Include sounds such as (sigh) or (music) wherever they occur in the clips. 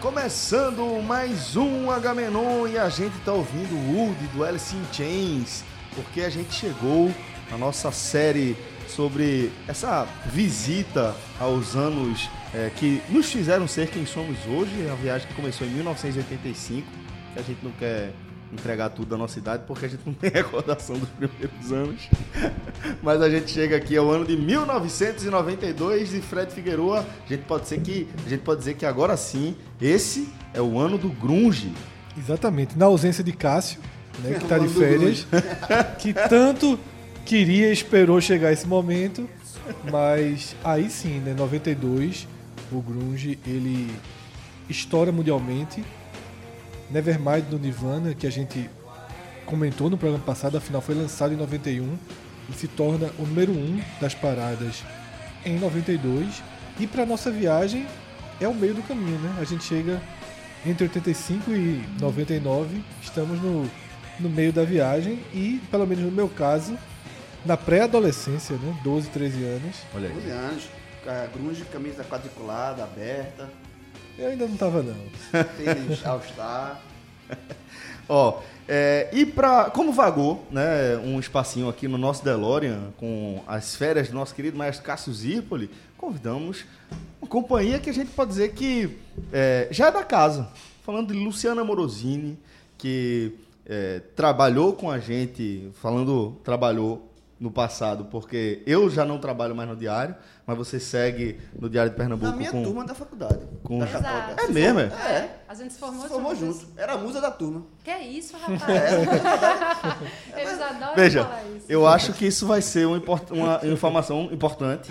Começando mais um Agamenon e a gente tá ouvindo o Wood do Alice in Chains, porque a gente chegou na nossa série sobre essa visita aos anos é, que nos fizeram ser quem somos hoje, a viagem que começou em 1985, que a gente não quer entregar tudo da nossa idade porque a gente não tem (laughs) recordação dos primeiros anos. Mas a gente chega aqui ao ano de 1992 e Fred Figueroa, a gente pode ser que a gente pode dizer que agora sim, esse é o ano do grunge. Exatamente. Na ausência de Cássio, né, que está de Mano do férias, que tanto queria, esperou chegar esse momento, mas aí sim, né, 92, o grunge ele estoura mundialmente. Nevermind do Nirvana, que a gente comentou no programa passado, afinal foi lançado em 91 e se torna o número 1 das paradas em 92. E para nossa viagem é o meio do caminho, né? A gente chega entre 85 e 99, estamos no, no meio da viagem e, pelo menos no meu caso, na pré-adolescência, né? 12, 13 anos, Olha 12 anos, ca- É, grunge, camisa quadriculada, aberta, eu ainda não tava não. tênis All-Star. (laughs) Ó, é, e pra. Como vagou, né? Um espacinho aqui no nosso DeLorean, com as férias do nosso querido maestro Cássio Zirpoli, convidamos uma companhia que a gente pode dizer que é, já é da casa. Falando de Luciana Morosini, que é, trabalhou com a gente, falando, trabalhou no passado, porque eu já não trabalho mais no Diário, mas você segue no Diário de Pernambuco Na minha com. turma da faculdade. com- da Exato. Católica. É mesmo, é? É. A gente se Se formou, formou juntos. junto. Era a musa da turma. Que é (laughs) isso, rapaz? É. (laughs) Eles adoram Veja, falar isso. eu acho que isso vai ser uma, import- uma informação importante.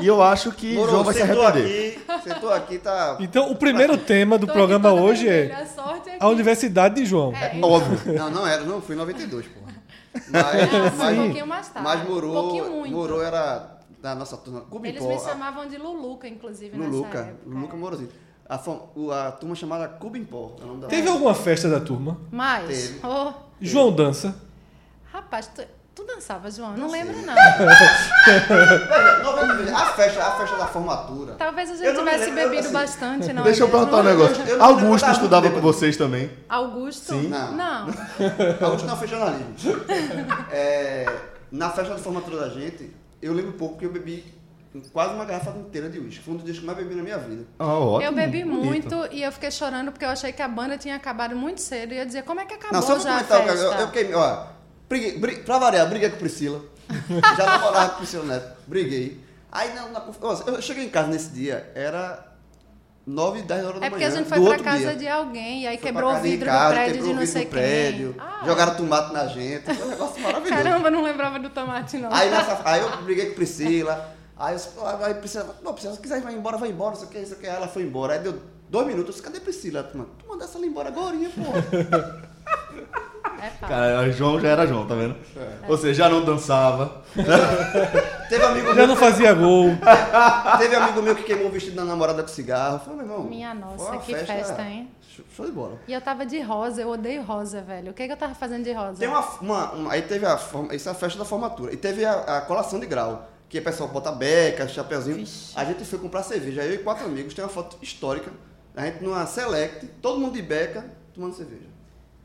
E eu acho que Moro, João vai se sentou arrepender. aqui, sentou aqui, tá... Então, o (laughs) primeiro tema do Tô programa aqui toda hoje vermelha, é A sorte é que... a Universidade de João. É, Óbvio. Não, não era, não, fui em 92, porra. Ah, Mas, sim. mas, Um pouquinho mais tarde. mas Um morou, pouquinho muito. morou era da nossa turma, Eles Cubicó, me a- chamavam de Luluca, inclusive, nessa Luluca, época. é. Luluca Morosinho. A, fam- o- a turma chamada Cubimpó, é o nome da Teve alguma festa da turma? Mas, Teve. ô, João dança. rapaz, tu, tu dançava, João? Não Dancei. lembro, (laughs) não. Veja, novamente, a festa, a festa da formatura. Talvez a Eu gente não me tivesse lembro, eu- bebido assim, bastante, não é Deixa eu mesmo? perguntar um Eu não negócio. vou Augusto levantar estudava muito com bêbado. vocês também. Augusto? Sim. Não. Augusto não foi jornalismo. É, na festa de formatura da gente, eu lembro pouco porque eu bebi quase uma garrafa inteira de uísque. Foi um dos dias que eu mais bebi na minha vida. Ah, ótimo, Eu bebi bonito. muito e eu fiquei chorando porque eu achei que a banda tinha acabado muito cedo. E eu dizia, como é que acabou Não, só já pra a comentar, festa? eu, eu, eu fiquei, ó, briguei, bri- pra variar, briguei com Priscila. Já namorava com Priscila Neto, briguei. Aí na, na, ó, eu cheguei em casa nesse dia, era 9, 10 horas da manhã. É porque a gente foi do pra outro casa dia. de alguém e Foi aí pra quebrou o casa de vidro Ricardo, do prédio quebrou de o não vidro sei do quem. prédio, Ah, Jogaram tomate na gente, foi um negócio maravilhoso. caramba, não lembrava do tomate, não. Aí, nessa, aí eu briguei com Priscila. Aí, eu, disse, aí Priscila, não, Priscila, se quiser vai embora, vai embora, não sei o que, não sei o que. Aí Ela foi embora. Aí deu dois minutos, eu disse, cadê Priscila? Ela, Mano, tu mandasse ela embora agora, (laughs) pô. (laughs) É fato. Cara, João já era João, tá vendo? É. Ou seja, já não dançava. teve, amigo Já meu, não fazia gol. teve amigo meu que queimou o vestido da namorada com cigarro. Eu Falei, meu irmão. Minha nossa, foi uma que festa, hein? show- Show de bola. E eu tava de rosa, eu odeio rosa, velho. O que, é que eu tava fazendo de rosa? Tem uma, uma- uma- aí teve a forma, isso é a festa da formatura. E teve a, a colação de grau, que o pessoal bota beca, chapeuzinho. A gente foi comprar cerveja, eu e quatro amigos, tem uma foto histórica. A gente numa select, todo mundo de beca, tomando cerveja.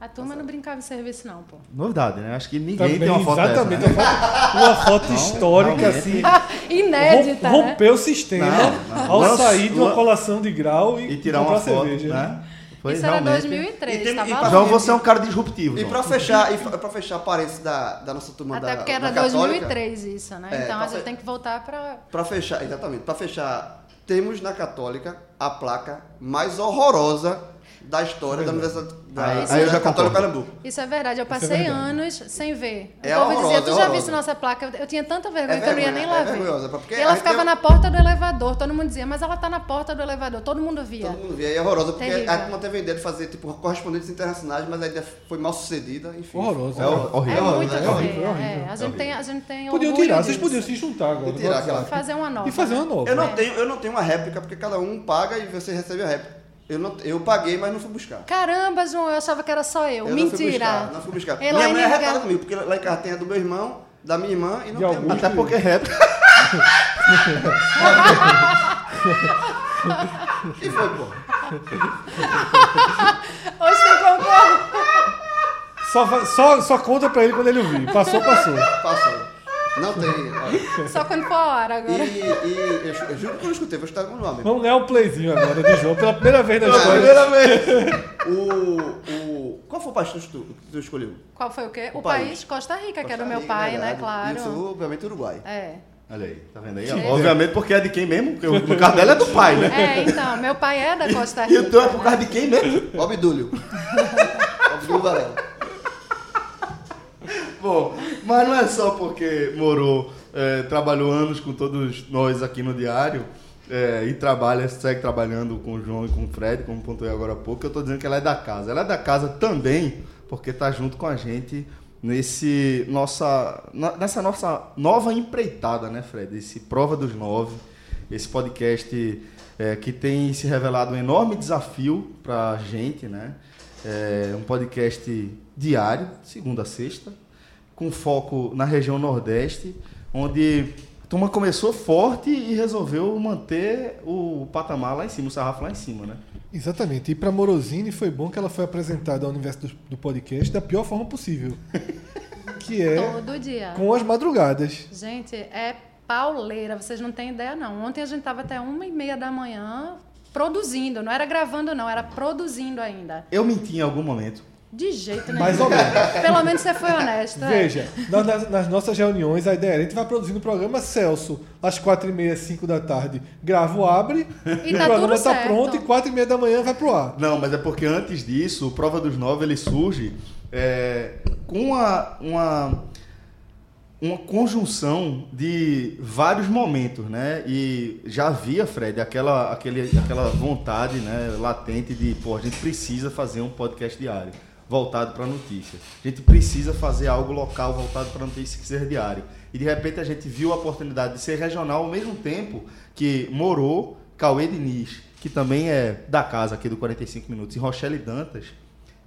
A turma não brincava de serviço, não, pô. (laughs) Novidade, né? Acho que ninguém Também, tem uma foto exatamente. dessa. Né? Uma foto histórica, realmente. assim. Inédita, rom- né? rompeu o sistema Não, não. ao Lança- sair de uma lan- colação de grau e, E tirar comprar uma foto, cerveja. né? Foi Isso realmente... era 2003, E tem- tá e maluco? João, você é um cara disruptivo. E João. pra fechar, e fa- pra fechar a parência da, da nossa turma da Até porque da era Católica, 2003 isso, né? É, então a tá gente fe- tem que voltar pra... Pra fechar, exatamente, pra fechar, temos na Católica a placa mais horrorosa da história da Universidade da, é. Aí- da aí eu já Católica concordo. Pernambuco. Isso é verdade, eu passei anos sem ver. É o povo dizia, horrorosa, tu é já horrorosa. viste nossa placa? Eu, eu tinha tanta vergonha É que eu não ia vergonha, nem é lá ver. vergonhosa, porque e ela aí ficava tem- na porta do elevador, todo mundo dizia, mas ela tá na porta do elevador, todo mundo via. Todo mundo via, aí é horrorosa, porque Terrível. a turma teve a ideia de fazer tipo correspondentes internacionais, mas a ideia foi mal sucedida, enfim. Horrorosa. É hor- horrível. É muito é feio. horrível, é horrível. é. A gente tem, a gente tem Podiam orgulho tirar, vocês disso. podiam se juntar agora. E tirar no aquela- WhatsApp. Fazer uma nova. E fazer uma nova. Eu não, tenho, eu não tenho uma réplica, porque cada um paga e você recebe a réplica. Eu, não, eu paguei, mas não fui buscar. Caramba, João, eu achava que era só eu. Eu Não fui Mentira. buscar, não fui buscar. Ela minha em mãe é lugar- retada comigo, porque lá em casa tem a do meu irmão, da minha irmã e não De tem a minha. Augusto. Até porque é réplica. E foi, pô. Hoje você concorda? Só, fa- só, só conta pra ele quando ele ouvir. Passou, passou. Passou. Não tem. olha. Só quando for a hora agora. E, e eu, ju- eu juro que eu não escutei, vou escutar com o nome. Vamos ganhar um playzinho agora de João pela primeira vez na história. Primeira vez. O, o, qual foi o país que tu, que tu escolheu? Qual foi o quê? O, O país. país, Costa Rica, que era do meu Costa pai, Rica, é né? verdade. Claro. E o seu, obviamente, Uruguai. É. Olha aí, tá vendo aí? Sim. Obviamente porque é de quem mesmo? Porque o carro dela é do pai, né? É, então, meu pai é da (laughs) Costa E Rica. o teu é por né? causa de quem (laughs) mesmo? Obdúlio. Obdúlio Varela. Bom, mas não é só porque morou, é, trabalhou anos com todos nós aqui no Diário é, e trabalha, segue trabalhando com o João e com o Fred, como pontuei agora há pouco, eu tô dizendo que ela é da casa. Ela é da casa também porque tá junto com a gente nesse nossa, na- nessa nossa nova empreitada, né, Fred? Esse Prova dos Nove, esse podcast é, que tem se revelado um enorme desafio pra gente, né? É um podcast diário, segunda a sexta, com foco na região Nordeste, onde a turma começou forte e resolveu manter o patamar lá em cima, o sarrafo lá em cima, né? Exatamente. E pra Morosini foi bom que ela foi apresentada ao universo do, do podcast da pior forma possível. Que é Todo dia. com as madrugadas. Gente, é pauleira, vocês não têm ideia, não. Ontem a gente tava até uma e meia da manhã produzindo. Não era gravando, não, era produzindo ainda. Eu menti em algum momento. De jeito nenhum. Mais ou menos. Pelo menos você foi honesta. é. Veja, na- nas, nas nossas reuniões, a ideia era, a gente vai produzindo o programa Celso, às 4h30, 5 da tarde, grava o abre, (laughs) E o tá programa tudo tá certo. pronto e 4h30 da manhã vai pro ar. Não, mas é porque antes disso, o Prova dos Nove ele surge é, com uma, uma, uma conjunção de vários momentos, né? E já havia, Fred, aquela, aquele, aquela vontade né, latente de, pô, a gente precisa fazer um podcast diário voltado para notícia. A gente precisa fazer algo local voltado para notícia que seja diário. E de repente a gente viu a oportunidade de ser regional ao mesmo tempo que morou Cauê Diniz, que também é da casa aqui do 45 Minutos, e Rochelle Dantas,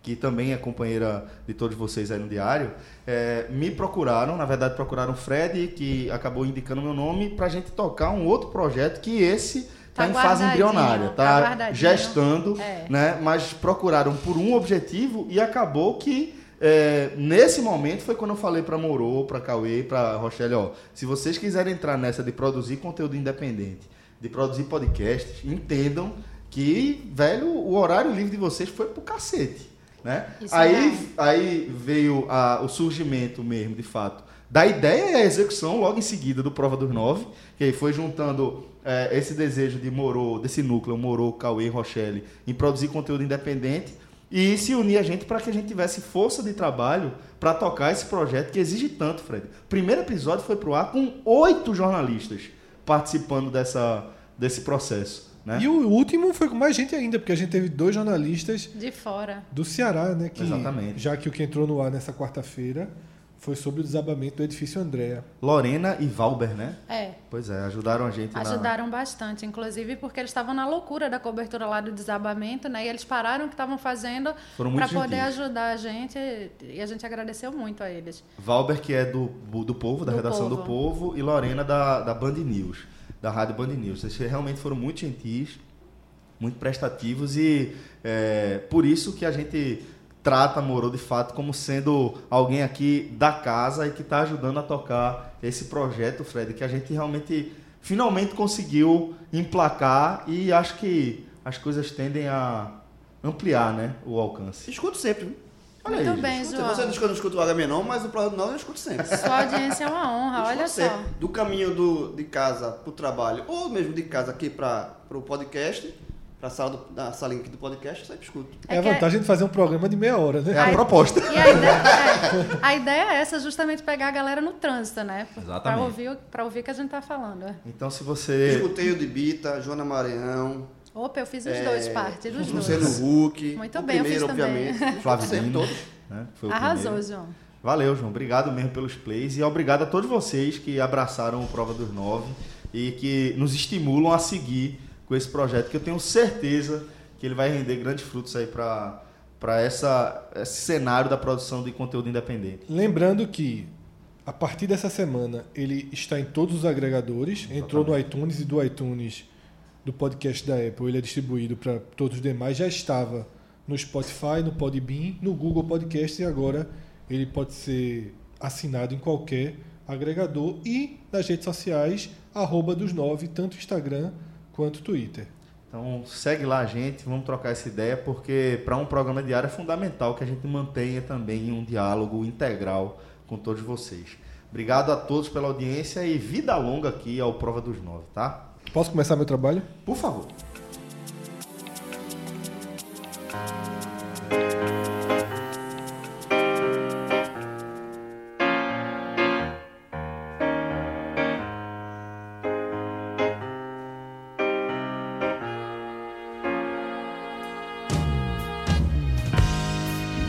que também é companheira de todos vocês aí no diário, é, me procuraram, na verdade procuraram o Fred, que acabou indicando meu nome, pra gente tocar um outro projeto que esse tá, Tá em fase guardadinho, embrionária, tá tá, guardadinho. gestando, É. né? Mas procuraram por um objetivo e acabou que é, nesse momento foi quando eu falei pra Moro, pra Cauê, pra Rochelle, ó, se vocês quiserem entrar nessa de produzir conteúdo independente, de produzir podcasts, entendam que, velho, o horário livre de vocês foi pro cacete, né? Isso é real. Aí, aí veio a- o surgimento mesmo, de fato, da ideia e a execução logo em seguida do Prova dos Nove, que aí foi juntando eh, esse desejo de Moro, desse núcleo, Moro, Cauê, Rochelle, em produzir conteúdo independente e se unir a gente para que a gente tivesse força de trabalho para tocar esse projeto que exige tanto, Fred. Primeiro episódio foi pro ar com oito jornalistas participando dessa, desse processo, né? E o último foi com mais gente ainda, porque a gente teve dois jornalistas De fora. do Ceará, né? Que, Exatamente. Já que o que entrou no ar nessa quarta-feira foi sobre o desabamento do edifício Andréa. Lorena e Valber, né? É. Pois é, ajudaram a gente na... Ajudaram bastante, inclusive, porque eles estavam na loucura da cobertura lá do desabamento, né? E eles pararam o que estavam fazendo Foram para muito poder gentis. ajudar a gente. E a gente agradeceu muito a eles. Valber, que é do, do Povo, da Do redação do Povo. Povo, e Lorena, da, da Band News, da Rádio Band News. Vocês realmente foram muito gentis, muito prestativos, e é, por isso que a gente trata Moro, de fato, como sendo alguém aqui da casa e que está ajudando a tocar esse projeto, Fred, que a gente realmente, finalmente conseguiu emplacar, e acho que as coisas tendem a ampliar, né, o alcance. Escuto sempre. viu? Olha muito aí, Tá bem, Escuto, João. Você não escuta, não escuta o Agamenon, mas o Plano 9 eu escuto sempre. tá Sua audiência é uma honra, Deixa olha você, só. Do caminho do, de casa pro trabalho, ou mesmo de casa aqui para o podcast, para a sala do, da salinha aqui do podcast, eu sempre escuto. É, É a que é- vantagem de fazer um programa de meia hora, né? É a proposta. E a ideia, é, a ideia é essa, justamente pegar a galera no trânsito, né? Pra Exatamente. ouvir, o- pra ouvir o que a gente tá falando. Então, se você... Escutei o de Bita, Joana Maranhão, Opa, eu fiz os dois, parte dos dois. Luciano Huck. Muito o bem, eu primeiro, fiz também. (laughs) obviamente. Flávio Sempre Dino, todos. né, que foi o Arrasou, primeiro. João. Valeu, João. Obrigado mesmo pelos plays e obrigado a todos vocês que abraçaram o Prova dos Nove e que nos estimulam a seguir com esse projeto, que eu tenho certeza que ele vai render grandes frutos aí para para essa esse cenário da produção de conteúdo independente. Lembrando que a partir dessa semana ele está em todos os agregadores, entrou no iTunes e do iTunes do podcast da Apple, ele é distribuído para todos os demais, já estava no Spotify, no Podbean, no Google Podcast e agora ele pode ser assinado em qualquer agregador e nas redes sociais, arroba dos nove, tanto Instagram quanto Twitter. Então segue lá a gente, vamos trocar essa ideia, porque para um programa diário é fundamental que a gente mantenha também um diálogo integral com todos vocês. Obrigado a todos pela audiência e vida longa aqui ao Prova dos Nove, tá? Posso começar meu trabalho? Por favor.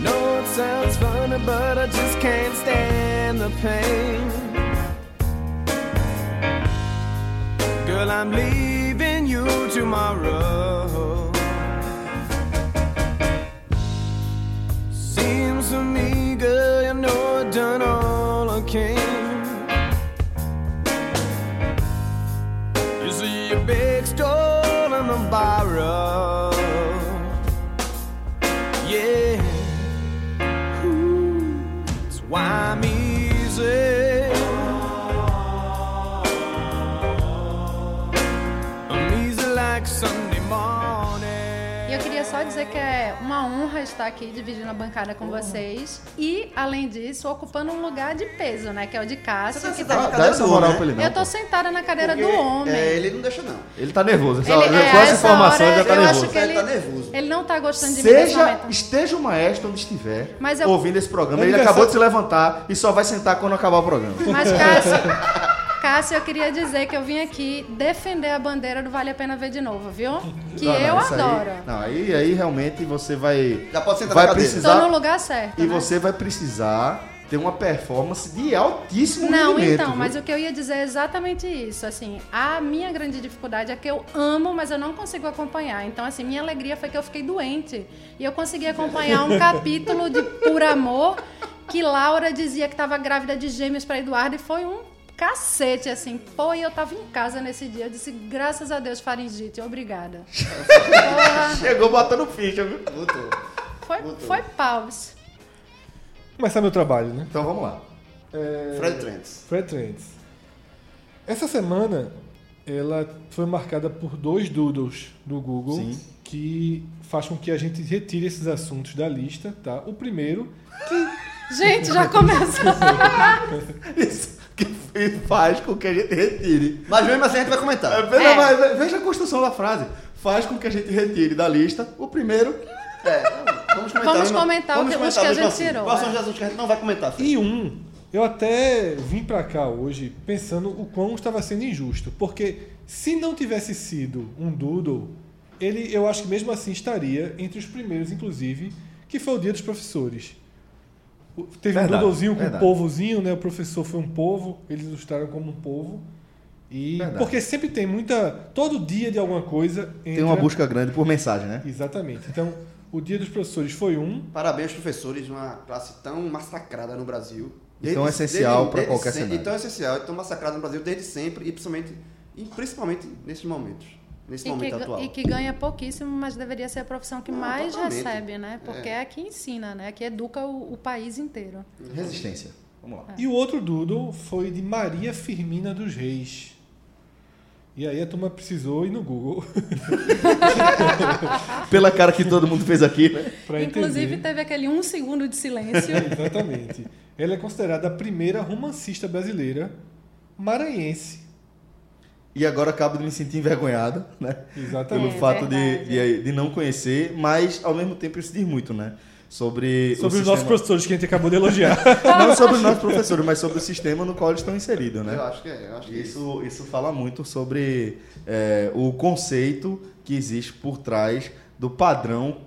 No, it sounds funny, but I just can't stand the pain. Girl, I'm leaving you tomorrow. Seems to me, girl, you know I done all I can. You see a big stone and a borrow. Yeah. It's why I'm easy. I'm easy like Sunday morning. E eu queria só dizer que é uma honra estar aqui dividindo a bancada com vocês e, além disso, ocupando um lugar de peso, né? Que é o de Cássio. que sentado na tá- Dá cadeira essa do moral homem, pra ele não. Eu tô pô. sentada na cadeira Porque, do homem. É, ele não deixa, não. Ele tá nervoso. Ele, Ele- é, com essa essa informação ele hora já tá eu nervoso. acho que Ele ele, tá nervoso. ele não tá gostando de mim nesse Seja, momento. esteja o maestro onde estiver, Mas eu- ouvindo esse programa, ele Aniversário- acabou de se levantar e só vai sentar quando acabar o programa. Mas, Cássio, Cássio, eu queria dizer que eu vim aqui defender a bandeira do Vale a Pena Ver de Novo, viu? Que Não, não, eu isso aí- adoro. não, aí, aí realmente você vai. Já pode sentar vai na cadeira. Estou precisar no lugar certo. E né? você vai precisar ter uma performance de altíssimo Não, rendimento. então, viu? mas o que eu ia dizer é exatamente isso. Assim, a minha grande dificuldade é que eu amo, mas eu não consigo acompanhar. Então, assim, minha alegria foi que eu fiquei doente. E eu consegui acompanhar um capítulo de Por Amor que Laura dizia que estava grávida de gêmeos para Eduardo e foi um cacete, assim. Pô, e eu tava em casa nesse dia. Eu disse, graças a Deus, faringite, obrigada. Porra, Chegou botando ficha, viu? Voltou. foi, foi paus. Começar meu trabalho, né? Então vamos lá. Fred Trentz. Fred Trends. Essa semana ela foi marcada por dois doodles do Google Sim. que faz com que a gente retire esses assuntos da lista, tá? O primeiro, Gente, já começou. Isso que faz com que a gente retire. Mas mesmo assim a gente vai comentar. Veja, É. mas veja a construção da frase. Faz com que a gente retire da lista o primeiro. É, vamos comentar. Vamos eu não- comentar vamos o que- comentar os que a mesmo gente assim. tirou, Quais são é. os assuntos que a gente não vai comentar, Fred? E um, eu até vim pra cá hoje pensando o quão estava sendo injusto, porque se não tivesse sido um doodle, ele eu acho que mesmo assim estaria entre os primeiros, inclusive, que foi o Dia dos Professores. O- Teve um Verdade, doodlezinho com verdade. um povozinho, né? O professor foi um povo, eles ilustraram como um povo. E Verdade. porque sempre tem muita, todo dia de alguma coisa Tem uma entra- busca grande por mensagem, né? Exatamente. Então, o Dia dos Professores foi um, Parabéns, professores, uma classe tão massacrada no Brasil. E tão essencial pra desde qualquer sempre, cenário. E tão essencial, e tão massacrada no Brasil desde sempre e principalmente, e principalmente nesses momentos. Nesse E que, momento ga- atual. e que ganha pouquíssimo, mas deveria ser a profissão que Não, mais totalmente. recebe, né? Porque é, que ensina, né? Que educa o, o país inteiro. Resistência. Vamos lá. E o outro doodle foi de Maria Firmina dos Reis. E aí a turma precisou ir no Google (laughs) Pela cara que todo mundo fez aqui. né? para Inclusive, entender. teve aquele um segundo de silêncio. Exatamente. Ela é considerada a primeira romancista brasileira maranhense. E agora acabo de me sentir envergonhado, né? Pelo Exatamente. É, fato de, verdade. de, de não conhecer, mas ao mesmo tempo isso diz muito, né? Sobre, Sobre o os nossos sistema- professores que a gente acabou de elogiar. Não sobre os nossos professores, mas sobre o sistema no qual eles estão inseridos, Eu né? acho que é, eu acho que é isso. Isso, isso fala muito sobre é, o conceito que existe por trás do padrão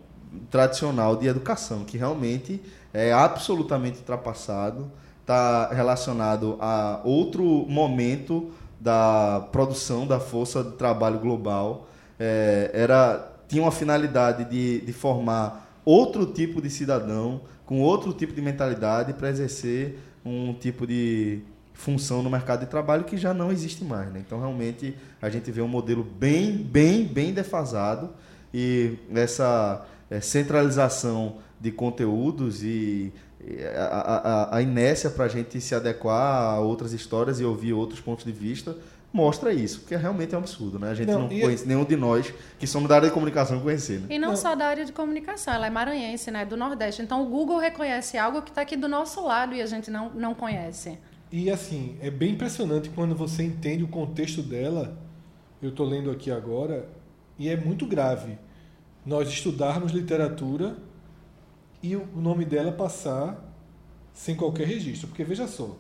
tradicional de educação, que realmente é absolutamente ultrapassado, está relacionado a outro momento da produção da força de trabalho global. É, era tinha uma finalidade de, de formar outro tipo de cidadão com outro tipo de mentalidade para exercer um tipo de função no mercado de trabalho que já não existe mais. Né? Então, realmente, a gente vê um modelo bem, bem, bem defasado e essa eh, centralização de conteúdos e e a, a- a- a inércia para a gente se adequar a outras histórias e ouvir outros pontos de vista mostra isso, porque realmente é um absurdo. Né? A gente Não, não, e- conhece nenhum de nós que somos da área de comunicação conhecer. Né? E não, só da área de comunicação, ela é maranhense, né? Do Nordeste. Então o Google reconhece algo que está aqui do nosso lado e a gente não, não conhece. E assim, é bem impressionante quando você entende o contexto dela. Eu estou lendo aqui agora e é muito grave. Nós estudarmos literatura e o nome dela passar sem qualquer registro, porque veja só.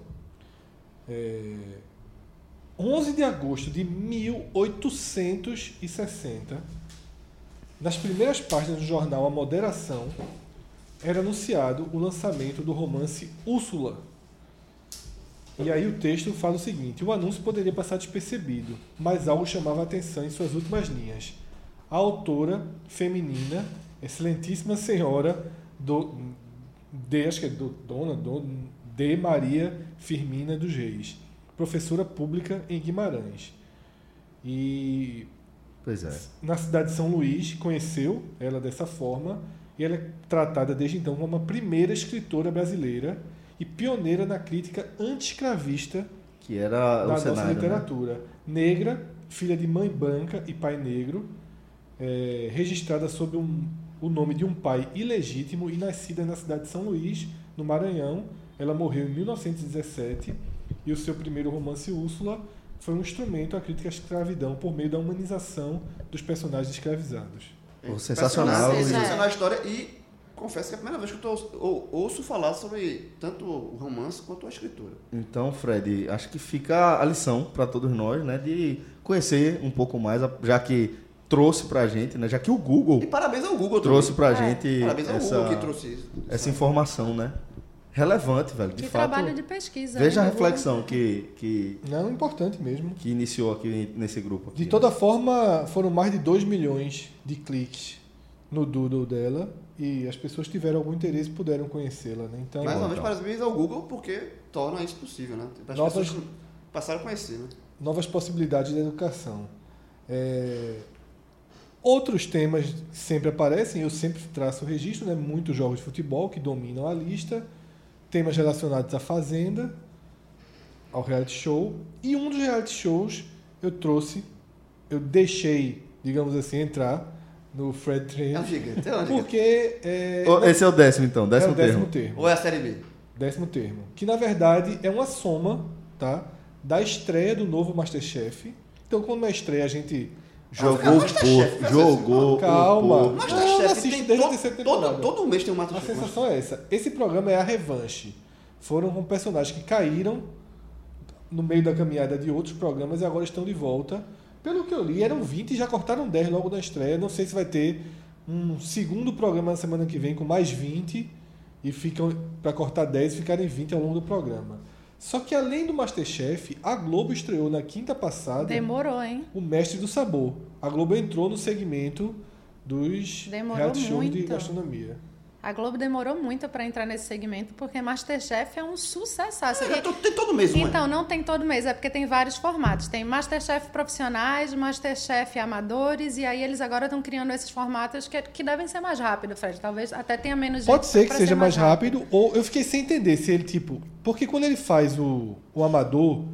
É, 11 de agosto de 1860, nas primeiras páginas do jornal A Moderação, era anunciado o lançamento do romance Úrsula, e aí o texto fala o seguinte: o anúncio poderia passar despercebido, mas algo chamava a atenção em suas últimas linhas. A autora feminina, excelentíssima senhora do de, acho que é do, dona do, de Maria Firmina dos Reis, professora pública em Guimarães. E Pois é. na cidade de São Luís, conheceu ela dessa forma e ela é tratada desde então como a primeira escritora brasileira e pioneira na crítica anti-escravista Que era da o nossa cenário. né? literatura. Negra, filha de mãe branca e pai negro, é, registrada sob um- o nome de um pai ilegítimo e nascida na cidade de São Luís, no Maranhão. Ela morreu em 1917 e o seu primeiro romance, Úrsula, foi um instrumento à crítica à escravidão por meio da humanização dos personagens escravizados. Pô, sensacional. Ou seja, e- Sensacional a história e confesso que é a primeira vez que eu, tô, eu ouço falar sobre tanto o romance quanto a escritura. Então, Fred, acho que fica a lição para todos nós, né, de conhecer um pouco mais, a- já que trouxe pra gente, né, já que o Google E parabéns ao Google trouxe também. pra É. gente Parabéns ao essa, Google que trouxe isso. essa informação, né? Relevante, velho, de que fato. trabalho de pesquisa. Veja a né, do Google. reflexão que, que, Não, É um importante mesmo. que iniciou aqui nesse grupo. Aqui, De toda forma, foram mais de 2 milhões de cliques no doodle dela e as pessoas tiveram algum interesse e puderam conhecê-la, né? Então, Mais bom, uma vez, então. parabéns ao Google porque torna isso possível, né? Para as Novas- pessoas passaram a conhecer, né? novas possibilidades da educação. É, Outros temas sempre aparecem, eu sempre traço o registro, né? muitos jogos de futebol que dominam a lista, temas relacionados à Fazenda, ao reality show, e um dos reality shows eu trouxe, eu deixei, digamos assim, entrar no Fred É um Train, gigante, é um gigante. porque é, Ô, Esse é o décimo, então, é décimo, o décimo termo. termo. Ou é a série B? Décimo termo. Que na verdade é uma soma, tá? Da estreia do novo Masterchef. Então, quando na estreia a gente. Jogou o Masterchef, povo, Masterchef. jogou o Calma. povo. Eu não Masterchef assisto tem desde a to- terceira temporada. todo, todo mês tem um A Masterchef. sensação é essa. Esse programa é a revanche. Foram com personagens que caíram no meio da caminhada de outros programas e agora estão de volta. Pelo que eu li, eram 20 e já cortaram 10 logo na estreia. Não sei se vai ter um segundo programa na semana que vem com mais 20 e ficam para cortar 10 e ficarem 20 ao longo do programa. Só que além do Masterchef, a Globo estreou na quinta passada Demorou, hein? o Mestre do Sabor. A Globo entrou no segmento dos Demorou reality shows de muito. gastronomia. A Globo demorou muito para entrar nesse segmento, porque Masterchef é (laughs) um sucessaço. É, E- to- tem todo mês um. é. Então, não tem todo mês, é porque tem vários formatos. Tem Masterchef profissionais, Masterchef amadores, e aí eles agora estão criando esses formatos que, que devem ser mais rápidos, Fred. Talvez até tenha menos gente tá Pode ser que pra seja mais rápido, ou eu fiquei sem entender se ele, tipo. Porque quando ele faz o, o Amador,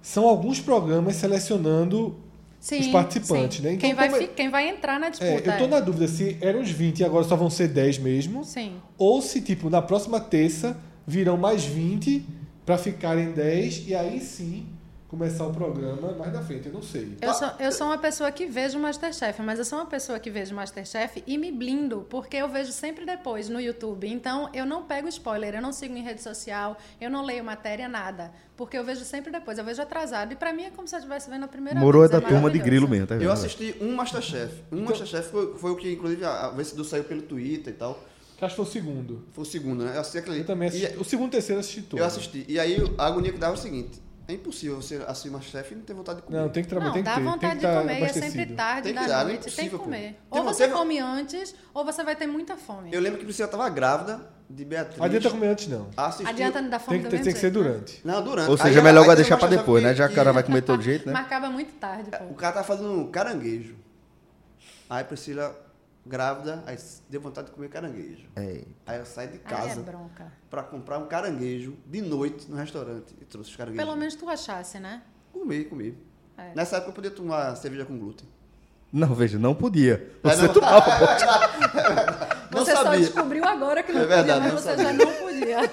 são alguns programas selecionando. Sim, os participantes, sim. né? Então, quem, vai, como é- fi- quem vai entrar na É, disputa. eu tô na dúvida se eram os 20 e agora só vão ser 10 mesmo. Sim. Ou se, tipo, na próxima terça virão mais 20 pra ficarem 10 e aí sim começar o programa mais na frente. Eu não sei. Eu sou, eu sou uma pessoa que vejo Masterchef, mas eu sou uma pessoa que vejo Masterchef e me blindo, porque eu vejo sempre depois no YouTube. Então, eu não pego spoiler, eu não sigo em rede social, eu não leio matéria, nada. Porque eu vejo sempre depois, eu vejo atrasado. E pra mim é como se eu estivesse vendo a primeira Morou é da vez. turma de maravilhoso. grilo mesmo, tá vendo? Eu assisti um Masterchef. Um Então- Masterchef foi, foi o que, inclusive, a, a vencedor saiu pelo Twitter e tal. Acho que foi o segundo. Foi o segundo, né? Eu assisti aquele. Eu também assisti. E- O segundo e o terceiro assisti todo. Eu assisti. E aí a agonia que dava é o seguinte: É impossível você assistir Masterchef e não ter vontade de comer. Não, tem que trabalhar, Não, tem que dá ter. tem vontade que de tá comer, é sempre abastecido. tarde Tem que da dar, não é noite, tem que impossível, pô. comer. Tem Ou uma- você teve uma- come antes, ou você vai ter muita fome. Eu lembro que Priscila estava grávida de Beatriz. Adianta comer antes, não. Assistiu... Adianta não dar Tem fome que, do ter- mesmo tem que ser jeito, né? durante. Não, durante. Ou Aí seja, é ela- melhor aí ela deixar pra Masterchef depois, né? que- Já que o cara que- vai comer todo jeito, né? Marcava muito tarde, O pô. cara tá fazendo um caranguejo. Aí Priscila, grávida, aí deu vontade de comer caranguejo. É. Aí ela sai de Aí é casa bronca. pra comprar um caranguejo de noite no restaurante. E trouxe os caranguejos. Pelo menos tu achasse, né? Comi, comi. É. Nessa época eu podia tomar cerveja com glúten. Não, veja, não podia. É, Você não. tomava. Não você sabia. só descobriu agora que não É verdade, podia, não mas você já sabia. não podia.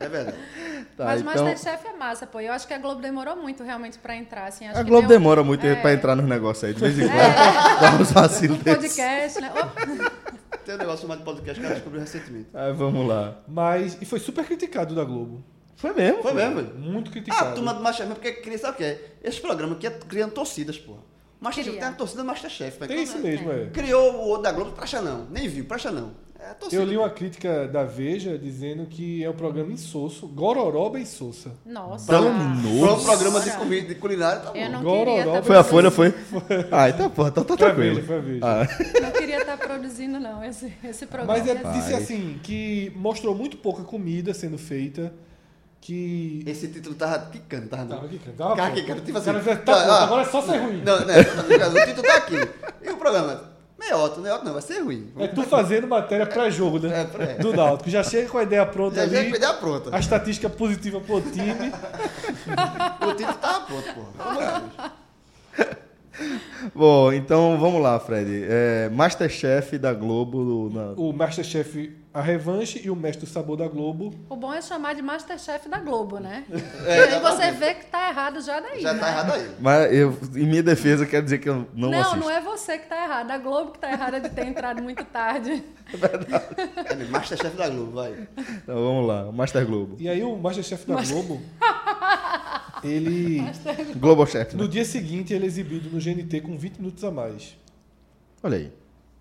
É verdade. (laughs) (laughs) Tá, mas então, Masterchef é massa, pô. Eu acho que a Globo demorou muito realmente pra entrar, assim. Acho a que Globo deu- demora muito é, pra entrar nos negócios aí, de vez em quando. É. Dá uns (laughs) vacilos (laughs) Um desses. podcast, né? Opa, Tem um negócio chamado podcast que ela descobriu recentemente. Aí vamos lá. Mas. E foi super criticado da Globo. Foi mesmo? Foi pô. mesmo? velho? Muito né? Ah, criticado. a turma do Masterchef, porque cria, sabe o quê? Esse programa aqui é criando torcidas, porra. Masterchef Cria. tem a torcida do Masterchef. mas Tem isso quando- mesmo, é. Criou o outro da Globo, praxa não. Nem viu, praxa não. É a torcida. Eu li uma crítica da Veja dizendo que é um programa insosso, gororoba insossa. Nossa. Foi um Danoso. programa de Senhora. comida, de culinária, tá bom. Eu não Gororó. queria tá Foi a produzindo- Folha, (laughs) foi? Ah, então, porra, tá, tá Foi a tranquilo. Veja, foi a Veja. Ah, Não queria estar produzindo, não, esse, esse programa. Mas é, Ia ser- disse assim, que mostrou muito pouca comida sendo feita, que... Esse título tava quicando, tava não. Tava quicando, tava Tava pronto. quicando, tipo O assim. cara já tá não, pronto, ó, agora é só ser ruim. Não, não, tá quicando, o título tá aqui. E o programa? Meiota, meiota não, vai ser ruim. É tu fazendo matéria pré-jogo, né? É, pré. Do Náutico. Já chega com a ideia pronta Já já ali, ia pedir a pronta. a estatística positiva pro time. O título tava pronto, porra. Pelo amor de Deus. Bom, então vamos lá, Fred. É, Masterchef da Globo. na- O Masterchef A Revanche e o Mestre do Sabor da Globo. O bom é chamar de Masterchef da Globo, (laughs) né? É, e aí você exatamente. vê que tá errado já daí, Já né? tá errado aí. Mas eu, em minha defesa, quero dizer que eu não, Não, assisto. não, é você que tá errado. A Globo que tá errada de ter entrado muito tarde. É mesmo, Masterchef da Globo, vai. Então vamos lá, Master Globo. E aí o Masterchef da (laughs) Globo, ele... Globo Chef. Né? No dia seguinte, ele é exibido no GNT com 20 minutos a mais. Olha aí,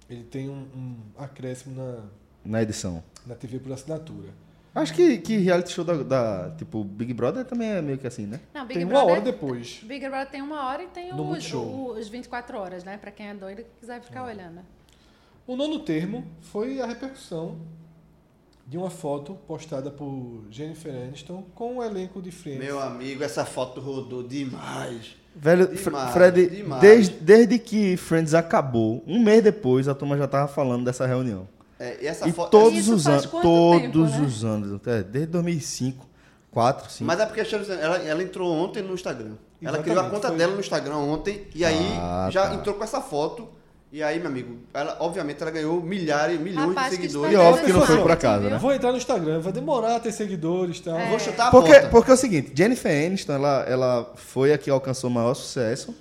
Ele tem um, um acréscimo na, na edição. na TV por assinatura. Acho que, que reality show da, da- Tipo, Big Brother também é meio que assim, né? Não, Big Tem uma Brother, hora depois. Big Brother tem uma hora e tem No os, Multishow. os 24 horas, né? Pra quem é doido e quiser ficar olhando. O nono termo foi a repercussão de uma foto postada por Jennifer Aniston com o elenco de Friends. Meu amigo, essa foto rodou demais. Velho, Demais, Fre- Fred, demais. desde, desde que Friends acabou, um mês depois, a turma já tava falando dessa reunião. É, e essa e foto. todos Isso os faz anos, quanto todos tempo, né? os anos, é, desde 2005, 4, 5. Mas é porque deixa eu dizer, ela, ela entrou ontem no Instagram. Ela Exatamente, criou a conta foi. dela no Instagram ontem e aí Ah, já tá. entrou com essa foto. E aí, meu amigo, ela, obviamente ela ganhou milhares, milhões Rapaz, de que seguidores. E estratégia óbvio que não foi diferente, por acaso, viu? né? Vou entrar no Instagram, vai demorar a ter seguidores e tal. É. Vou chutar a Porque, porta. porque é o seguinte, Jennifer Aniston, ela, ela foi a que alcançou o maior sucesso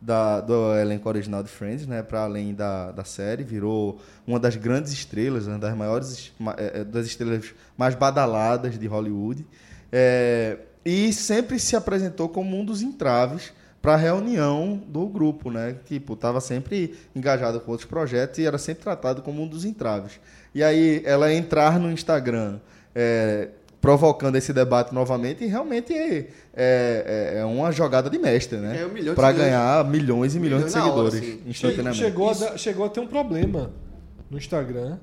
da, do elenco original de Friends, né? Para além da, da série, virou uma das grandes estrelas, uma das maiores, es- ma- eh, eh, das estrelas mais badaladas de Hollywood. É, e sempre se apresentou como um dos entraves para a reunião do grupo, né? Tipo, tava sempre engajado com outros projetos e era sempre tratado como um dos entraves. E aí ela entrar no Instagram é, provocando esse debate novamente e realmente é, é, é uma jogada de mestre, né? Ganhou milhões É um de Para seguidores. ganhar milhões e milhões, de Milhões na hora, seguidores Então, assim. Che- instantaneamente. Chegou a, dar- chegou a ter um problema no Instagram.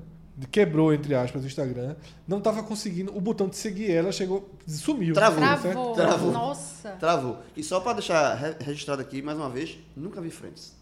Quebrou, entre aspas, o Instagram. Não tava conseguindo. O botão de seguir ela chegou. Sumiu. né, Travou. Travou. Travou. Tá. Nossa. Travou. E só pra deixar re- registrado aqui, mais uma vez, nunca vi Friends.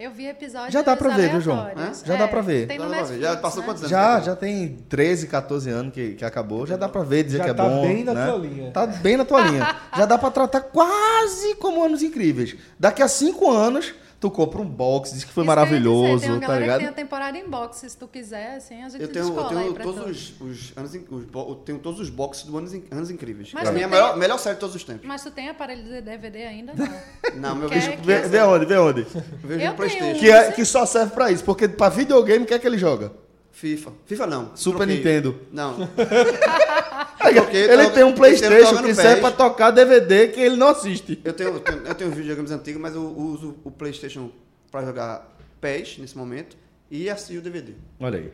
Eu vi episódios Já dá pra ver, viu, João? aleatórios. É, Hã? Já dá pra ver. Tem Já no dá pra ver. Netflix, Já passou né? quantos anos? Já, já tem 13, 14 anos que, que acabou, já dá pra ver, dizer Já que é tá bom. bem na né? tua linha. Tá bem na tua (laughs) linha. Já dá pra tratar quase como anos incríveis. Daqui a 5 anos, tu compra um box, diz que foi Isso que eu ia maravilhoso, dizer, tem uma tá galera que ligado? Tem a temporada em box, se tu quiser, assim, a gente Eu tenho, eu descola aí tenho pra todos tu. os, os anos, in- os bo- eu tenho todos os boxes do Anos, in- anos Incríveis. Mas pra não mim é a tem- um melhor, melhor série de todos os (laughs) tempos. Mas tu tem aparelho de DVD ainda? Não. Não, meu Quer bicho, que- Vê, vê onde, (laughs) vê onde. vejo Eu um. no Playstation. Que, é- que só serve pra isso, porque pra videogame, o que é que ele joga? FIFA. FIFA não. Super Troquei. Nintendo. Não. Ele, Troquei, tava- tem um ele Playstation tava que no serve pra PES. tocar DVD que ele não assiste. Eu tenho, eu tenho, eu tenho um videogames antigos, mas eu uso o Playstation pra jogar PES nesse momento e assim o DVD. Olha aí.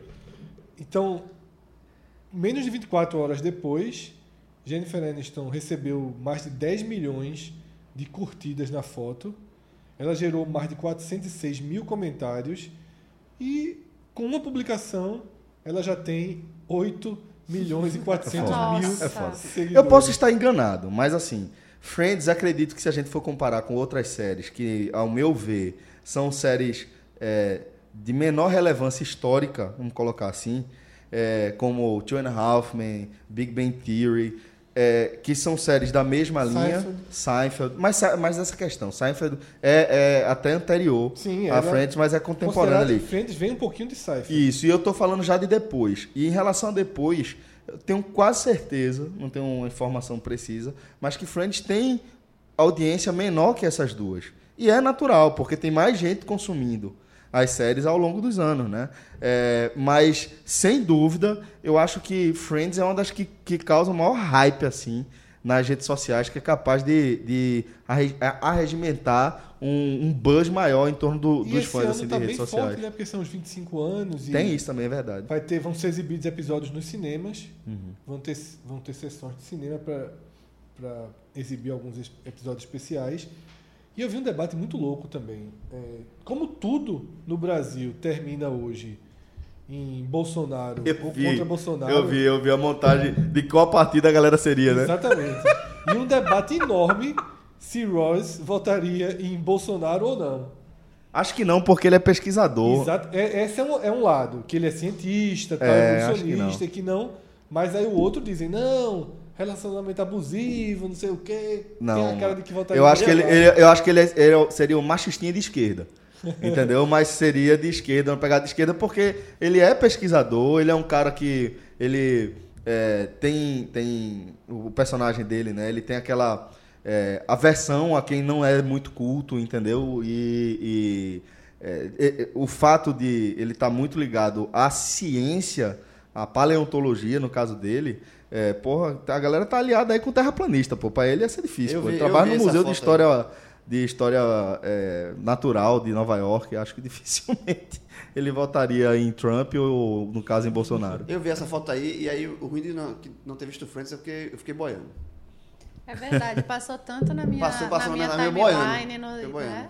Então, menos de 24 horas depois, Jennifer Aniston recebeu mais de 10 milhões de curtidas na foto. Ela gerou mais de 406 mil comentários. E com uma publicação, ela já tem 8 milhões e 400 foda. mil É foda. seguidores. Eu posso estar enganado, mas assim, Friends, acredito que se a gente for comparar com outras séries que, ao meu ver, são séries é, de menor relevância histórica, vamos colocar assim, é, como Two and a Half Men, Big Bang Theory, é, que são séries da mesma linha, Seinfeld. Seinfeld, mas, Sa- mas essa questão, Seinfeld é, é até anterior Sim, a era Friends, mas é contemporânea Considerado ali. que Friends vem um pouquinho de Cypher. Isso, e eu tô falando já de depois. E em relação a depois, eu tenho quase certeza, não tenho uma informação precisa, mas que Friends tem audiência menor que essas duas. E é natural, porque tem mais gente consumindo as séries ao longo dos anos, né? É, mas, sem dúvida, eu acho que Friends é uma das que, que causa o maior hype, assim, nas redes sociais, que é capaz de, de arre- arregimentar um, um buzz maior em torno do- E dos esse fãs ano assim, de tá redes bem sociais. forte, né? Porque são os 25 anos e Tem isso também, é verdade. vai ter, vão ser exibidos episódios nos cinemas. Uhum. Vão, ter, vão ter sessões de cinema para exibir alguns es- episódios especiais. E eu vi um debate muito louco também. É, como tudo no Brasil termina hoje em Bolsonaro ou contra Bolsonaro. Eu vi, eu vi a montagem de qual partida a galera seria, né? Exatamente. e um debate enorme se Ross votaria em Bolsonaro ou não. Acho que não, porque ele é pesquisador. Exato. É, esse é um, é um lado, que ele é cientista, tá, É, acho que evolucionista, que não. Mas aí o outro dizem, não, relacionamento abusivo, não sei o quê. Não. Tem a cara de que tá votaria Eu acho que em ele, Bolsonaro. ele- eu acho que ele, é- ele seria o machistinha (laughs) de esquerda. Entendeu? Mas seria de esquerda, uma pegada de esquerda, porque ele é pesquisador, ele é um cara que. Ele é, tem, tem. O personagem dele, né? Ele tem aquela é, aversão a quem não é muito culto, entendeu? E. e, é, e- e- o fato de ele estar muito ligado à ciência, à paleontologia, no caso dele, é, porra, a galera tá aliada aí com o terraplanista, pô. Pra ele ia ser difícil. Eu pô. vi- Ele eu trabalha vi no essa Museu foto de aí. História de história é, natural de Nova York, acho que (laughs) dificilmente ele votaria em Trump ou, no caso, em Bolsonaro. Eu vi essa foto aí, e aí o ruim de não, que não ter visto Friends é porque eu fiquei boiando. É verdade, passou tanto na minha, Passou- passou na minha na- na minha timeline. boiando. no- Eu né? boiando.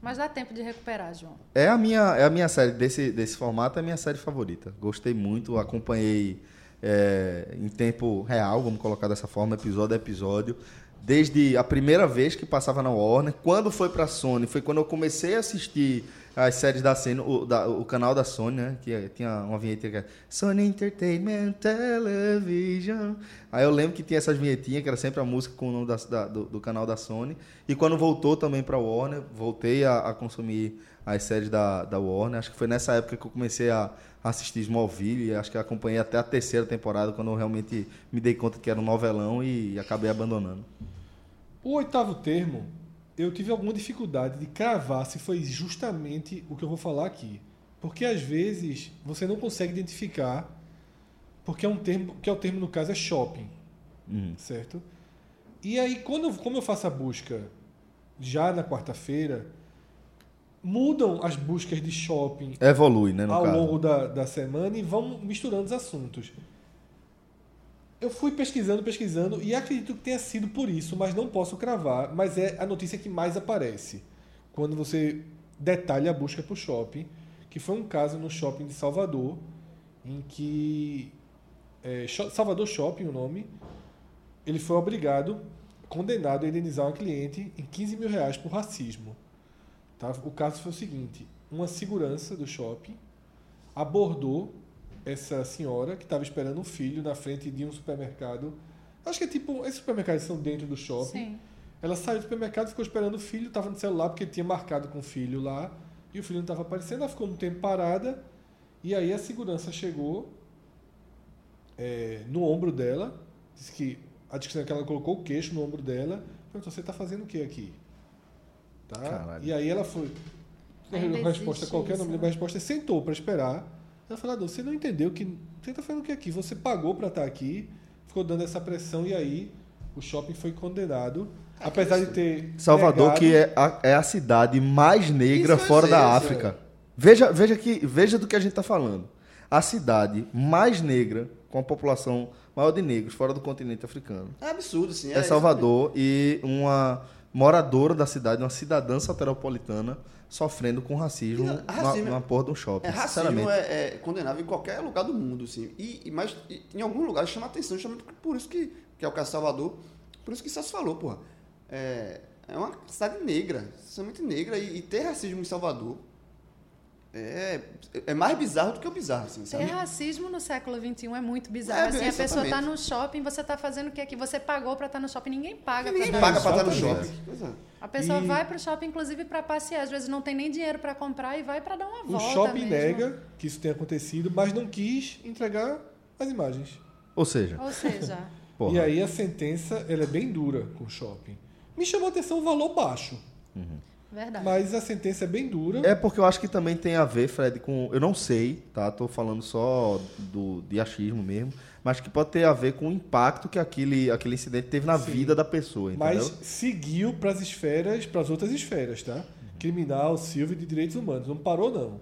Mas dá tempo de recuperar, João. É a minha, é a minha série, desse, desse formato, é a minha série favorita. Gostei muito, acompanhei é, em tempo real, vamos colocar dessa forma, episódio a episódio. Desde a primeira vez que passava na Warner, quando foi pra Sony, foi quando eu comecei a assistir as séries da Sony, o, da- o canal da Sony, né? Que é- tinha uma vinheta que era Sony Entertainment Television. Aí eu lembro que tinha essas vinhetinhas, que era sempre a música com o nome da- da- do, do canal da Sony. E quando voltou também pra Warner, voltei a, a consumir as séries da, da Warner. Acho que foi nessa época que eu comecei a assistir Smallville. e Acho que acompanhei até a terceira temporada, quando eu realmente me dei conta que era um novelão e acabei abandonando. O oitavo termo, eu tive alguma dificuldade de cravar se foi justamente o que eu vou falar aqui. Porque às vezes você não consegue identificar, porque é um termo, que é o termo no caso é shopping, Uhum. certo? E aí, quando, eu- como eu faço a busca já na quarta-feira, mudam as buscas de shopping Evolui, né, no ao caso. longo da, da semana e vão misturando os assuntos. Eu fui pesquisando, pesquisando e acredito que tenha sido por isso, mas não posso cravar. Mas é a notícia que mais aparece quando você detalha a busca por shopping, que foi um caso no shopping de Salvador, em que é, Sho- Salvador Shopping, o nome, ele foi obrigado, condenado a indenizar uma cliente em 15 mil reais por racismo. Tá? O caso foi o seguinte: uma segurança do shopping abordou essa senhora que estava esperando um filho na frente de um supermercado. Acho que é tipo, esses supermercados são dentro do shopping. Sim. Ela saiu do supermercado, ficou esperando o filho, estava no celular porque tinha marcado com o filho lá e o filho não estava aparecendo. Ela ficou um tempo parada e aí a segurança chegou é, no ombro dela, disse que a descrição é que ela colocou o queixo no ombro dela, perguntou: Você está fazendo o que aqui? Tá? Caralho. E aí ela foi. Ainda A resposta existe qualquer, isso, não me lembro a resposta, sentou para esperar. Ela falou: "Ah, não, Você não entendeu que. Você está fazendo o que aqui? Você pagou para estar aqui, ficou dando essa pressão e aí o shopping foi condenado. Apesar de ter. É Salvador, negado- que é a, é a cidade mais negra Isso eu fora sei, da isso África. Veja, tá veja, que, veja do que a gente está falando. A cidade mais negra, com a população, uma maior de negros fora do continente africano. É absurdo, assim. É isso. Salvador e uma moradora da cidade, uma cidadã soteropolitana, sofrendo com racismo, Não, na- racismo é- numa porra de um shopping. É, racismo sinceramente. é, é condenável em qualquer lugar do mundo, assim. E, e- mas e- em algum lugar chama atenção, chama, por isso que, que é o caso de Salvador, por isso que Celso falou, porra. É, é uma cidade negra, somente negra, e, e ter racismo em Salvador é, é mais bizarro do que o bizarro, assim, Ter sabe? racismo no século XXI é muito É, bizarro. assim, a pessoa tá exatamente. no shopping, você tá fazendo o que aqui? Você pagou pra estar no shopping, ninguém paga Ninguém pra tá paga no pra estar no Exatamente. shopping. Pois é. A pessoa E- vai pro shopping, inclusive, pra passear. Às vezes não tem nem dinheiro pra comprar e vai pra dar é- uma O volta. Um shopping mesmo. nega que isso tenha acontecido, mas não quis entregar as imagens. Ou seja, Ou seja, porra, E aí a sentença ela é bem dura com o shopping. Me chamou a atenção o valor baixo, verdade. mas a sentença é bem dura. É porque eu acho que também tem a ver, Fred, com. Eu não sei, tá? Tô falando só do, de achismo mesmo. Mas que pode ter a ver com o impacto que aquele, aquele incidente teve na Sim. vida da pessoa, entendeu? Mas seguiu para as esferas, para as outras esferas, tá? Criminal, civil e de direitos humanos. Não parou, não.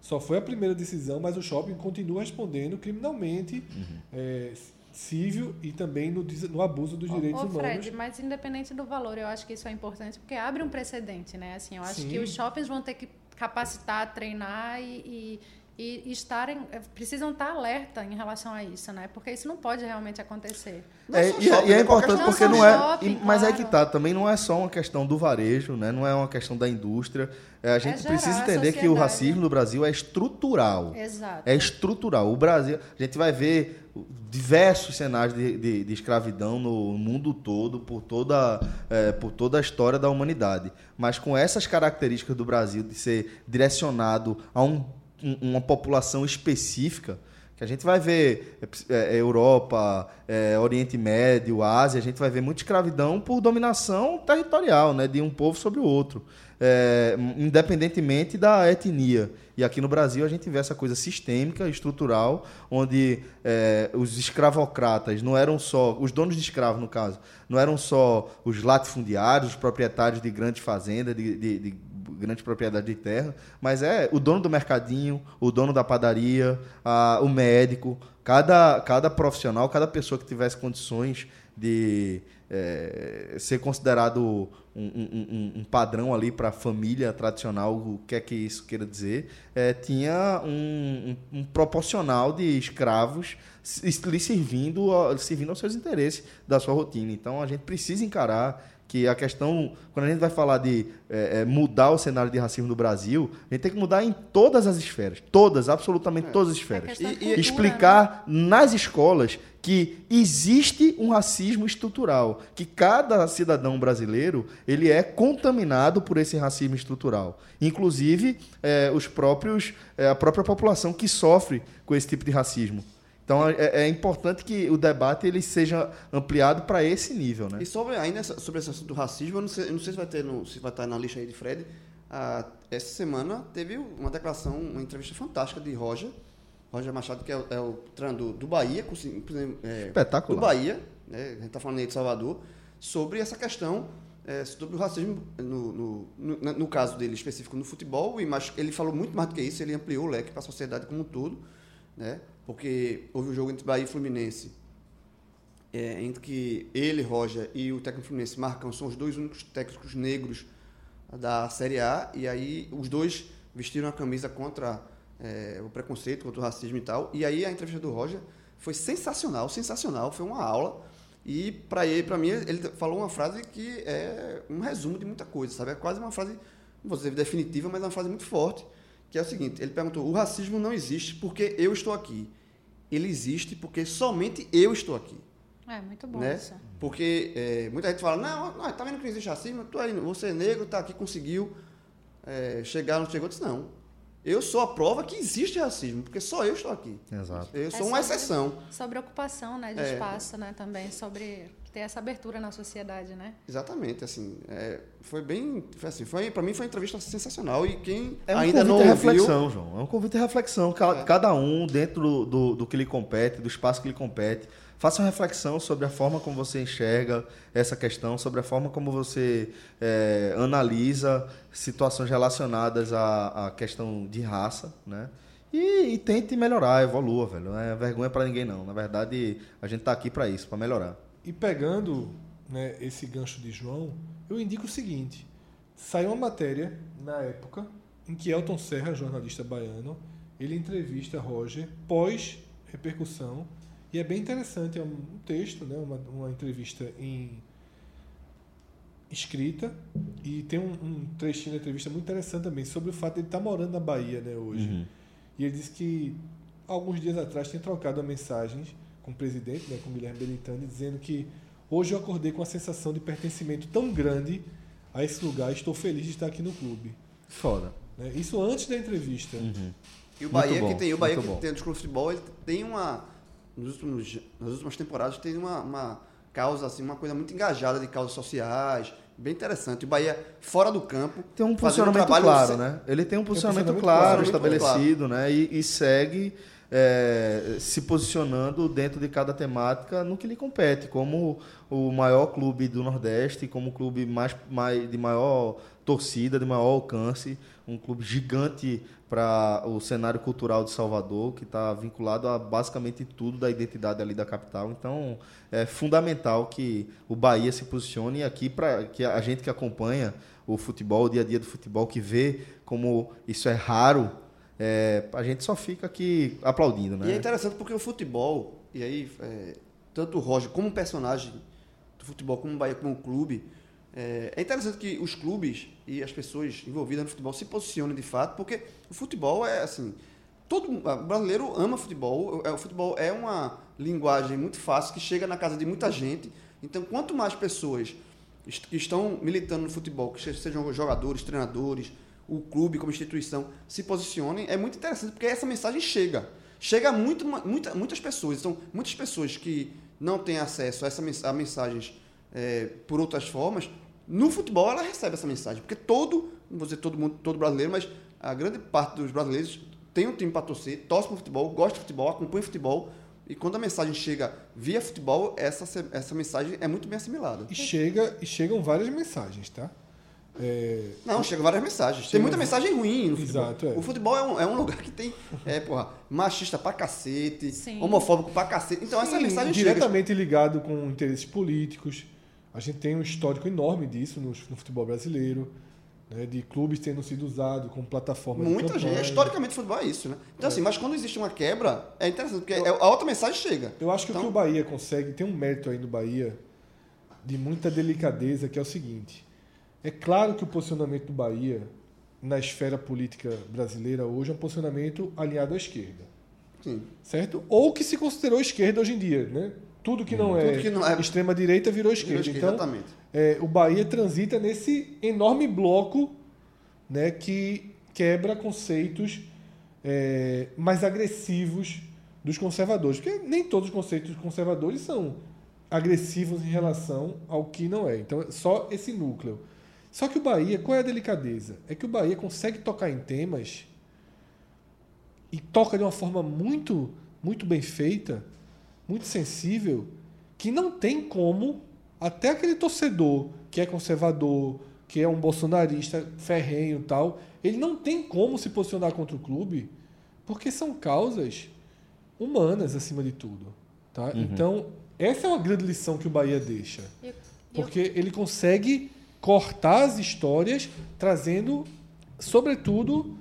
Só foi a primeira decisão, mas o shopping continua respondendo criminalmente, é, civil e também no, des- no abuso dos direitos Ô, humanos. Fred, mas independente do valor, eu acho que isso é importante porque abre um precedente, né? Assim, eu acho Sim. que os shoppings vão ter que capacitar, treinar e, e, e estarem, eh, precisam estar alerta em relação a isso, né? Porque isso não pode realmente acontecer. Não É, só e, é- shopping, e é né? Qualquer importante shopping. porque Não não só é. shopping, e- mas é claro. que tá, também não é só uma questão do varejo, né? Não é uma questão da indústria. É, a gente geral, precisa é entender que o sociedade, racismo no Brasil é estrutural. Exato. É estrutural. O Brasil, a gente vai ver diversos cenários de, de- de escravidão no mundo todo, por toda, eh, por toda a história da humanidade. Mas com essas características do Brasil de ser direcionado a um- um- uma população específica, que a gente vai ver eh, eh, Europa, eh, Oriente Médio, Ásia, a gente vai ver muita escravidão por dominação territorial, né, de um povo sobre o outro, eh, independentemente da etnia. E aqui no Brasil a gente vê essa coisa sistêmica, estrutural, onde eh, os escravocratas não eram só, os donos de escravo no caso, não eram só os latifundiários, os proprietários de grandes fazendas, de- de- de grande propriedade de terra, mas é o dono do mercadinho, o dono da padaria, a- o médico, cada, cada profissional, cada pessoa que tivesse condições de eh, ser considerado um, um- um- um padrão ali para a família tradicional, o que é que isso queira dizer, eh, tinha um, um- um proporcional de escravos se- lhe servindo, a- servindo aos seus interesses da sua rotina. Então a gente precisa encarar que a questão, quando a gente vai falar de eh, eh, mudar o cenário de racismo no Brasil, a gente tem que mudar em todas as esferas, todas, absolutamente todas as É esferas. questão de E- e cultura, né? Explicar nas escolas que existe um racismo estrutural, que cada cidadão brasileiro ele é contaminado por esse racismo estrutural, inclusive eh, os próprios eh, a própria população que sofre com esse tipo de racismo. Então é, é importante que o debate ele seja ampliado para esse nível, né? E sobre, ainda essa- sobre esse assunto do racismo, eu não sei, eu não sei se vai ter no- se vai estar na lista aí de Fred. Ah, essa semana teve uma declaração, uma entrevista fantástica de Roger, Roger Machado, que é, o- é o treinador do, Bahia, com cin- por exemplo, é, Espetacular. do Bahia, né? A gente está falando aí de Salvador, sobre essa questão é, sobre o racismo no, no, no, na- no caso dele específico no futebol, e mais, ele falou muito mais do que isso, ele ampliou o leque para a sociedade como um todo, né? Porque houve um jogo entre Bahia e Fluminense é, entre que ele, Roger, e o técnico fluminense Marcão são os dois únicos técnicos negros da Série A, e aí os dois vestiram a camisa contra é, o preconceito, contra o racismo e tal. E aí a entrevista do Roger foi sensacional, sensacional, foi uma aula. E para ele, para mim, ele falou uma frase que é um resumo de muita coisa, sabe? É quase uma frase, não vou dizer definitiva, mas é uma frase muito forte, que é o seguinte, ele perguntou: "O racismo não existe porque eu estou aqui. Ele existe porque somente eu estou aqui." É, muito bom né? isso. Porque é, muita gente fala, não, não, tá vendo que não existe racismo? Tu é, você é negro, tá aqui, conseguiu é, chegar, não chegou. Eu disse, não. Eu sou a prova que existe racismo, porque só eu estou aqui. Exato. Eu É sou uma sobre- exceção. Sobre ocupação, né, de É. espaço, né, também, sobre ter essa abertura na sociedade, né? Exatamente, assim, é, foi bem, foi assim, foi, pra mim foi uma entrevista sensacional e quem É um ainda não convite à ouviu, reflexão, João. É um convite à reflexão. Ca- É. Cada um, dentro do, do, do que lhe compete, do espaço que lhe compete, faça uma reflexão sobre a forma como você enxerga essa questão, sobre a forma como você eh, analisa situações relacionadas à, à questão de raça, né? E, e tente melhorar, evolua, velho. Não é vergonha pra ninguém, não. Na verdade, a gente tá aqui pra isso, pra melhorar. E pegando né, esse gancho de João, eu indico o seguinte: saiu uma matéria na época em que Elton Serra, jornalista baiano, ele entrevista Roger pós repercussão e é bem interessante, é um texto, né, uma, uma entrevista em escrita e tem um, um trechinho da entrevista muito interessante também sobre o fato de ele estar morando na Bahia, né, hoje. E ele disse que alguns dias atrás tem trocado mensagens com o presidente, né, com o Guilherme Belintani, dizendo que hoje eu acordei com a sensação de pertencimento tão grande a esse lugar, estou feliz de estar aqui no clube. Foda. né? Isso antes da entrevista. E o Muito Bahia bom, que tem, o Bahia muito que bom. tem no futebol, ele tem uma nos últimos, nas últimas temporadas tem uma, uma causa assim, uma coisa muito engajada de causas sociais, bem interessante. O Bahia fora do campo Tem um fazendo funcionamento trabalho claro, se- né? Ele tem um funcionamento funcionamento, claro, claro, muito estabelecido, né? E, e segue é, se posicionando dentro de cada temática no que lhe compete, como o maior clube do Nordeste, como o clube mais, mais, de maior torcida, de maior alcance, um clube gigante para o cenário cultural de Salvador, que está vinculado a basicamente tudo da identidade ali da capital. Então, é fundamental que o Bahia se posicione aqui para que a gente que acompanha o futebol, o dia a dia do futebol, que vê como isso é raro, é, a gente só fica aqui aplaudindo, E é né? interessante porque o futebol, e aí, é, tanto o Roger como personagem do futebol, como o Bahia, como o clube, é, é interessante que os clubes e as pessoas envolvidas no futebol se posicionem de fato, porque o futebol é assim. Todo mu- o brasileiro ama futebol. é, O futebol é uma linguagem muito fácil que chega na casa de muita gente. Então, quanto mais pessoas est- que estão militando no futebol, que se- sejam jogadores, treinadores, o clube como instituição, se posicionem, é muito interessante, porque essa mensagem chega. Chega a muito, ma- muita, muitas pessoas. Então, muitas pessoas que não têm acesso a, essa, mens- a mensagens é, por outras formas, no futebol ela recebe essa mensagem. Porque todo, não vou dizer todo mundo, todo brasileiro, mas a grande parte dos brasileiros tem um time para torcer, torce pro futebol, gosta de futebol, acompanha o futebol. E quando a mensagem chega via futebol, essa, se- essa mensagem é muito bem assimilada. E, chega, e chegam várias mensagens, tá? É, Não, chegam várias mensagens. Chega- Tem muita mensagem ruim no futebol. Exato, é. O futebol é um, é um lugar que tem, é, porra, machista pra cacete, Sim. homofóbico pra cacete. Então essa Sim, mensagem chega. diretamente ligado com interesses políticos. A gente tem um histórico enorme disso no, no futebol brasileiro, né, de clubes tendo sido usados como plataforma de tipo, Muita campanha. gente. Historicamente, futebol é isso, né? Então, assim, mas quando existe uma quebra, é interessante, porque é- a outra mensagem chega. Eu acho que o Então- que o Bahia consegue, tem um mérito aí no Bahia de muita delicadeza, que é o seguinte. É claro que o posicionamento do Bahia na esfera política brasileira hoje é um posicionamento alinhado à esquerda, Sim. certo? Ou que se considerou esquerda hoje em dia, né? Tudo que não, é, Tudo que não é- extrema direita virou esquerda. Virou então, Exatamente. é, o Bahia transita nesse enorme bloco né, que quebra conceitos é, mais agressivos dos conservadores. Porque nem todos os conceitos conservadores são agressivos em relação ao que não é. Então, é só esse núcleo. Só que o Bahia, qual é a delicadeza? É que o Bahia consegue tocar em temas e toca de uma forma muito, muito bem feita, muito sensível, que não tem como até aquele torcedor que é conservador, que é um bolsonarista ferrenho e tal, ele não tem como se posicionar contra o clube, porque são causas humanas acima de tudo, tá? Então, essa é uma grande lição que o Bahia deixa. E- e eu- Porque ele consegue cortar as histórias trazendo, sobretudo,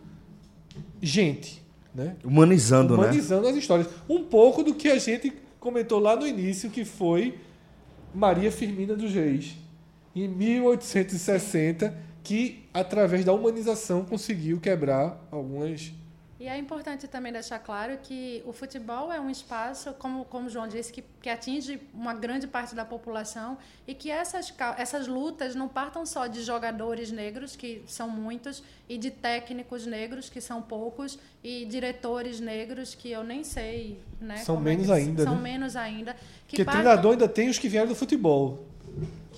gente, né? Humanizando, né? Humanizando as histórias. Um pouco do que a gente comentou lá no início, que foi Maria Firmina dos Reis, em 1860, que, através da humanização, conseguiu quebrar algumas... E é importante também deixar claro que o futebol é um espaço, como, como o João disse, que, que atinge uma grande parte da população e que essas, cau- essas lutas não partam só de jogadores negros, que são muitos, e de técnicos negros, que são poucos, e diretores negros, que eu nem sei. Né, São como é que menos s- ainda, São né? menos ainda. Que Porque partam- treinador ainda tem os que vieram do futebol.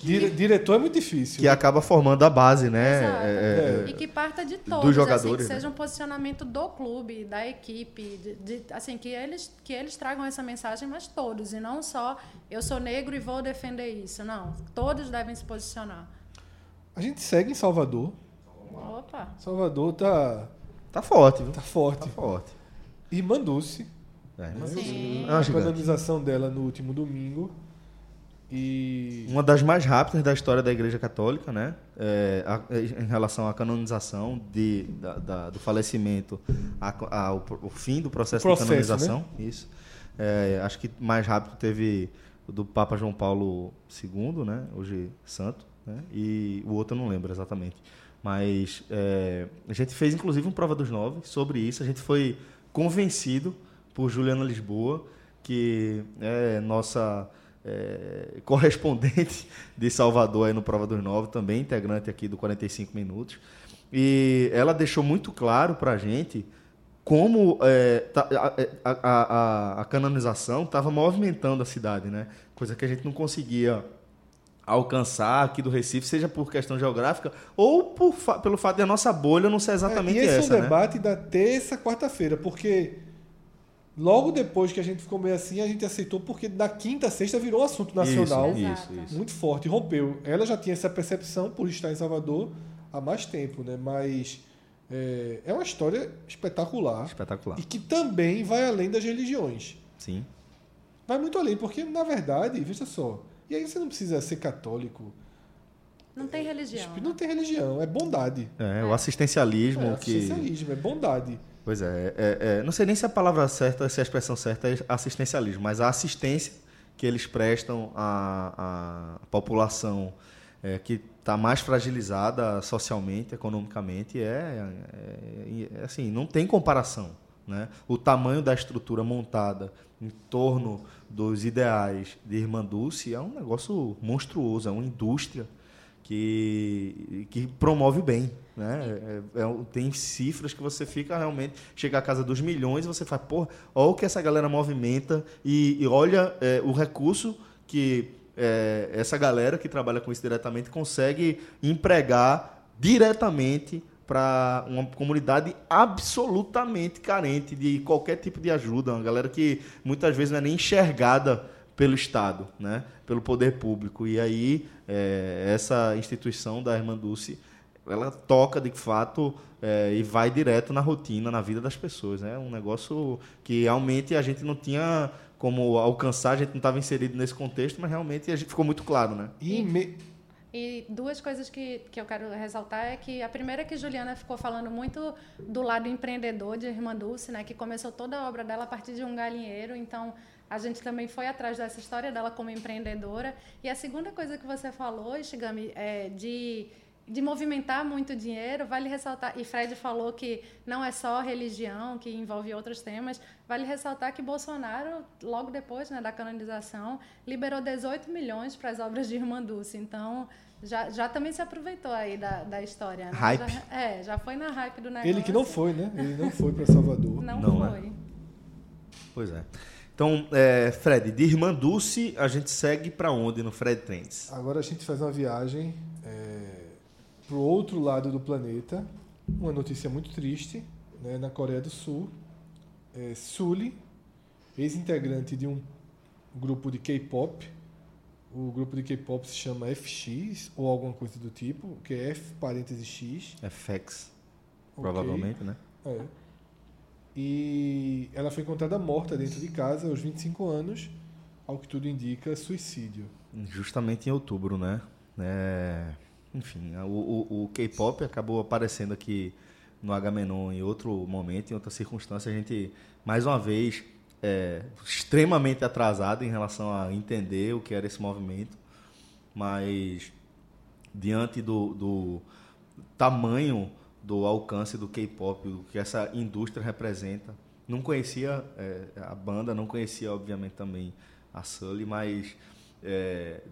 Dire- Diretor é muito difícil. Que acaba formando a base, né? Exato. É, é, e que parta de todos, jogadores, assim, que né? seja um posicionamento do clube, da equipe, de- de- assim que eles que eles tragam essa mensagem, mas todos e não só eu sou negro e vou defender isso, não. Todos devem se posicionar. A gente segue em Salvador. Opa. Salvador tá, tá forte, viu? tá Tá forte. forte. Irmã Dulce. É, né? Sim. É uma A gigante. canonização dela no último domingo. E. Uma das mais rápidas da história da Igreja Católica, né? É, a- em relação à canonização de, da- da- do falecimento à co- ao, pro- o fim do processo, Processo, de canonização. Isso. É, acho que mais rápido teve o do Papa João Paulo II, né? Hoje santo, né? E o outro eu não lembro exatamente. Mas é, a gente fez inclusive um prova dos nove sobre isso. A gente foi convencido por Juliana Lisboa, que é nossa é, correspondente de Salvador aí no Prova dos Nove, também integrante aqui do 45 Minutos. E ela deixou muito claro para a gente como é, tá- a, a- a- a- a canonização estava movimentando a cidade, né? Coisa que a gente não conseguia alcançar aqui do Recife, seja por questão geográfica ou por fa- pelo fato da nossa bolha não ser exatamente e esse essa, é um né? debate da terça, quarta-feira, porque logo depois que a gente ficou meio assim, a gente aceitou, porque na quinta, sexta virou assunto nacional. Isso, Exato. isso, isso. muito forte, rompeu. Ela já tinha essa percepção por estar em Salvador há mais tempo, né? Mas é, é uma história espetacular Espetacular. e que também vai além das religiões. Sim. Vai muito além, porque na verdade, veja só, e aí você não precisa ser católico, Não tem religião. não tem religião, é bondade. É, o assistencialismo É que. assistencialismo, é bondade. Pois é, é, é, não sei nem se a palavra certa, se a expressão certa é assistencialismo, mas a assistência que eles prestam à, à população é, que está mais fragilizada socialmente, economicamente, é, é- é, assim, não tem comparação. Né? O tamanho da estrutura montada em torno dos ideais de Irmã Dulce é um negócio monstruoso, é uma indústria que, que promove o bem. Né? É- é um- tem cifras que você fica realmente. Chega à casa dos milhões e você faz, porra, olha o que essa galera movimenta e, e olha é, o recurso que é, essa galera que trabalha com isso diretamente consegue empregar diretamente para uma comunidade absolutamente carente de qualquer tipo de ajuda, uma galera que muitas vezes não é nem enxergada pelo Estado, né? pelo poder público. E aí, é, essa instituição da Irmã Dulce, ela toca de fato é, e vai direto na rotina, na vida das pessoas. né? É um negócio que realmente a gente não tinha como alcançar, a gente não estava inserido nesse contexto, mas realmente a gente ficou muito claro. Né? E em me- E duas coisas que, que eu quero ressaltar é que a primeira é que Juliana ficou falando muito do lado empreendedor de Irmã Dulce, né, que começou toda a obra dela a partir de um galinheiro, então a gente também foi atrás dessa história dela como empreendedora. E a segunda coisa que você falou, Ishigami, é de de movimentar muito dinheiro, vale ressaltar, e Fred falou que não é só religião, que envolve outros temas, vale ressaltar que Bolsonaro, logo depois né, da canonização, liberou 18 milhões para as obras de Irmã Dulce, então já, já também se aproveitou aí da, da história. Né? Hype. Já, é, já foi na hype do negócio. ele que não foi, né? Ele não foi para Salvador. Não, Não, né? foi. Pois é. Então, é, Fred, de Irmã Dulce, a gente segue para onde no Fred Trends? Agora a gente faz uma viagem para o outro lado do planeta. Uma notícia muito triste, né? na Coreia do Sul. É, Sully, ex-integrante de um grupo de K-pop. O grupo de K-pop se chama FX ou alguma coisa do tipo, que é F parênteses X. FX, ok? É provavelmente, né? É. E ela foi encontrada morta dentro de casa aos 25 anos, ao que tudo indica, suicídio. Justamente em outubro, né? É, Enfim, o, o- o K-pop acabou aparecendo aqui no Agamenon em outro momento, em outra circunstância. A gente, mais uma vez, é, extremamente atrasado em relação a entender o que era esse movimento. Mas diante do, do tamanho do alcance do K-pop, o que essa indústria representa. Não conhecia eh, a banda, não conhecia, obviamente, também a Sully, mas eh,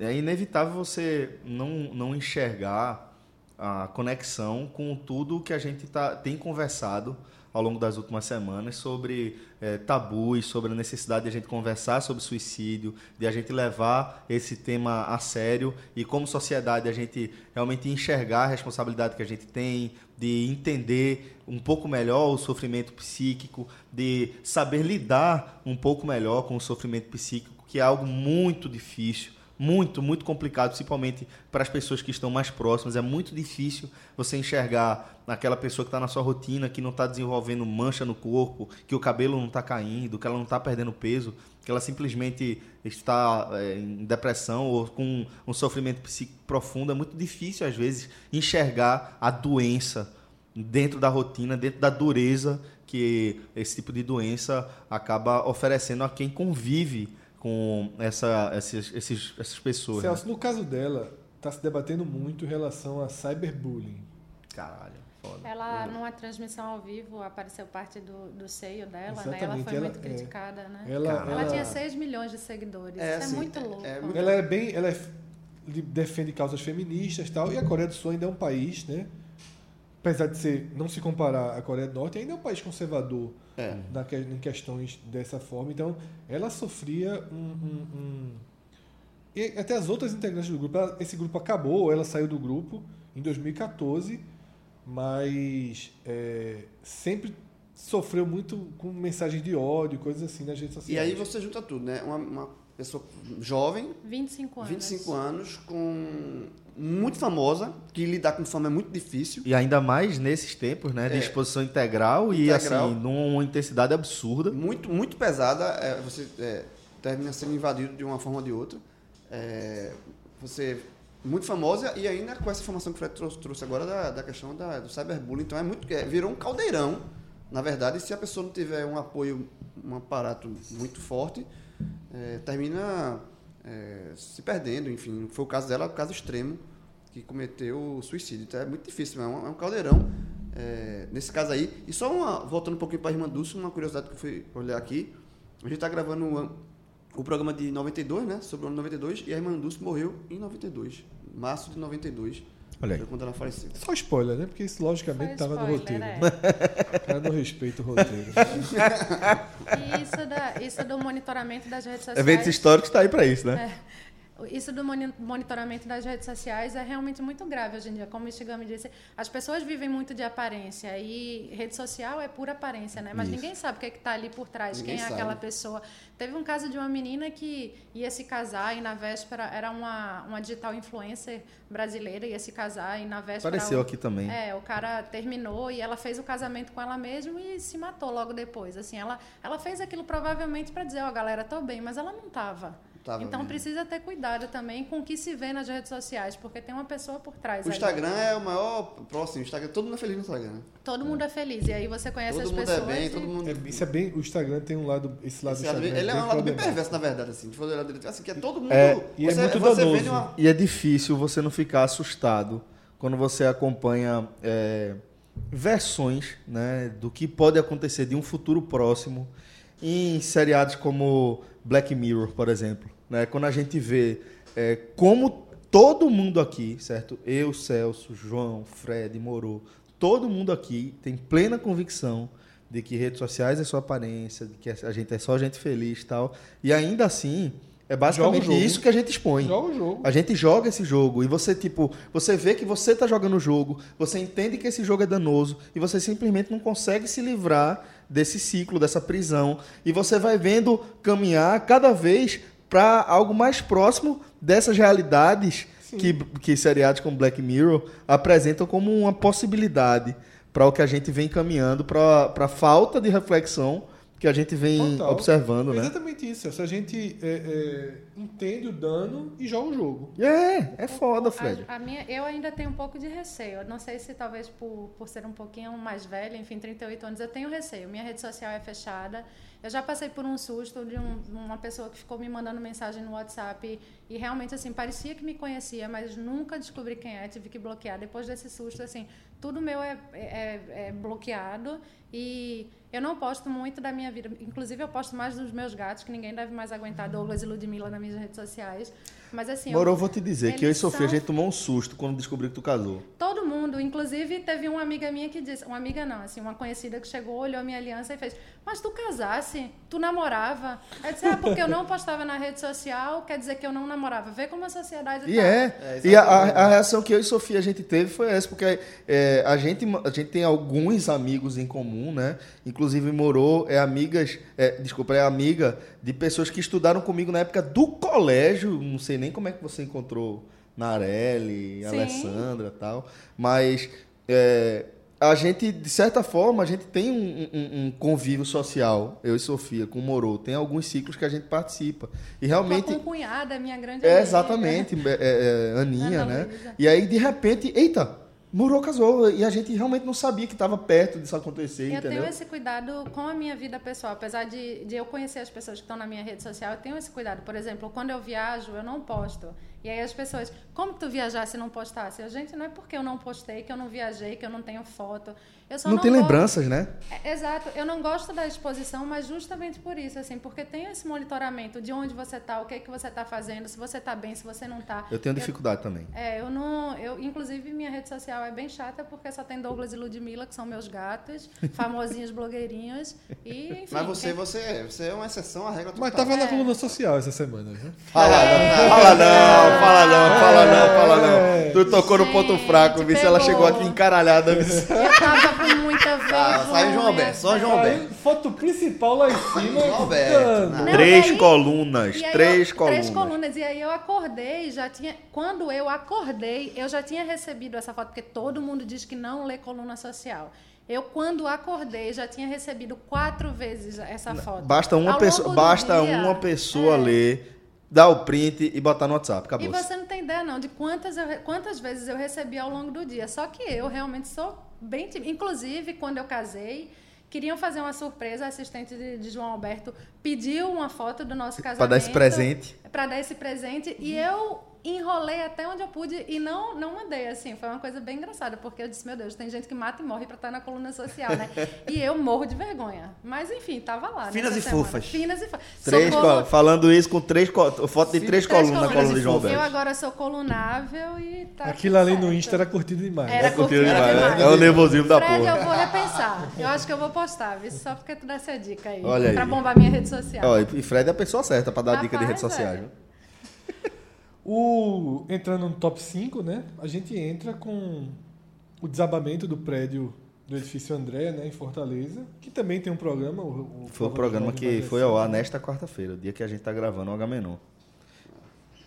é, inevitável você não, não enxergar a conexão com tudo que a gente tá, tem conversado ao longo das últimas semanas sobre eh, tabus, sobre a necessidade de a gente conversar sobre suicídio, de a gente levar esse tema a sério e como sociedade a gente realmente enxergar a responsabilidade que a gente tem, de entender um pouco melhor o sofrimento psíquico, de saber lidar um pouco melhor com o sofrimento psíquico, que é algo muito difícil, muito, muito complicado, principalmente para as pessoas que estão mais próximas. É muito difícil você enxergar aquela pessoa que está na sua rotina, que não está desenvolvendo mancha no corpo, que o cabelo não está caindo, que ela não está perdendo peso, que ela simplesmente está é, em depressão ou com um sofrimento psíquico profundo. É muito difícil, às vezes, enxergar a doença dentro da rotina, dentro da dureza que esse tipo de doença acaba oferecendo a quem convive com essa, esses, esses- essas pessoas. né? Celso, no caso dela, tá se debatendo muito em relação a cyberbullying. Caralho, foda. Ela, numa transmissão ao vivo, apareceu parte do, do seio dela, né? Ela Exatamente, foi ela- muito é. criticada, né? Ela, é. Caralho. Ela tinha 6 milhões de seguidores. É, Isso assim, é muito é- louco. é muito- Ela é bem. Ela é f- de- defende causas feministas e tal. E a Coreia do Sul ainda é um país, né? Apesar de ser, não se comparar à Coreia do Norte, ainda é um país conservador É. na que- em questões dessa forma. Então, ela sofria um. um- um- E até as outras integrantes do grupo. ela- esse grupo acabou, ela saiu do grupo em 2014, mas é, sempre sofreu muito com mensagens de ódio, coisas assim nas redes sociais. E aí você junta tudo, né? Uma, uma pessoa jovem, 25 anos. 25 anos, com muito famosa, que lidar com fama é muito difícil. E ainda mais nesses tempos, né? De É. exposição integral, Integral. e assim, numa intensidade absurda. Muito, muito pesada. é, você é, termina sendo invadido de uma forma ou de outra. É, você muito famosa e ainda com essa informação que o Fred trouxe, trouxe agora da, da questão da, do cyberbullying. Então é muito. é, virou um caldeirão, na verdade, e se a pessoa não tiver um apoio, um aparato muito forte, é, termina é, se perdendo, enfim. Foi o caso dela, o caso extremo, que cometeu suicídio. Então é muito difícil, é um, é um caldeirão é, nesse caso aí. E só uma, voltando um pouquinho para a irmã Dulce, uma curiosidade que eu fui olhar aqui. A gente está gravando o, an- o programa de 92, né? Sobre o ano 92, e a irmã Dulce morreu em 92, março de 92. Olha aí. Foi quando ela faleceu. Só spoiler, né? Porque isso logicamente Foi estava no roteiro. spoiler, né? é. (laughs) O cara não respeita o roteiro. E isso, da, isso do monitoramento das redes sociais. Eventos históricos está aí para isso, né? Isso do moni- monitoramento das redes sociais é realmente muito grave hoje em dia. Como o Shigami disse, as pessoas vivem muito de aparência e rede social é pura aparência, né? Mas Isso. ninguém sabe o que é está ali por trás, Ninguém quem é sabe. aquela pessoa. Teve um caso de uma menina que ia se casar e na véspera era uma, uma digital influencer brasileira, ia se casar e na véspera. Apareceu o- aqui também. É, o cara terminou e ela fez o casamento com ela mesma e se matou logo depois. Assim, ela, ela fez aquilo provavelmente para dizer, ó, galera, tô bem, mas ela não tava. Tava então mesmo. precisa ter cuidado também com o que se vê nas redes sociais, porque tem uma pessoa por trás. O ali. Instagram é o maior próximo. o Instagram, todo mundo é feliz no Instagram. né? Todo mundo é feliz. E aí você conhece Todo as mundo é pessoas. bem, e- todo mundo. É, isso é bem. O Instagram tem um lado. Esse lado Esse do lado Instagram. bem- ele é um lado bem problemático. perverso, na verdade, assim. Se for olhar direito, assim, que é todo mundo. É, e é muito você danoso. vende uma. E é difícil você não ficar assustado quando você acompanha é, versões né, do que pode acontecer de um futuro próximo em seriados como Black Mirror, por exemplo. Né? Quando a gente vê é, como todo mundo aqui, certo? Eu, Celso, João, Fred, Moro, todo mundo aqui tem plena convicção de que redes sociais é só aparência, de que a gente é só gente feliz e tal. E ainda assim, é basicamente jogo. isso que a gente expõe. Joga o jogo. A gente joga esse jogo e você, tipo, você vê que você tá jogando o jogo, você entende que esse jogo é danoso e você simplesmente não consegue se livrar desse ciclo, dessa prisão. E você vai vendo caminhar cada vez para algo mais próximo dessas realidades que, que seriados como Black Mirror apresentam como uma possibilidade para o que a gente vem caminhando, para a falta de reflexão que a gente vem Total. observando, É né? Exatamente isso. Se a gente é, é, entende o dano e joga o jogo. É, é foda, Fred. A, a minha, eu ainda tenho um pouco de receio. Eu Não sei se talvez por, por ser um pouquinho mais velha, enfim, 38 anos, eu tenho receio. Minha rede social é fechada. Eu já passei por um susto de um- uma pessoa que ficou me mandando mensagem no WhatsApp e, e realmente, assim, parecia que me conhecia, mas nunca descobri quem é, tive que bloquear. Depois desse susto, assim, tudo meu é, é- é- é bloqueado e eu não posto muito da minha vida. Inclusive, eu posto mais dos meus gatos, que ninguém deve mais aguentar, Douglas e Ludmilla, nas minhas redes sociais. Mas, assim, eu- Moro, eu vou te dizer que eu e Eles Sofia, a são- gente tomou um susto quando descobriu que tu casou. Todo mundo, quando, inclusive, teve uma amiga minha que disse, uma amiga não, assim, uma conhecida que chegou, olhou minha aliança e fez, mas tu casasse, tu namorava. Aí disse, ah, porque eu não postava na rede social, quer dizer que eu não namorava. Vê como a sociedade E tá. é. É, e a, a- exatamente. a reação que eu e Sofia a gente teve foi essa, porque é, a, gente, a gente tem alguns amigos em comum, né? Inclusive morou, é amigas, é, desculpa, é amiga de pessoas que estudaram comigo na época do colégio. Não sei nem como é que você encontrou Narelli, Sim. Alessandra e tal. Mas é, a gente, de certa forma, a gente tem um, um- um convívio social, eu e Sofia, com o Moro. Tem alguns ciclos que a gente participa. E realmente. Tua concunhada, minha grande É, amiga. exatamente, é, é, é, Aninha, Ana né? Luísa. E aí, de repente, eita, morou, casou. E a gente realmente não sabia que estava perto disso acontecer, Eu entendeu? tenho esse cuidado com a minha vida pessoal. Apesar de, de eu conhecer as pessoas que estão na minha rede social, eu tenho esse cuidado. Por exemplo, quando eu viajo, eu não posto. E aí as pessoas, como tu viajasse e não postasse? Eu, gente, não é porque eu não postei, que eu não viajei, que eu não tenho foto. Eu só Não, tem gosto- lembranças, né? É, Exato, eu não gosto da exposição, mas justamente por isso, assim, porque tem esse monitoramento de onde você tá, o que é que você tá fazendo, se você tá bem, se você não tá. Eu tenho dificuldade também. É, eu não. Eu, inclusive, minha rede social é bem chata porque só tem Douglas e Ludmilla, que são (laughs) meus gatos, famosinhos blogueirinhos. E, enfim. Mas você, quem- você, é, você é uma exceção à regra total. Mas tava na É. coluna social essa semana, viu? Fala É. não, fala não, fala não, fala não, fala não. Tu tocou no ponto Gente, fraco, vice. Ela pegou. chegou aqui encaralhada, vice. (laughs) (laughs) Eu tava com muita vergonha. Ah, sai João Alberto, só João Alberto. foto principal lá em cima. João Alberto, Não, três daí- colunas, E aí três eu- colunas. Três colunas. E aí eu acordei, já tinha. Quando eu acordei, eu já tinha recebido essa foto, porque todo mundo diz que não lê coluna social. Eu, quando acordei, já tinha recebido quatro vezes essa foto. Basta Ao uma longo pessoa, do basta dia. uma pessoa É. ler, dar o print e botar no WhatsApp, E acabou. você não tem ideia, não, de quantas, eu re- quantas vezes eu recebi ao longo do dia. Só que eu realmente sou bem tímida. Inclusive, quando eu casei, queriam fazer uma surpresa. A assistente de, de João Alberto pediu uma foto do nosso casamento. Pra dar esse presente. Uhum. Pra dar esse presente. E eu enrolei até onde eu pude e não, não mandei, assim. Foi uma coisa bem engraçada, porque eu disse, meu Deus, tem gente que mata e morre pra estar na coluna social, (laughs) né? e eu morro de vergonha. Mas, enfim, tava lá. Finas nessa e semana. fofas. Finas e fofas. Três Socorro- col- Falando isso com três col- foto de três, colunas na coluna de João Eu Alberto. agora sou colunável e tá. Aquilo ali no Insta era curtido demais. Era né? curtido demais. É o nervosismo da Fred, eu porra. vou repensar. Eu acho que eu vou postar, viu? Só porque tu dá essa dica aí. Olha aí. Pra bombar minha rede social. Ó, e Fred é a pessoa certa pra dar dica de Rapaz, rede social. velho. O, entrando no top 5, né? A gente entra com o desabamento do prédio do edifício André, né? Em Fortaleza. Que também tem um programa. O, o Foi um programa de que foi ao ar nesta quarta-feira, o dia que a gente tá gravando o Agamenon.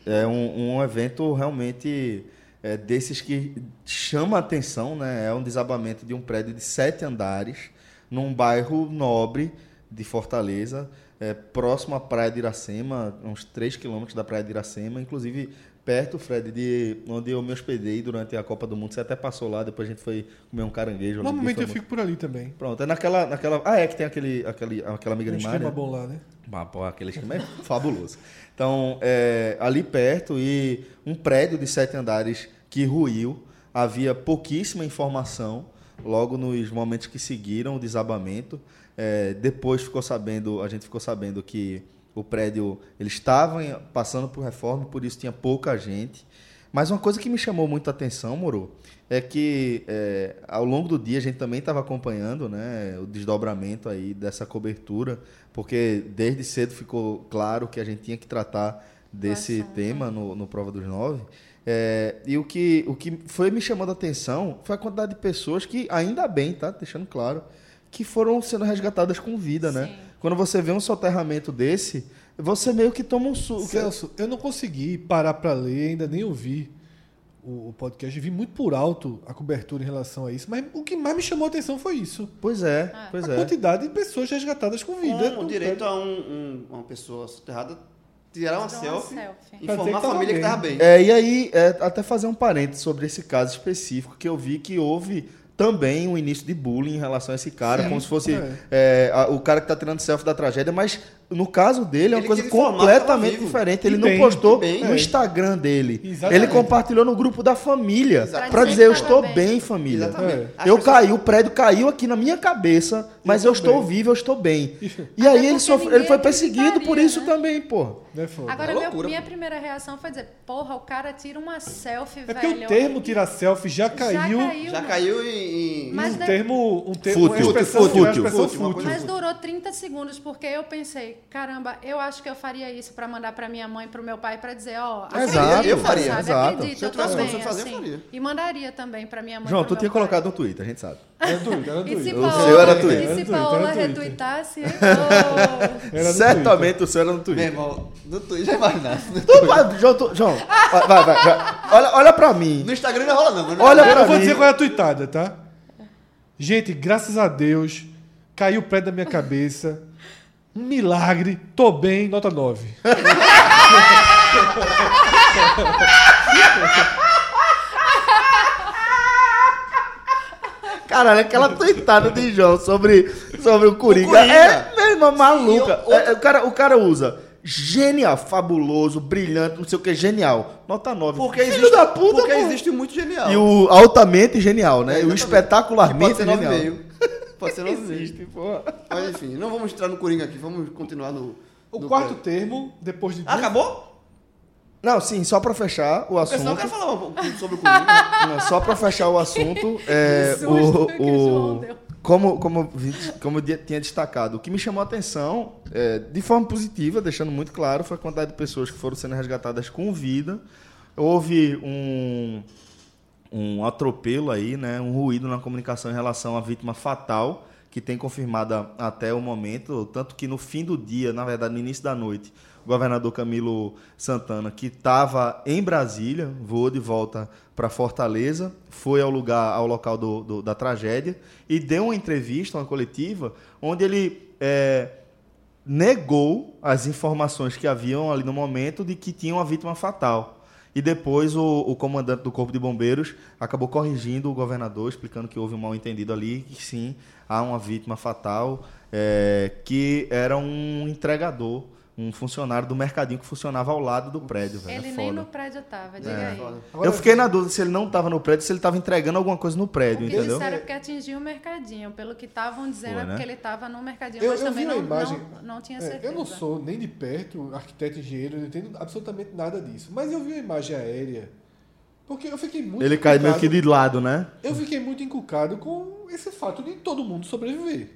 É um, um evento realmente é, desses que chama a atenção, né? É um desabamento de um prédio de sete andares num bairro nobre de Fortaleza, é, próximo à Praia de Iracema, uns 3 quilômetros da Praia de Iracema, inclusive perto, Fred, de onde eu me hospedei durante a Copa do Mundo. Você até passou lá, depois a gente foi comer um caranguejo. ali, Normalmente foi eu muito- fico por ali também. Pronto, é naquela, naquela. Ah, é que tem aquele, aquele, aquela amiga Tem um de Mária. esquema bom lá, né? Bah, pô, aquele esquema é fabuloso. Então, é, ali perto, e um prédio de sete andares que ruiu, havia pouquíssima informação logo nos momentos que seguiram o desabamento. É, depois ficou sabendo, a gente ficou sabendo que o prédio ele estava em- passando por reforma, por isso tinha pouca gente. Mas uma coisa que me chamou muito a atenção, Moro, é que é, ao longo do dia a gente também estava acompanhando né, o desdobramento aí dessa cobertura, porque desde cedo ficou claro que a gente tinha que tratar desse tema no, no Prova dos Nove. É, e o que, o que foi me chamando a atenção foi a quantidade de pessoas que, ainda bem, tá? Deixando claro, que foram sendo resgatadas com vida, né? Sim. Quando você vê um soterramento desse, você meio que toma um suco. Celso, eu não consegui parar pra ler, ainda nem ouvi o, o podcast. Vi muito por alto a cobertura em relação a isso, mas o que mais me chamou a atenção foi isso. Pois é, Ah. pois a é. quantidade de pessoas resgatadas com vida. Com Tá o Não- direito a um, um- uma pessoa soterrada tirar uma Tirar uma selfie, selfie. e Pra dizer informar a que tá tava família que bem. tava bem. É, e aí, é, até fazer um parênteses sobre esse caso específico, que eu vi que houve também um início de bullying em relação a esse cara, como se fosse é. é, a- o cara que tá tirando selfie da tragédia, mas no caso dele, é uma Ele coisa quis informar que tava completamente vivo. diferente. E Ele não bem, postou e bem. no Instagram dele. Exatamente. Ele compartilhou no grupo da família Exatamente. para dizer eu Pra dizer que estou tava bem, família. Exatamente. É. Eu As pessoas- caí, o prédio caiu aqui na minha cabeça, mas eu, Eu tô estou bem. vivo, eu estou bem. E Até aí ele porque sofre, ele ninguém foi perseguido por acreditaria, isso né? também, pô. Né, foda. Agora, É meu- loucura, minha pô. primeira reação foi dizer, porra, o cara tira uma selfie, é velho. porque o termo tirar selfie já já caiu. Já né? caiu em. em- Mas um daí- termo, um termo, uma Fútil. expressão é Fútil. uma expressão Fútil, uma fútil. Mas durou 30 segundos, porque eu pensei, caramba, eu acho que eu faria isso pra mandar pra minha mãe, pro meu pai, pra dizer, ó, Exato. acredita, Eu faria, sabe? exato. Acredita, Se eu eu tivesse também, condição de fazer, eu assim. faria. E mandaria também pra minha mãe. João, pro tu meu tinha pai. colocado no Twitter, a gente sabe. Era doido, era E se doido. O Paola, seu era E Twitter. se Era Paola Twitter, era Twitter. (laughs) retweetasse, Era no Twitter. Certamente o senhor era no Meu Twitter. irmão, no Twitter já imagina. Tu vai, João, tu- João, vai, vai, vai. Olha, olha pra mim. No Instagram não rola, não. mas no Olha Instagram- pra Eu vou mim. dizer qual é a tuitada, tá? Gente, graças a Deus, caiu o prédio da minha cabeça. Um milagre. Tô bem, nota 9. Caralho, aquela tuitada de João sobre, sobre o Coringa. O Coringa. É mesmo maluca. E o- É, é, o, cara, o cara usa genial, fabuloso, brilhante, não sei o que, genial. Nota 9. Porque Filho existe, da puta, porque pô. existe muito genial. E o altamente genial, né? É, e o exatamente. espetacularmente Pode ser genial. (laughs) 9,5. Pode ser 9,5. Existe, pô. Mas enfim, não vamos entrar no Coringa aqui, vamos continuar no. O no quarto prédio. termo, depois de. Ah, acabou? Não, sim, só pra fechar o Porque senão eu assunto. quero falar um pouco sobre o Coringa. Não, só pra fechar o assunto, é, Que susto que o o, João o, deu. como, como, eu vi- como eu di- tinha destacado, o que me chamou a atenção, é, de forma positiva, deixando muito claro, foi a quantidade de pessoas que foram sendo resgatadas com vida. Houve um, um atropelo aí, né, um ruído na comunicação em relação à vítima fatal, que tem confirmada até o momento, tanto que no fim do dia, na verdade, no início da noite, o governador Camilo Santana, que estava em Brasília, voou de volta para Fortaleza, foi ao lugar, ao local do, do- da tragédia e deu uma entrevista, uma coletiva, onde ele é, negou as informações que haviam ali no momento de que tinha uma vítima fatal. E depois o, o comandante do Corpo de Bombeiros acabou corrigindo o governador, explicando que houve um mal-entendido ali, que sim, há uma vítima fatal, é, que era um entregador, um funcionário do mercadinho que funcionava ao lado do prédio. Velho, Ele é nem foda. no prédio tava, diga É, aí. É É Foda. Eu fiquei na dúvida se ele não estava no prédio, se ele estava entregando alguma coisa no prédio, Porque entendeu? disseram porque atingiu o mercadinho. Pelo que estavam dizendo, Foi, é né? porque ele estava no mercadinho, Eu, mas eu vi também uma não, imagem. não, não tinha É, certeza. eu não sou nem de perto um arquiteto, engenheiro, eu não entendo absolutamente nada disso. Mas eu vi uma imagem aérea. Porque eu fiquei muito. Ele cai meio encucado- que de lado, né? Eu fiquei muito encucado com esse fato de todo mundo sobreviver.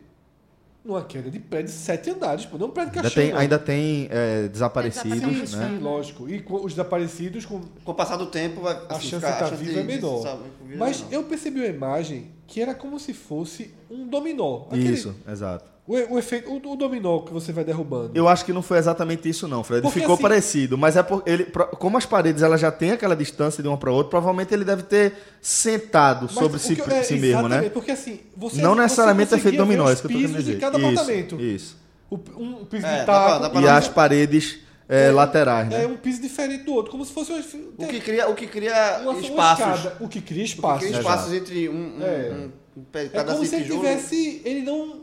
Numa queda de prédio de sete andares, pô. Não um prédio Ainda caixão. tem, não. ainda tem é, desaparecidos, Desaparecidos, né? Sim, lógico. E com os desaparecidos com Com o passar do tempo, vai, a assim, chance de ficar- a estar chance vivo é de- de- menor. sabe, vivo é Mas menor. eu percebi uma imagem que era como se fosse um dominó. Aquele- Isso, exato. O, o efeito, o, o dominó que você vai derrubando. Eu acho que não foi exatamente isso, não, Fred. Porque, Ficou assim- parecido, mas é por, ele, pro- como as paredes elas já têm aquela distância de uma para outra, provavelmente ele deve ter sentado Mas sobre o si, que eu- é, si mesmo, exatamente, né? Porque assim, você Não você necessariamente é feito conseguia ver dominó, é os isso que eu tô querendo pisos dizer. De cada isso, apartamento. Isso. O- um piso É, dá de taco. pra- dá E pra- as paredes é, laterais, né? É um piso diferente do outro, como se fosse uma, O que cria, o que cria uma, uma espaços. escada, o que cria O que espaço. cria espaços entre um, um, É. um, um pe- É pedaço como de se ele tijolo. tivesse. Ele não.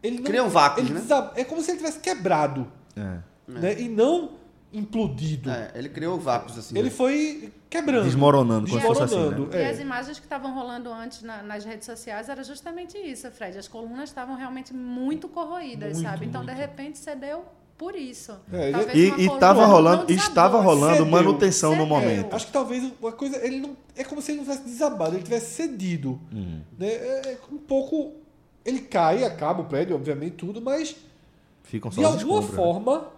Ele não Cria um vácuo, ele né? desa- É como se ele tivesse quebrado. É. Né? E não implodido. É, ele criou vácuos assim. Ele né? foi quebrando. Desmoronando, como se fosse assim, desmoronando. né? E é. as imagens que estavam rolando antes na- nas redes sociais era justamente isso, Fred. As colunas estavam realmente muito corroídas, Muito, sabe? Então, muito. de repente, cedeu por isso. É, Talvez E, uma e coluna tava não rolando, desabou, assim. estava rolando cedeu, manutenção no cedeu. momento. Acho que talvez uma coisa. Ele não. É como se ele não tivesse desabado, ele tivesse cedido. Hum. Né? É, é um pouco. Ele cai, acaba o prédio, obviamente, tudo, mas Ficam só de as alguma escombros, né? forma.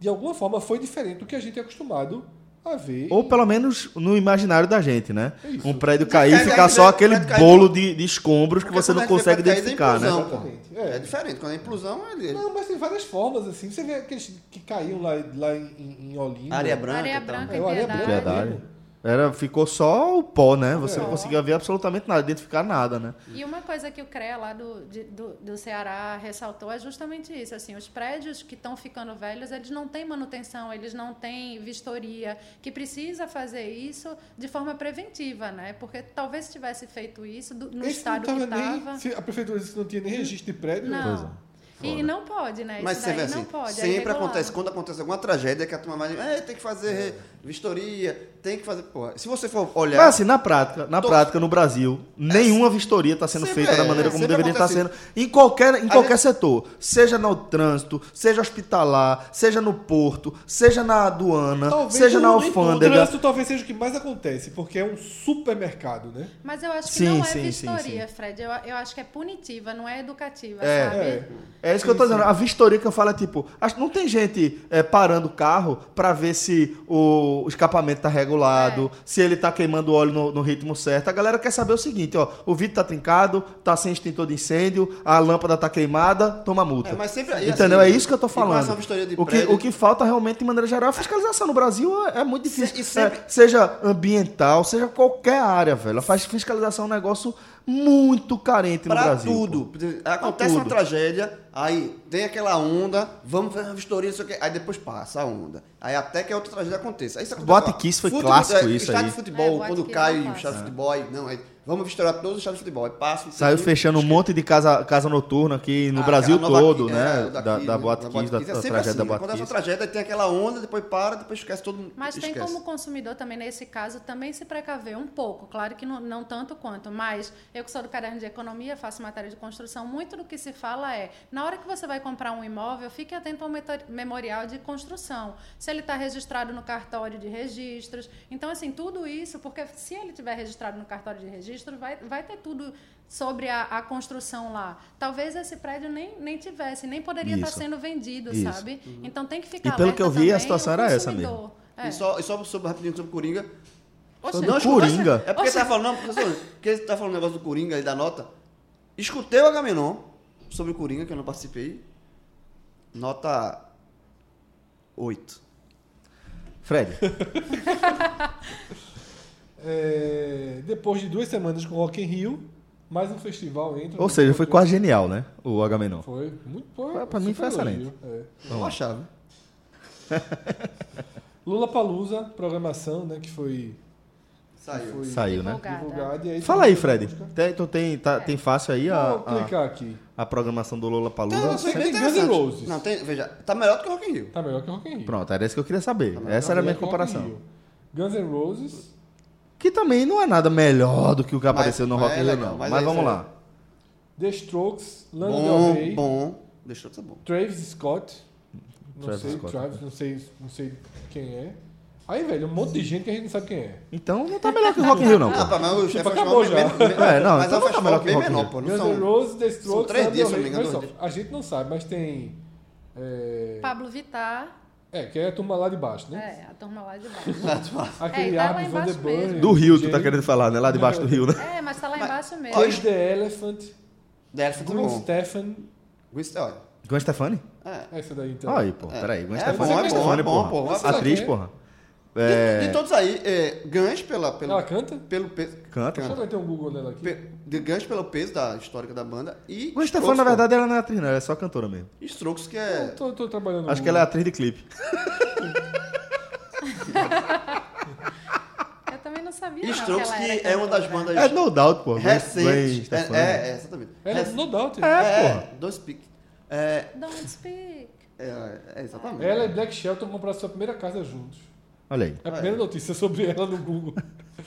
De alguma forma foi diferente do que a gente é acostumado a ver. Ou pelo menos no imaginário da gente, né? É Isso. Um prédio cair e cai- ficar cai- só cai- aquele cai- cai- bolo de, de escombros que Porque você não quando a gente consegue vai cair, é identificar, né? implosão, Exatamente. É É. diferente, quando é implosão, ele. Não, mas tem várias formas, assim. Você vê aqueles que caíam lá, lá em, em Olinda. Área branca. tá? Areia e tal. branca. É, o Areia Branca. Piedade. mesmo. Era, ficou só o pó, né? Você É. não conseguia ver absolutamente nada, identificar nada, né? E uma coisa que o CREA lá do, de- do, do Ceará ressaltou é justamente isso, assim, os prédios que estão ficando velhos, eles não têm manutenção, eles não têm vistoria, que precisa fazer isso de forma preventiva, né? Porque talvez se tivesse feito isso do- no Esse não estado que tava nem- estava... se a prefeitura disse que não tinha nem registro de prédio. né? Não. E é. foda. não pode, né? Mas Isso sempre daí assim, não pode. é sempre irregular. acontece, quando acontece alguma tragédia que a turma vai dizer, "É, tem que fazer re- vistoria, tem que fazer, porra. Se você for olhar, Mas assim, na prática, na É. Tô- É. prática, no Brasil, nenhuma vistoria está sendo Sempre feita da é, maneira como sempre deveria estar acontece sendo. Em qualquer, em A qualquer setor. Seja no trânsito, seja hospitalar, seja no porto, seja na aduana, seja na no- no- O alfândega. trânsito talvez seja o que mais acontece, porque é um supermercado, né? Mas eu acho que Sim, não é sim, sim, vistoria, Fred. Eu, eu acho que é punitiva, não é educativa, É. sabe? É. É isso que eu tô dizendo. A vistoria que eu falo é tipo, acho- não tem gente é, parando o carro para ver se o escapamento tá regulado, É. se ele tá queimando óleo no, no ritmo certo. A galera quer saber o seguinte, ó, o vidro tá trincado, tá sem extintor de incêndio, a lâmpada tá queimada, toma multa. É, mas sempre- e Entendeu? assim, é isso que eu tô em relação falando. à vistoria de o, que, prédio- o que falta realmente, de maneira geral, é a fiscalização. No Brasil é, é muito difícil. Se- e sempre- É, seja ambiental, seja qualquer área, velho. A faz- fiscalização é um negócio muito carente no pra Brasil. tudo. Acontece Pra uma tudo. tragédia, aí tem aquela onda, vamos fazer uma vistoria, não sei o quê, aí depois passa a onda. Aí até que a outra tragédia aconteça. Aí isso acontece, Boate ó, Kiss foi clássico isso estádio aí. de futebol, É, Boate quando Kiss cai não o passa. estádio de futebol, aí, não, aí vamos vistorar todos os estádios de futebol, aí passa... não sei Saiu o quê. fechando um monte de casa, casa noturna aqui no Ah, Brasil a Nova todo, Ki- né? é, da, daqui, da, né, Boate Kiss, da, Kiss. É da sempre tragédia assim, da Boate Acontece uma Kiss. tragédia, aí tem aquela onda, depois para, depois esquece todo mundo. Mas tem esquece. como o consumidor também, nesse caso, também se precaver um pouco. Claro que não, não tanto quanto, mas eu que sou do caderno de economia, faço matéria de construção, muito do que se fala é, na hora que você vai comprar um imóvel, fique atento ao meto- memorial de construção. Se ele está registrado no cartório de registros. Então, assim, tudo isso, porque se ele tiver registrado no cartório de registros, vai, vai ter tudo sobre a, a construção lá. Talvez esse prédio nem, nem tivesse, nem poderia estar Isso. sendo vendido, Isso. Uhum. sabe? Então tem que ficar E pelo que eu vi, a alerta situação também, o era essa consumidor. É. E só, e só sobre, rapidinho sobre Coringa. Oxe, Sobre Não, escuta, Coringa? É porque você tá falando, não, professor, porque você tá falando um negócio do Coringa e da nota. Escutei o Agamenon sobre o Coringa, que eu não participei. Nota 8. Fred, É, depois de duas semanas com Rock in Rio, mais um festival entra. ou seja, foi quase genial, né? O Agamenon. Foi muito foi, Pra mim foi super excelente. elogio, é. Vamos lá. Uma chave. Lula Palusa, programação, né? Que foi. que Saiu. foi Saiu, né? Divulgada. divulgada, e aí Fala tem aí, uma Fred. música. Tem, então tem, É. tá- tem fácil aí a, Vou a, clicar aqui. a programação do Lola assim. Não, Palusa. sei. tem Guns N' interessante. Roses. Não, tem, veja, tá melhor do que o Rock in Rio. Tá melhor que Rock in Rio. Tá Pronto, era isso que eu queria Tá saber. então Essa era é a minha comparação. Guns N' Roses. Que também não é nada melhor do que o que apareceu no mas Rock in é Rio, legal, não. mas Mas é vamos isso aí. lá. The Strokes, Lana Del Bom, Rey, bom. Deixou de ser bom. Travis Scott. Não Travis sei, Scott, né? Travis, não sei, não sei quem é. Aí, velho, um monte de gente que a gente não sabe quem é. Então não tá melhor que o Rock in Rio, não. Ah, pô. pá, mas o Tipo, chefe acabou bem, já. bem- É, não, mas então é um não tá festival melhor que o bem Rock in menor, Rio. pô. Não Guns são... N' Roses, The Strokes, são três Lana dias, Del se eu Rey. não me engano, Olha só, A gente não sabe, mas tem. É, Pablo Vittar, é, que é a turma lá de baixo, né? é, a turma lá de baixo. (laughs) É, Aquele e tá lá Armin Van der embaixo Burn. mesmo. Do Rio, tu tá querendo falar, né? Lá debaixo do Rio, né? É, mas tá lá embaixo mesmo. Cage the Elephant. Deve ser Gwen É bom. Stefan. Gwen- olha, Gwen Stefani? é. Essa daí então. Olha aí, pô. Peraí. Gwen É Stefani. bom, Gwen é bom, Stefani, é bom, porra. pô. Mas sabe Atriz, quem é? porra. É, De, de todos aí, é, Guns pela, pelo, Ela canta? pelo peso. Canta, Deixa eu canta. meter um Google nela aqui. pe- de Guns pelo peso da histórica da banda e. Gwen Strokes, Stefani, na pô. verdade, ela não é atriz, não. Ela é só cantora mesmo. Strokes que Eu é. tô, tô trabalhando. no Acho que ela é atriz de clipe. Eu também não sabia. não, Strokes ela que era né? é uma das cantora. bandas É No Doubt, pô. Gwen- Gwen recentes. É, Stefani. é, é, exatamente. Google. Ela é Rec- no doubt. É, é, porra. dois piques. É, Don't speak. é, é, exatamente. Ela e Black Shelton compraram sua primeira casa juntos. Olha aí. É a primeira notícia sobre ela no Google.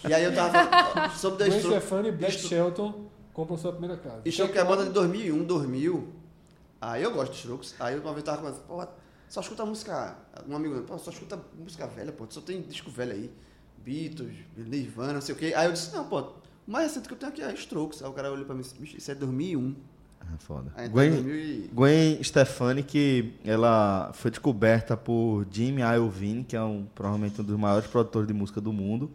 E aí eu tava (laughs) falando sobre The Gwen Strokes. Stefani e é Black Stro- Shelton compram sua primeira casa. Strokes que é a banda de 2001, 2000. Aí eu gosto de Strokes. Aí uma vez eu tava conversando, pô, só escuta música. Um amigo meu, pô, só escuta música velha, pô, só tem disco velho aí. Beatles, Nirvana, não sei o quê. Aí eu disse, não, pô, o mais recente que eu tenho aqui é Strokes. Aí o cara olhou pra mim e disse, bicho, isso é 2001. Ah, Foda. Aí tá Gwen, 2000 e- Gwen Stefani, que ela foi descoberta por Jimmy Iovine, que é um, provavelmente um dos maiores produtores de música do mundo.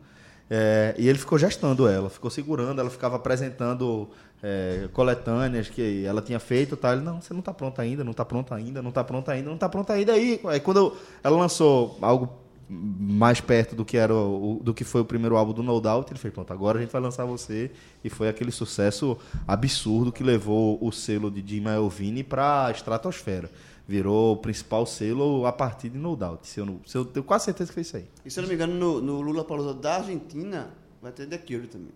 É, e ele ficou gestando ela, ficou segurando, ela ficava apresentando é, coletâneas que ela tinha feito, tá? Ele, não, você não tá pronta ainda, não tá pronta ainda, não tá pronta ainda, não tá pronta ainda. Aí, aí quando ela lançou algo mais perto do que era o, do que foi o primeiro álbum do No Doubt, ele fez, pronto, agora a gente vai lançar você e foi aquele sucesso absurdo que levou o selo de Jim Iovine para estratosfera. Virou o principal selo a partir de No Doubt. Se eu, não, se eu tenho quase certeza que foi isso aí. E se eu não me engano, no, no Lula Palusa da Argentina, vai ter The Cure também.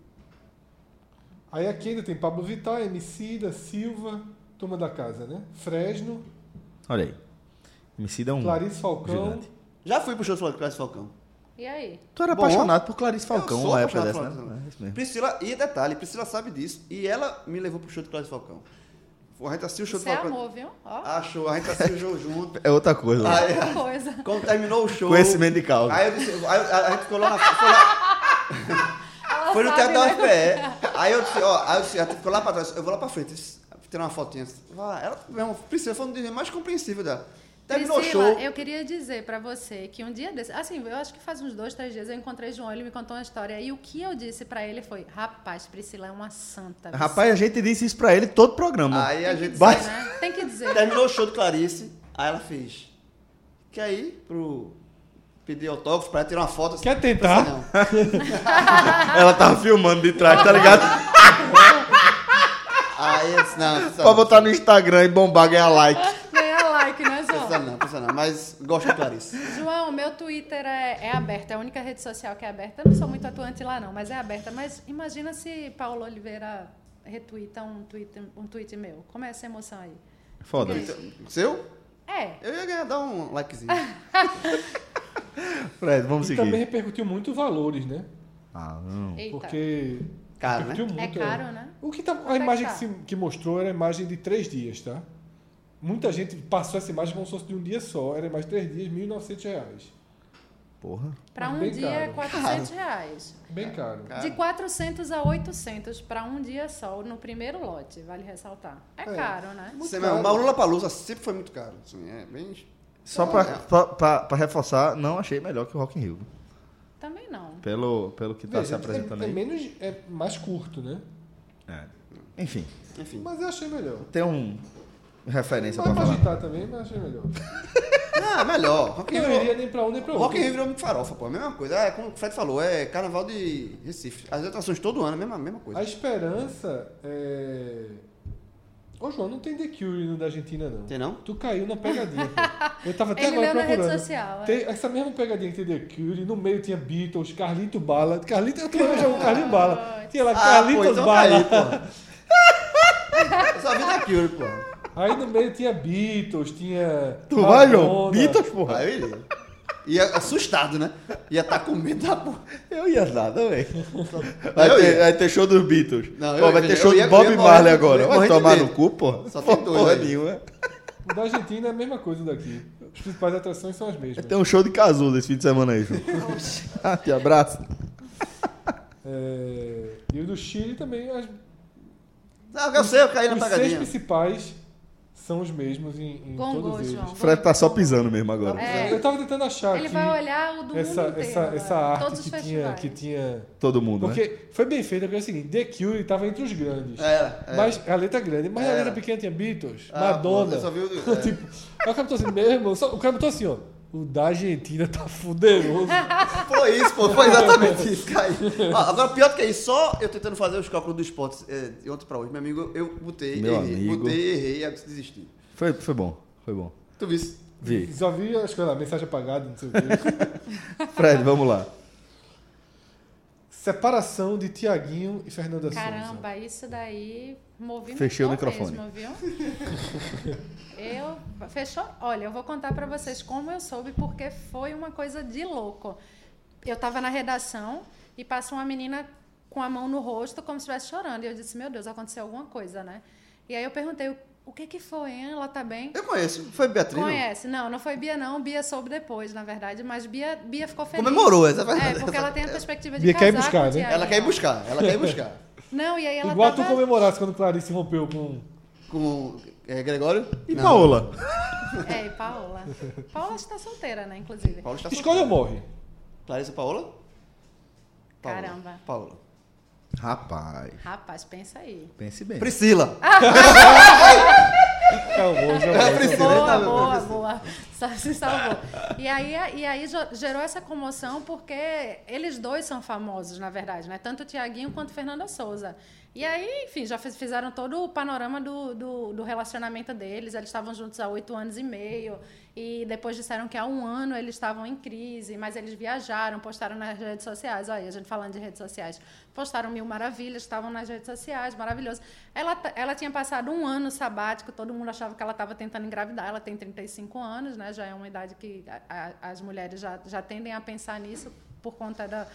Aí aqui ainda tem Pablo Vittar, Emicida, Silva, Turma da Casa, né? Fresno, Olha aí. Emicida é um Clarice Falcão. gigante. Já fui pro show do Clássico Falcão. E aí? Tu era Bom, apaixonado por Clarice Falcão Eu sou na época dessa, apaixonado por né? É isso mesmo. Priscila, e detalhe, Priscila sabe disso. E ela me levou pro show do Clássico Falcão. A gente assistiu o show Você do Clássico Falcão. amou, é viu? Ó, Achou, a gente assistiu o show junto. É outra coisa. né? Aí, (laughs) que coisa. quando terminou o show. Conhecimento de causa. Aí eu disse, aí eu- a gente ficou lá na. Foi, lá, Ela foi no teatro sabe, da né? UFPE. Aí eu disse, ó, aí eu disse, a gente ficou lá pra trás, eu vou lá pra frente. disse, Tirar uma fotinha. disse, Vá, ela mesmo, Priscila foi um dos mais compreensível dela. Terminou Priscila, o show. eu queria dizer pra você que um dia desse, assim, eu acho que faz uns dois, três dias eu encontrei João, ele me contou uma história e o que eu disse pra ele foi: "Rapaz, Priscila é uma santa". viu? Rapaz, a gente disse isso pra ele todo o programa. Aí a tem que gente. dizer, bate- né? Tem que dizer. (laughs) Terminou o show do Clarice, aí ela fez. Quer ir pro. pedir autógrafo pra tirar uma foto? assim, Quer tentar? Não. Ela tava filmando de trás, (laughs) tá ligado? Aí eu disse, não, precisa pra não, botar no Instagram e bombar, ganhar like. Ganha like, né, precisa João? não, precisa não. Mas gosto de Clarice. João, meu Twitter é, é aberto, é a única rede social que é aberta. Eu não sou muito atuante lá, não, mas é aberta. Mas imagina se Paulo Oliveira retuita um tweet, um tweet meu. Como é essa emoção aí? Foda-se. Seu? É. Eu ia ganhar, dar um likezinho. Fred, vamos E seguir. também repercutiu muito valores, né? Ah, não. Eita. Porque Caro, né? repercutiu É muito. caro, né? O que tá, Quanto a é que imagem tá? que, se- que mostrou era a imagem de três dias, tá? Muita gente passou essa imagem como se fosse de um dia só. Era mais três dias, 1.900 reais. Porra. Para um Bem dia é caro. 400 reais. Bem caro. De 400 a 800 para um dia só, no primeiro lote, vale ressaltar. É, É. caro, né? Você, caro. mas o Lula Palusa sempre foi muito caro. Assim, é bem... Só pra, pra, pra- pra reforçar, não achei melhor que o Rock in Rio. Também não. Pelo, pelo que tá Veja, se apresentando é, é aí. menos, é mais curto, né? É. Enfim, Enfim. Mas eu achei melhor. tem um referência Vai pra falar. agitar também, mas achei melhor. Não, é melhor. Rock in Não Rio... iria nem pra um nem pra outro. Rock in Rio é virou muito farofa, pô. A mesma coisa. É, como o Fred falou, é carnaval de Recife. As atrações todo ano, é a mesma, a mesma coisa. A esperança é. Ô, João, não tem The Cure no da Argentina, não. Tem não? Tu caiu na pegadinha. pô. Eu tava até Ele agora leu na rede procurando. social, é. Tem essa mesma pegadinha que tem The Cure, no meio tinha Beatles, Carlito Bala. Carlito, eu queria jogar o um Carlito Bala. Tinha lá Carlitos pô, (laughs) então Bala. caí, pô. Eu só vi da Cure, pô. Aí no meio tinha Beatles, tinha. Tu tá vai, João? Madonna. Beatles, porra. Aí eu iria. Ia assustado, né? Ia estar com medo da porra. Eu ia dar (laughs) também. Vai, Eu ter, ia. vai ter show dos Beatles. Não, Pô, eu vai ia, ter eu show ia- do Bob eu ia morrer Marley de- eu agora. ia Vai morrer de tomar no medo. cu, porra. Só tem dois Porra aí. nenhuma. O da Argentina é a mesma coisa daqui. As principais atrações são as Então mesmas. Tem um show de Cazuza esse fim de semana aí, João. Ah, Te abraço. É, E o do Chile também, as Não, Ah, eu sei, eu caí na Os seis pegadinha. principais são os mesmos em, em todos Gongô, eles. João. Fred tá só Gongô. pisando mesmo agora. É. Eu tava tentando achar Ele aqui vai olhar o do essa, mundo inteiro. essa, agora, essa arte todos que os tinha, festivais. que tinha. Todo mundo, né? Porque foi bem feito, porque é o seguinte: The Cure tava entre os grandes. Era, era. Mas a letra é grande, mas a É, Era. letra pequena tinha Beatles, Ah, Madonna. pô, eu só (laughs) vi o do- é. tipo, aí o cara botou assim, meu irmão, só- o cara botou assim, ó. O da Argentina tá (laughs) fuderoso. Foi isso, pô. Foi exatamente isso, Caí. Ó, agora, pior do que isso, só eu tentando fazer os cálculos dos pontos é, de ontem pra hoje. Meu amigo, eu botei, Meu errei. amigo. Botei, errei, aí desisti. Foi, foi bom, foi bom. Tu viste? Vi. Só vi as coisas, lá, mensagem apagada, não sei (laughs) o quê. Fred, vamos lá. Separação de Tiaguinho e Fernanda né? Souza. Caramba, isso daí movimentou Fechei o microfone. mesmo, viu? Eu fechou. Olha, eu vou contar pra vocês como eu soube porque foi uma coisa de louco. Eu tava na redação e passa uma menina com a mão no rosto como se estivesse chorando e eu disse: "Meu Deus, aconteceu alguma coisa, né?" E aí eu perguntei: "O- "O que que foi, hein? Ela tá bem?" Eu conheço. Foi Beatriz. não? Conhece. Não, não foi Bia, não. Bia soube depois, na verdade. Mas Bia, Bia ficou feliz. Comemorou, essa é a verdade. É, porque ela tem a perspectiva de Bia quer ir casar buscar, com né? o Thiago. Ela quer ir buscar, ela quer ir buscar. Não, e aí ela tá Igual tu tava... comemorasse quando Clarice rompeu com. Com é, Gregório? E Não. Paola? É, e Paola. Paola está solteira, né, inclusive. Paola está Escolhe ou morre? Clarissa Paola? Paola. Caramba. Paola. Rapaz, Rapaz, pensa aí. pense bem. Priscila. Calma, já É, morre. Priscila. Boa, tá, boa, Priscila. boa. Só se salvou. E aí, e aí jo- gerou essa comoção porque eles dois são famosos, na verdade, né? Tanto o Tiaguinho quanto o Fernanda Souza. E aí, enfim, já fiz- fizeram todo o panorama do, do, do relacionamento deles. Eles estavam juntos há oito anos e meio. E depois disseram que há um ano eles estavam em crise, mas eles viajaram, postaram nas redes sociais. Olha, a gente falando de redes sociais. Postaram mil maravilhas, estavam nas redes sociais, maravilhoso. Ela, ta- ela tinha passado um ano sabático, todo mundo achava que ela estava tentando engravidar. Ela tem 35 anos, né? Já é uma idade que a- a- as mulheres já, já tendem a pensar nisso por conta da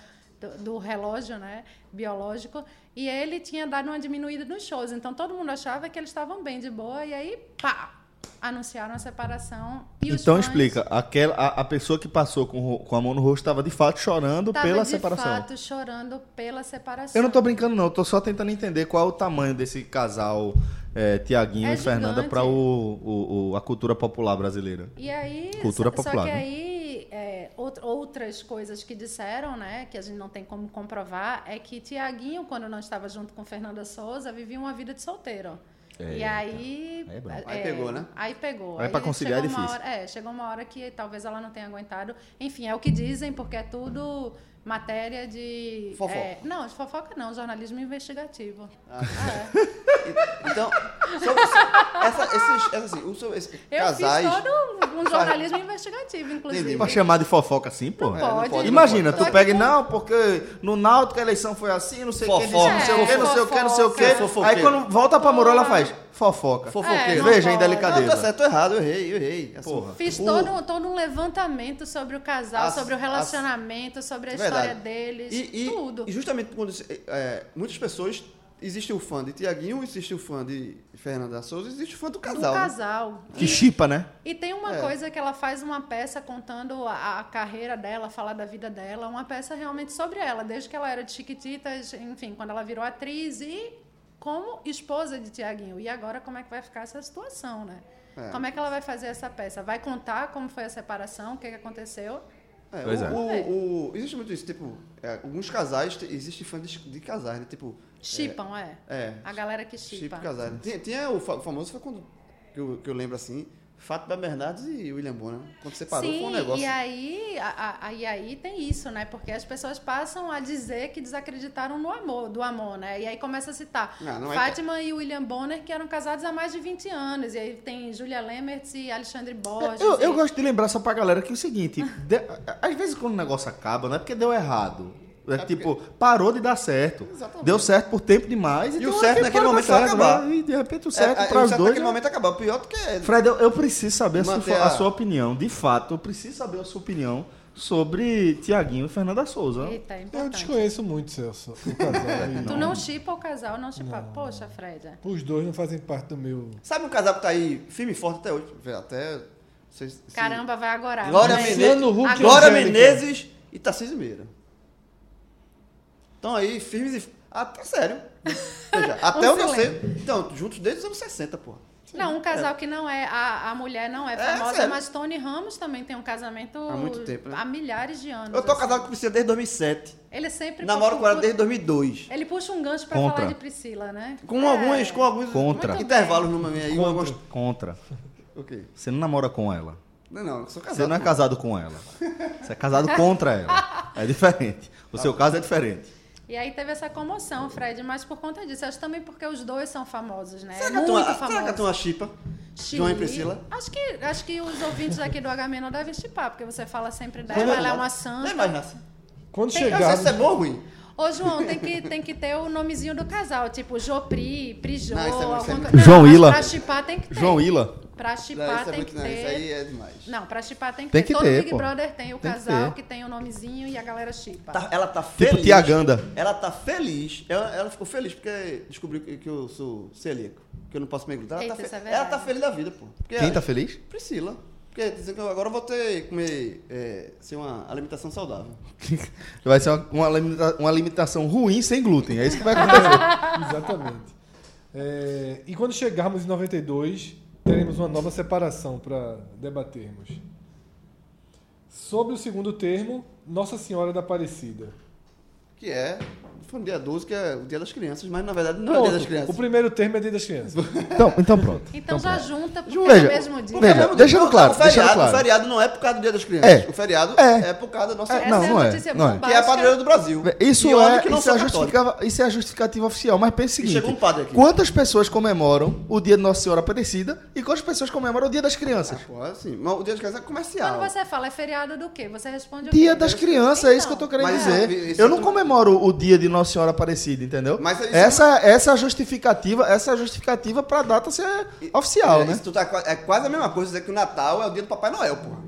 do, do relógio né, biológico, e ele tinha dado uma diminuída nos shows. Então todo mundo achava que eles estavam bem de boa, e aí, pá! Anunciaram a separação. E os Então fãs explica, aquela, a, a pessoa que passou com, o ro- com a mão no rosto estava de fato chorando Tava pela de separação. fato chorando pela separação. Eu não tô brincando, não, eu tô só tentando entender qual é o tamanho desse casal é, Tiaguinho É e Fernanda gigante. para a cultura popular brasileira. E aí, Cultura só, popular, Só que né? aí, é, out- outras coisas que disseram, né, que a gente não tem como comprovar, é que Tiaguinho, quando não estava junto com Fernanda Souza, vivia uma vida de solteiro. e Eita. aí. Aí é bom. Aí pegou, né? Aí pegou. Aí pra conciliar é chegou uma difícil. hora- é, chegou uma hora que talvez ela não tenha aguentado. Enfim, é o que dizem, porque é tudo matéria de. Fofoca. Ah. é, não, de fofoca não, jornalismo investigativo. É. E- Então, sobre esse- essa, esses, essa, assim, o seu- esse- Eu casais. fiz todo um- (laughs) um jornalismo investigativo, inclusive. Entendi. Pra chamar de fofoca assim, pô. Não pode. pode, Imagina, não tu pode. pega, e, não, porque no Náutico a eleição foi assim, não sei o que, disse Fofoca. não sei o que, não sei o que, não sei o que. É, fofoca. Aí quando volta pra Murô, ela faz fofoca. Fofoqueiro. É, não Veja, em pode. Não, tá delicadeza. certo, tô errado, eu errei, eu errei. Assim, Porra. Fiz o- todo, um- todo um levantamento sobre o casal, As- É sobre o relacionamento, sobre a Verdade. história deles, E, e- tudo. e justamente quando se- é, muitas pessoas. Existe o fã de Tiaguinho, existe o fã de Fernanda Souza, existe o fã do do casal. né? casal. que chipa, né? E tem uma É. coisa que ela faz uma peça contando a, a carreira dela, falar da vida dela, uma peça realmente sobre ela, desde que ela era de Chiquititas, enfim, quando ela virou atriz e como esposa de Tiaguinho. E agora como é que vai ficar essa situação, né? É. Como é que ela vai fazer essa peça? Vai contar como foi a separação, o que, que aconteceu? É, Pois o- é. o- o- existe muito isso, tipo, é, alguns casais, te- existe fã de, de casais, né? Tipo, Chipam, é. é, A galera que chip chipa. casais. né? Tinha, tinha o fa- famoso, foi quando, que eu, que eu lembro assim, Fátima Bernardes e William Bonner. Quando separou, Sim, foi um negócio. E aí, a- a- a- e aí tem isso, né? Porque as pessoas passam a dizer que desacreditaram no amor, do amor, né? E aí começa a citar Não, não é- Fátima e William Bonner, que eram casados há mais de 20 anos. E aí tem Julia Lemertz e Alexandre Borges. Eu, eu e- gosto de lembrar só pra galera que é o seguinte: de- a- às vezes quando o negócio acaba, não é porque deu errado. É, tipo, parou de dar certo. Exatamente. Deu certo por tempo demais. então o é certo que naquele pode dar momento vai certo, acabar. né? E de repente o certo é, é, para o os certo dois. naquele né? momento acabou. Pior do que. é, Fred, eu, eu preciso saber a sua, Manter a a- sua opinião. De fato, eu preciso saber a sua opinião sobre Tiaguinho e Fernanda Souza. Eita, é Eu importante. desconheço muito, Celso, o casal. Tu não chipa o casal, não chipa. Poxa, Fred. e os dois não fazem parte do meu. Sabe um casal que tá aí firme e forte até hoje? Até. não sei se- se- Caramba, vai agora. Glória Mas- Menezes, Luciano Huck Agora- Glória Angélica. Menezes e Tarcísio Meira. Estão aí firmes e. Ah, tá sério. (laughs) Veja, até Um onde eu sei. Então, juntos desde os anos 60, porra. Não, um casal que não é. A, a mulher não é É, famosa, sério. mas Tony Ramos também tem um casamento Há muito tempo, né? há milhares de anos. Eu tô assim. casado com Priscila desde 2007. Ele é tá sempre Namoro com ela procura- desde 2002. Ele puxa um gancho pra Contra. falar de Priscila, né? Com É. alguns, com alguns é Contra. intervalos no meio aí. Alguns... Contra. Ok. Você não namora com ela. Não, não, eu sou casado. Você não é pô. casado com ela. Você é casado contra ela. É diferente. O seu caso é diferente. E aí teve essa comoção, Fred, mas por conta disso. Acho também porque os dois são famosos, né? Será que a Muito tua, será que a famosos. tua chipa? João e Priscila? Acho que, acho que os ouvintes aqui do HM não devem chipar, porque você fala sempre dela, Não é ela é uma mais- Não é santa. mais nessa. Quando Eu não sei se chegarmos, é bom ou ruim. Ô, João, tem que, tem que ter o nomezinho do casal, tipo Jopri, Prijô, Não, isso é muito- isso é alguma muito- coisa. João mas Ila. Pra chipar tem que ter. João Ila. Pra Não, chipar isso é tem muito. que Não, isso ter. aí é demais. Não, pra chipar tem que Tem ter. que Todo ter, Big pô. Brother tem o Tem que casal ter. que, tem o nomezinho e a galera chipa. Tá- ela tá Tipo feliz. Tiaganda. Ela tá feliz. Ela, ela ficou feliz porque descobriu que, que eu sou celíaco. Que eu não posso me grudar. Ela, Eita, tá, isso é fe- verdade. ela tá feliz da vida, pô. Porque Quem ela- tá feliz? Priscila. Porque dizendo que eu agora vou ter que comer é, ser uma alimentação saudável. (laughs) Vai ser uma, uma limita- uma alimentação ruim sem glúten. É isso que vai acontecer. exatamente. É, e quando chegarmos em 92, teremos uma nova separação para debatermos. Sobre o segundo termo, Nossa Senhora da Aparecida. Que é Foi no dia 12, que é o dia das crianças, mas na verdade não é o dia das Pronto, o crianças. primeiro termo é Dia das Crianças. (laughs) Então, então pronto. Então já junta, porque Veja, é o mesmo dia. veja, mesmo- deixando claro, o feriado, deixando claro. o feriado não é por causa do dia das crianças. É. O feriado É. é, por causa da nossa É, Essa criança, não, é a não é, notícia não é. que é a padroeira bombástica. do Brasil. Isso E olha é, que não isso, é sou a católico. justificativa, isso é a justificativa oficial, mas pense o E seguinte: chegou um padre aqui. quantas pessoas comemoram o dia de Nossa Senhora Aparecida e quantas pessoas comemoram o dia das crianças? Pô, assim, mas o dia das crianças é comercial. Quando você fala é feriado do quê? Você responde Dia o quê? então. das crianças, é isso que eu tô querendo Mas, é, dizer. isso eu é não tu- comemoro o dia de Nossa Senhora Aparecida, entendeu? Mas isso essa, essa é a justificativa, essa é a justificativa pra data ser oficial, é, né? isso tu tá qua- é quase a mesma coisa dizer que o Natal é o dia do Papai Noel, porra.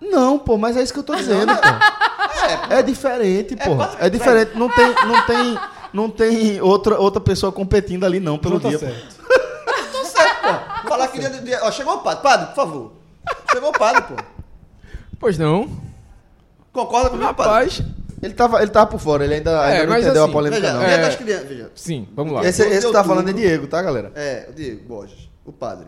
Não, pô, mas é isso que eu tô dizendo, pô. É diferente, pô. quase que É diferente, não tem não tem não tem outra outra pessoa competindo ali não pelo Não tá dia. pô. certo. Tá certo, pô. Falar que dia, do dia. Ó, chegou o padre. Padre, por favor. Chegou o padre, pô. Pois não. Concorda comigo, padre? Rapaz. Ele tava ele tava por fora, ele ainda, É, ainda não mas entendeu assim, a polêmica Veja, não. o dia É. das crianças. Veja. Sim, vamos lá. Esse, esse que tá falando é Diego, tá, galera? É, o Diego Borges, o padre.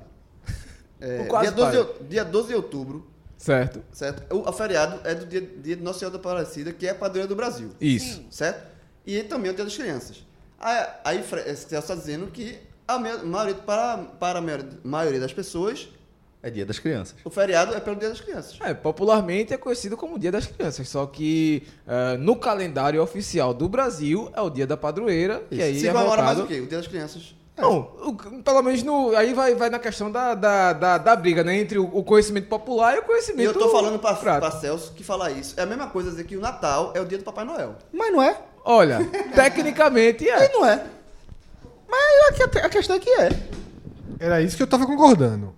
É, O quase dia, 12 de, out- dia 12 de outubro, Certo. certo? O, o feriado é do dia, dia de Nossa Senhora da Aparecida, que é a padroeira do Brasil. Isso. certo? E também é o Dia das Crianças. Aí, aí Fre- eh, Celso está dizendo que a me- maioria, para, para a maioria, maioria das pessoas, É dia das crianças. o feriado é pelo Dia das Crianças. É, popularmente é conhecido como Dia das Crianças, só que eh, no calendário oficial do Brasil é o Dia da Padroeira, que aí Se é comemora mais voltado... o quê? O Dia das Crianças. Não, o- pelo menos no, aí vai, vai na questão da, da, da, da briga, né, entre o, o conhecimento popular e o E conhecimento eu Então, tô falando para prático. pra Celso que falar isso. É a mesma coisa dizer que o Natal é o dia do Papai Noel. Mas não é? Olha, tecnicamente Mas (laughs) é. não é. Mas a que- a questão é que é. Era isso que eu tava concordando.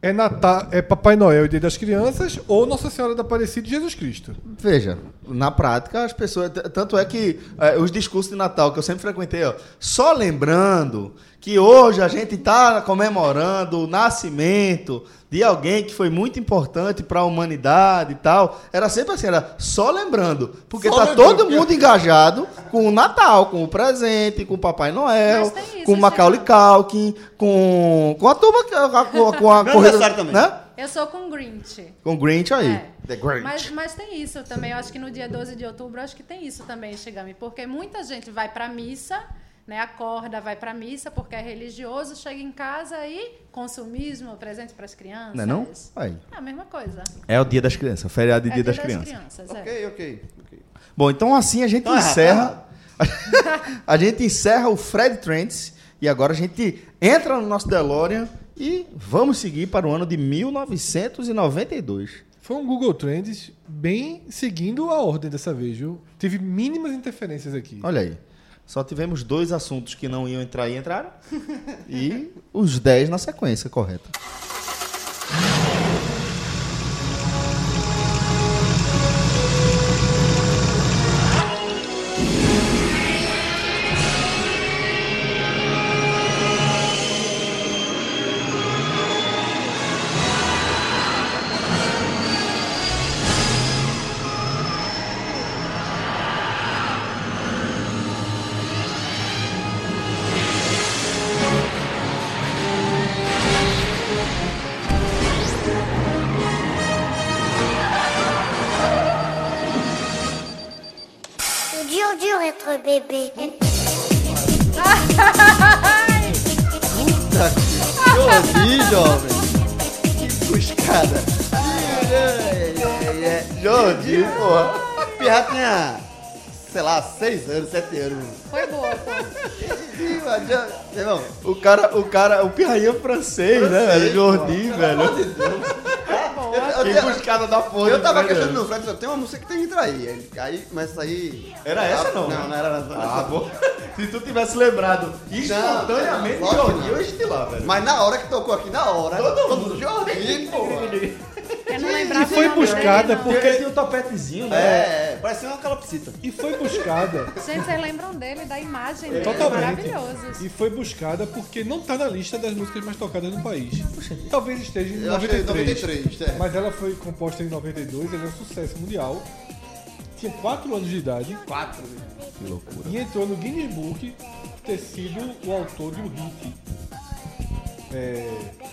É Natal, é Papai Noel e Dia das Crianças ou Nossa Senhora da Aparecida e Jesus Cristo. Veja, na prática as pessoas. t- Tanto é que eh, os discursos de Natal que eu sempre frequentei, ó, só lembrando que hoje a gente está comemorando o nascimento de alguém que foi muito importante para a humanidade e tal. Era sempre assim, era só lembrando. Porque Só tá lembrando, todo porque- mundo engajado com o Natal, com o presente, com o Papai Noel, Mas tem isso, com o isso Macaulay é- Culkin, com, com a turma, que- a- com a, com a Grande corrida. aniversário é também. Né? Eu sou com Grinch. Com o Grinch aí. É. The Grinch. Mas, mas tem isso também. Eu acho que no dia 12 de outubro, eu acho que tem isso também, Shigami. Porque muita gente vai pra missa, né? Acorda, vai pra missa porque é religioso, chega em casa e consumismo, presente pras crianças. Não é não? Aí. É a mesma coisa. É o dia das crianças, feriado de é dia, das, crianças. é. Ok, ok. ok. Bom, então assim a gente Então é errado, encerra. (laughs) a gente encerra o Fred Trents e agora a gente entra no nosso DeLorean e vamos seguir para o ano de 1992. Foi um Google Trends bem seguindo a ordem dessa vez, viu? Tive mínimas interferências aqui. Olha aí. Só tivemos dois assuntos que não iam entrar e (laughs) entraram. e os 10 na sequência, correta. C'est dur, dur être bébé. Tá aqui. Eu ouvi, jovem. Que cuscada. Jordi, porra. Pirra tinha, sei lá, 6 anos, 7 anos. Foi boa, pô. Ih, mas já- Irmão, O cara, o cara, o pirrainha francês, né, velho? Jordi, velho. eu, eu, Que eu, buscada da porra. eu tava né, questionando velho? no Fred, tem uma música que tem que entrar aí. Ele- Aí, mas essa aí. Era essa, não? Não, não era essa. Ah, (laughs) pô. Se tu tivesse lembrado espontaneamente, Não, lógico que Jordi, não. eu ia te lá, velho. Mas na hora que tocou aqui, na hora. Todo mundo. Jordi, porra. Eu não lembrava E foi o nome dele, buscada não. por- Porque- ele tem o topetezinho, É, é, parecia uma calopsita. E foi buscada. Gente, vocês lembram dele, da imagem dele. Totalmente. Maravilhoso. E foi buscada porque não tá na lista das músicas mais tocadas no país. Talvez esteja em Eu achei 93. 93, é. Mas ela foi composta em 92, ela é um sucesso mundial. Tinha 4 anos de idade. 4? Que loucura. E entrou no Guinness Book por ter sido o autor de um hit. É,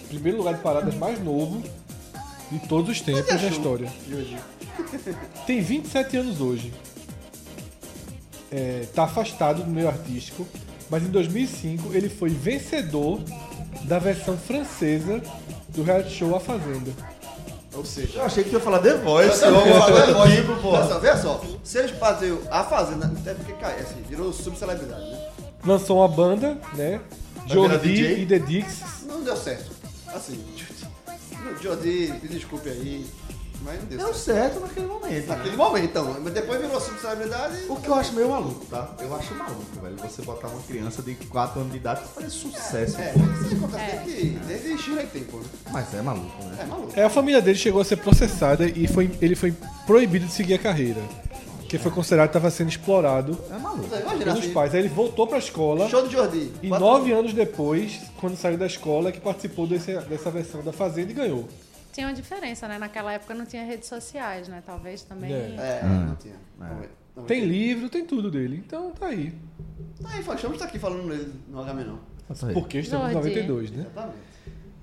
primeiro lugar de paradas mais novo de todos os tempos da história. Tem 27 anos hoje. é, tá afastado do meio artístico, mas em 2005 ele foi vencedor da versão francesa do reality show A Fazenda. Ou seja. Eu achei que tu ia falar The Voice. ou Vamos alguma falar coisa do agora. tipo, porra. Olha só, Vê só, se eles fazem a fazenda, até porque cai, assim, virou subcelebridade, né? Lançou uma banda, né? virar Jordi DJ? e The Dixes. Não deu certo. Assim, (laughs) Jordi, me desculpe aí, mas não deu Deu certo. certo naquele momento. né? Naquele momento, então. Mas depois virou subcelebridade e O que eu acho meio maluco, tá? Eu acho maluco, velho. Você botar uma criança de 4 anos de idade pra fazer sucesso, É, pô. isso acontece desde, desde Shirley Tempo, né? Mas é maluco, né? É maluco. É, a família dele chegou a ser processada e foi, ele foi proibido de seguir a carreira. Porque foi considerado que estava sendo explorado É maluco. Você Imagina pelos assim, pais. Aí ele voltou pra escola show de Jordi. e Quatro- nove anos depois, quando saiu da escola, é que participou desse- dessa versão da Fazenda e ganhou. Tinha uma diferença, né? Naquela época não tinha redes sociais, né? Talvez também. É. É, Hum. não tinha. Não, não Tem tinha. livro, tem tudo dele. Então tá aí. Tá aí, Faxão está aqui falando nele no HM não. Porque estamos em Jordi. 92, né? Exatamente.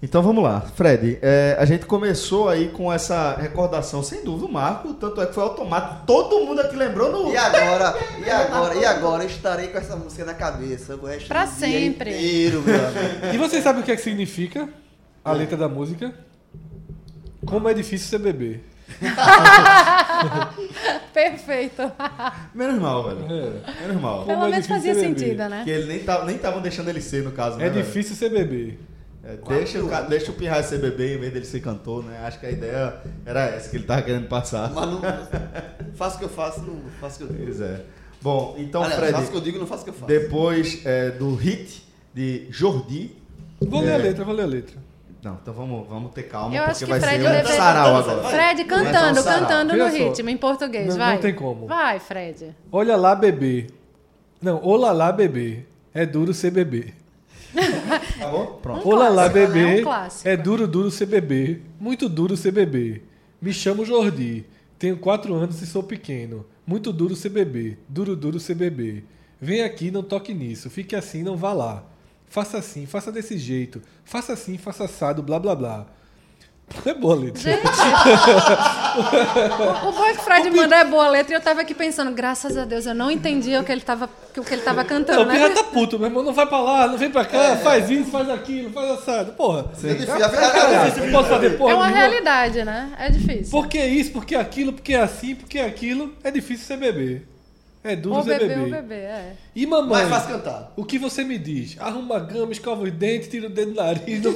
Então vamos lá, Fred. é, a gente começou aí com essa recordação, sem dúvida, o Marco. Tanto é que foi automático. Todo mundo aqui lembrou no. E agora, (laughs) e agora, e agora estarei com essa música na cabeça o resto Pra do dia sempre. Inteiro, meu amigo. (laughs) E vocês sabem o que é que significa a letra da música? Como é difícil ser bebê. Perfeito. Menos mal, velho. É, Menos mal. Pelo é menos difícil fazia beber. sentido, né? Que ele nem tava- nem estavam deixando ele ser, no caso, né? é velho? difícil ser bebê. É, deixa, o, ca- deixa o Pirra ser bebê em vez dele ser cantor, né? Acho que a ideia era essa que ele tava querendo passar. Mas não faço o que eu faço, não faço o que eu digo. Pois é. Bom, então, Aliás, faço o que eu Fred, digo, não faço o que eu faço. depois é, do hit de Jordi. Vou ler É. a letra, vou ler a letra. Não, então vamos, vamos ter calma, Eu porque acho que vai Fred ser um deve- sarau Vai. agora. Fred cantando, Começa um cantando no sarau. Olha só. ritmo, em português, Não- vai. não tem como. Vai, Fred. Olha lá, bebê. Não, olá lá, bebê. É duro ser bebê. Acabou? Pronto. Um Olá lá, clássico, né? bebê. Um clássico. É duro, duro ser bebê. Muito duro ser bebê. Me chamo Jordi. Tenho 4 anos e sou pequeno. Muito duro ser bebê. Duro, duro ser bebê. Vem aqui, não toque nisso. Fique assim, não vá lá. Faça assim, faça desse jeito. Faça assim, faça assado, blá blá blá. É boa, letra. Gente, o bom é que o Fred manda é boa letra e eu tava aqui pensando, graças a Deus, eu não entendi o que ele tava, o que ele tava Não, cantando, o pirra né? tá puto, meu irmão. Não vai pra lá, não vem pra cá, É. faz isso, faz aquilo, faz assado. Porra. É difícil, Ah, já fica- caralho, você não pode fazer porra É uma nenhuma. realidade, né? É difícil. Por que isso, por que aquilo, por que assim, por que aquilo? É difícil ser bebê. É duro O ser bebê, bebê. o bebê, é. E mamãe? Mas faz cantar. O que você me diz? Arruma a gama, escova os dentes, tira o dedo do nariz, não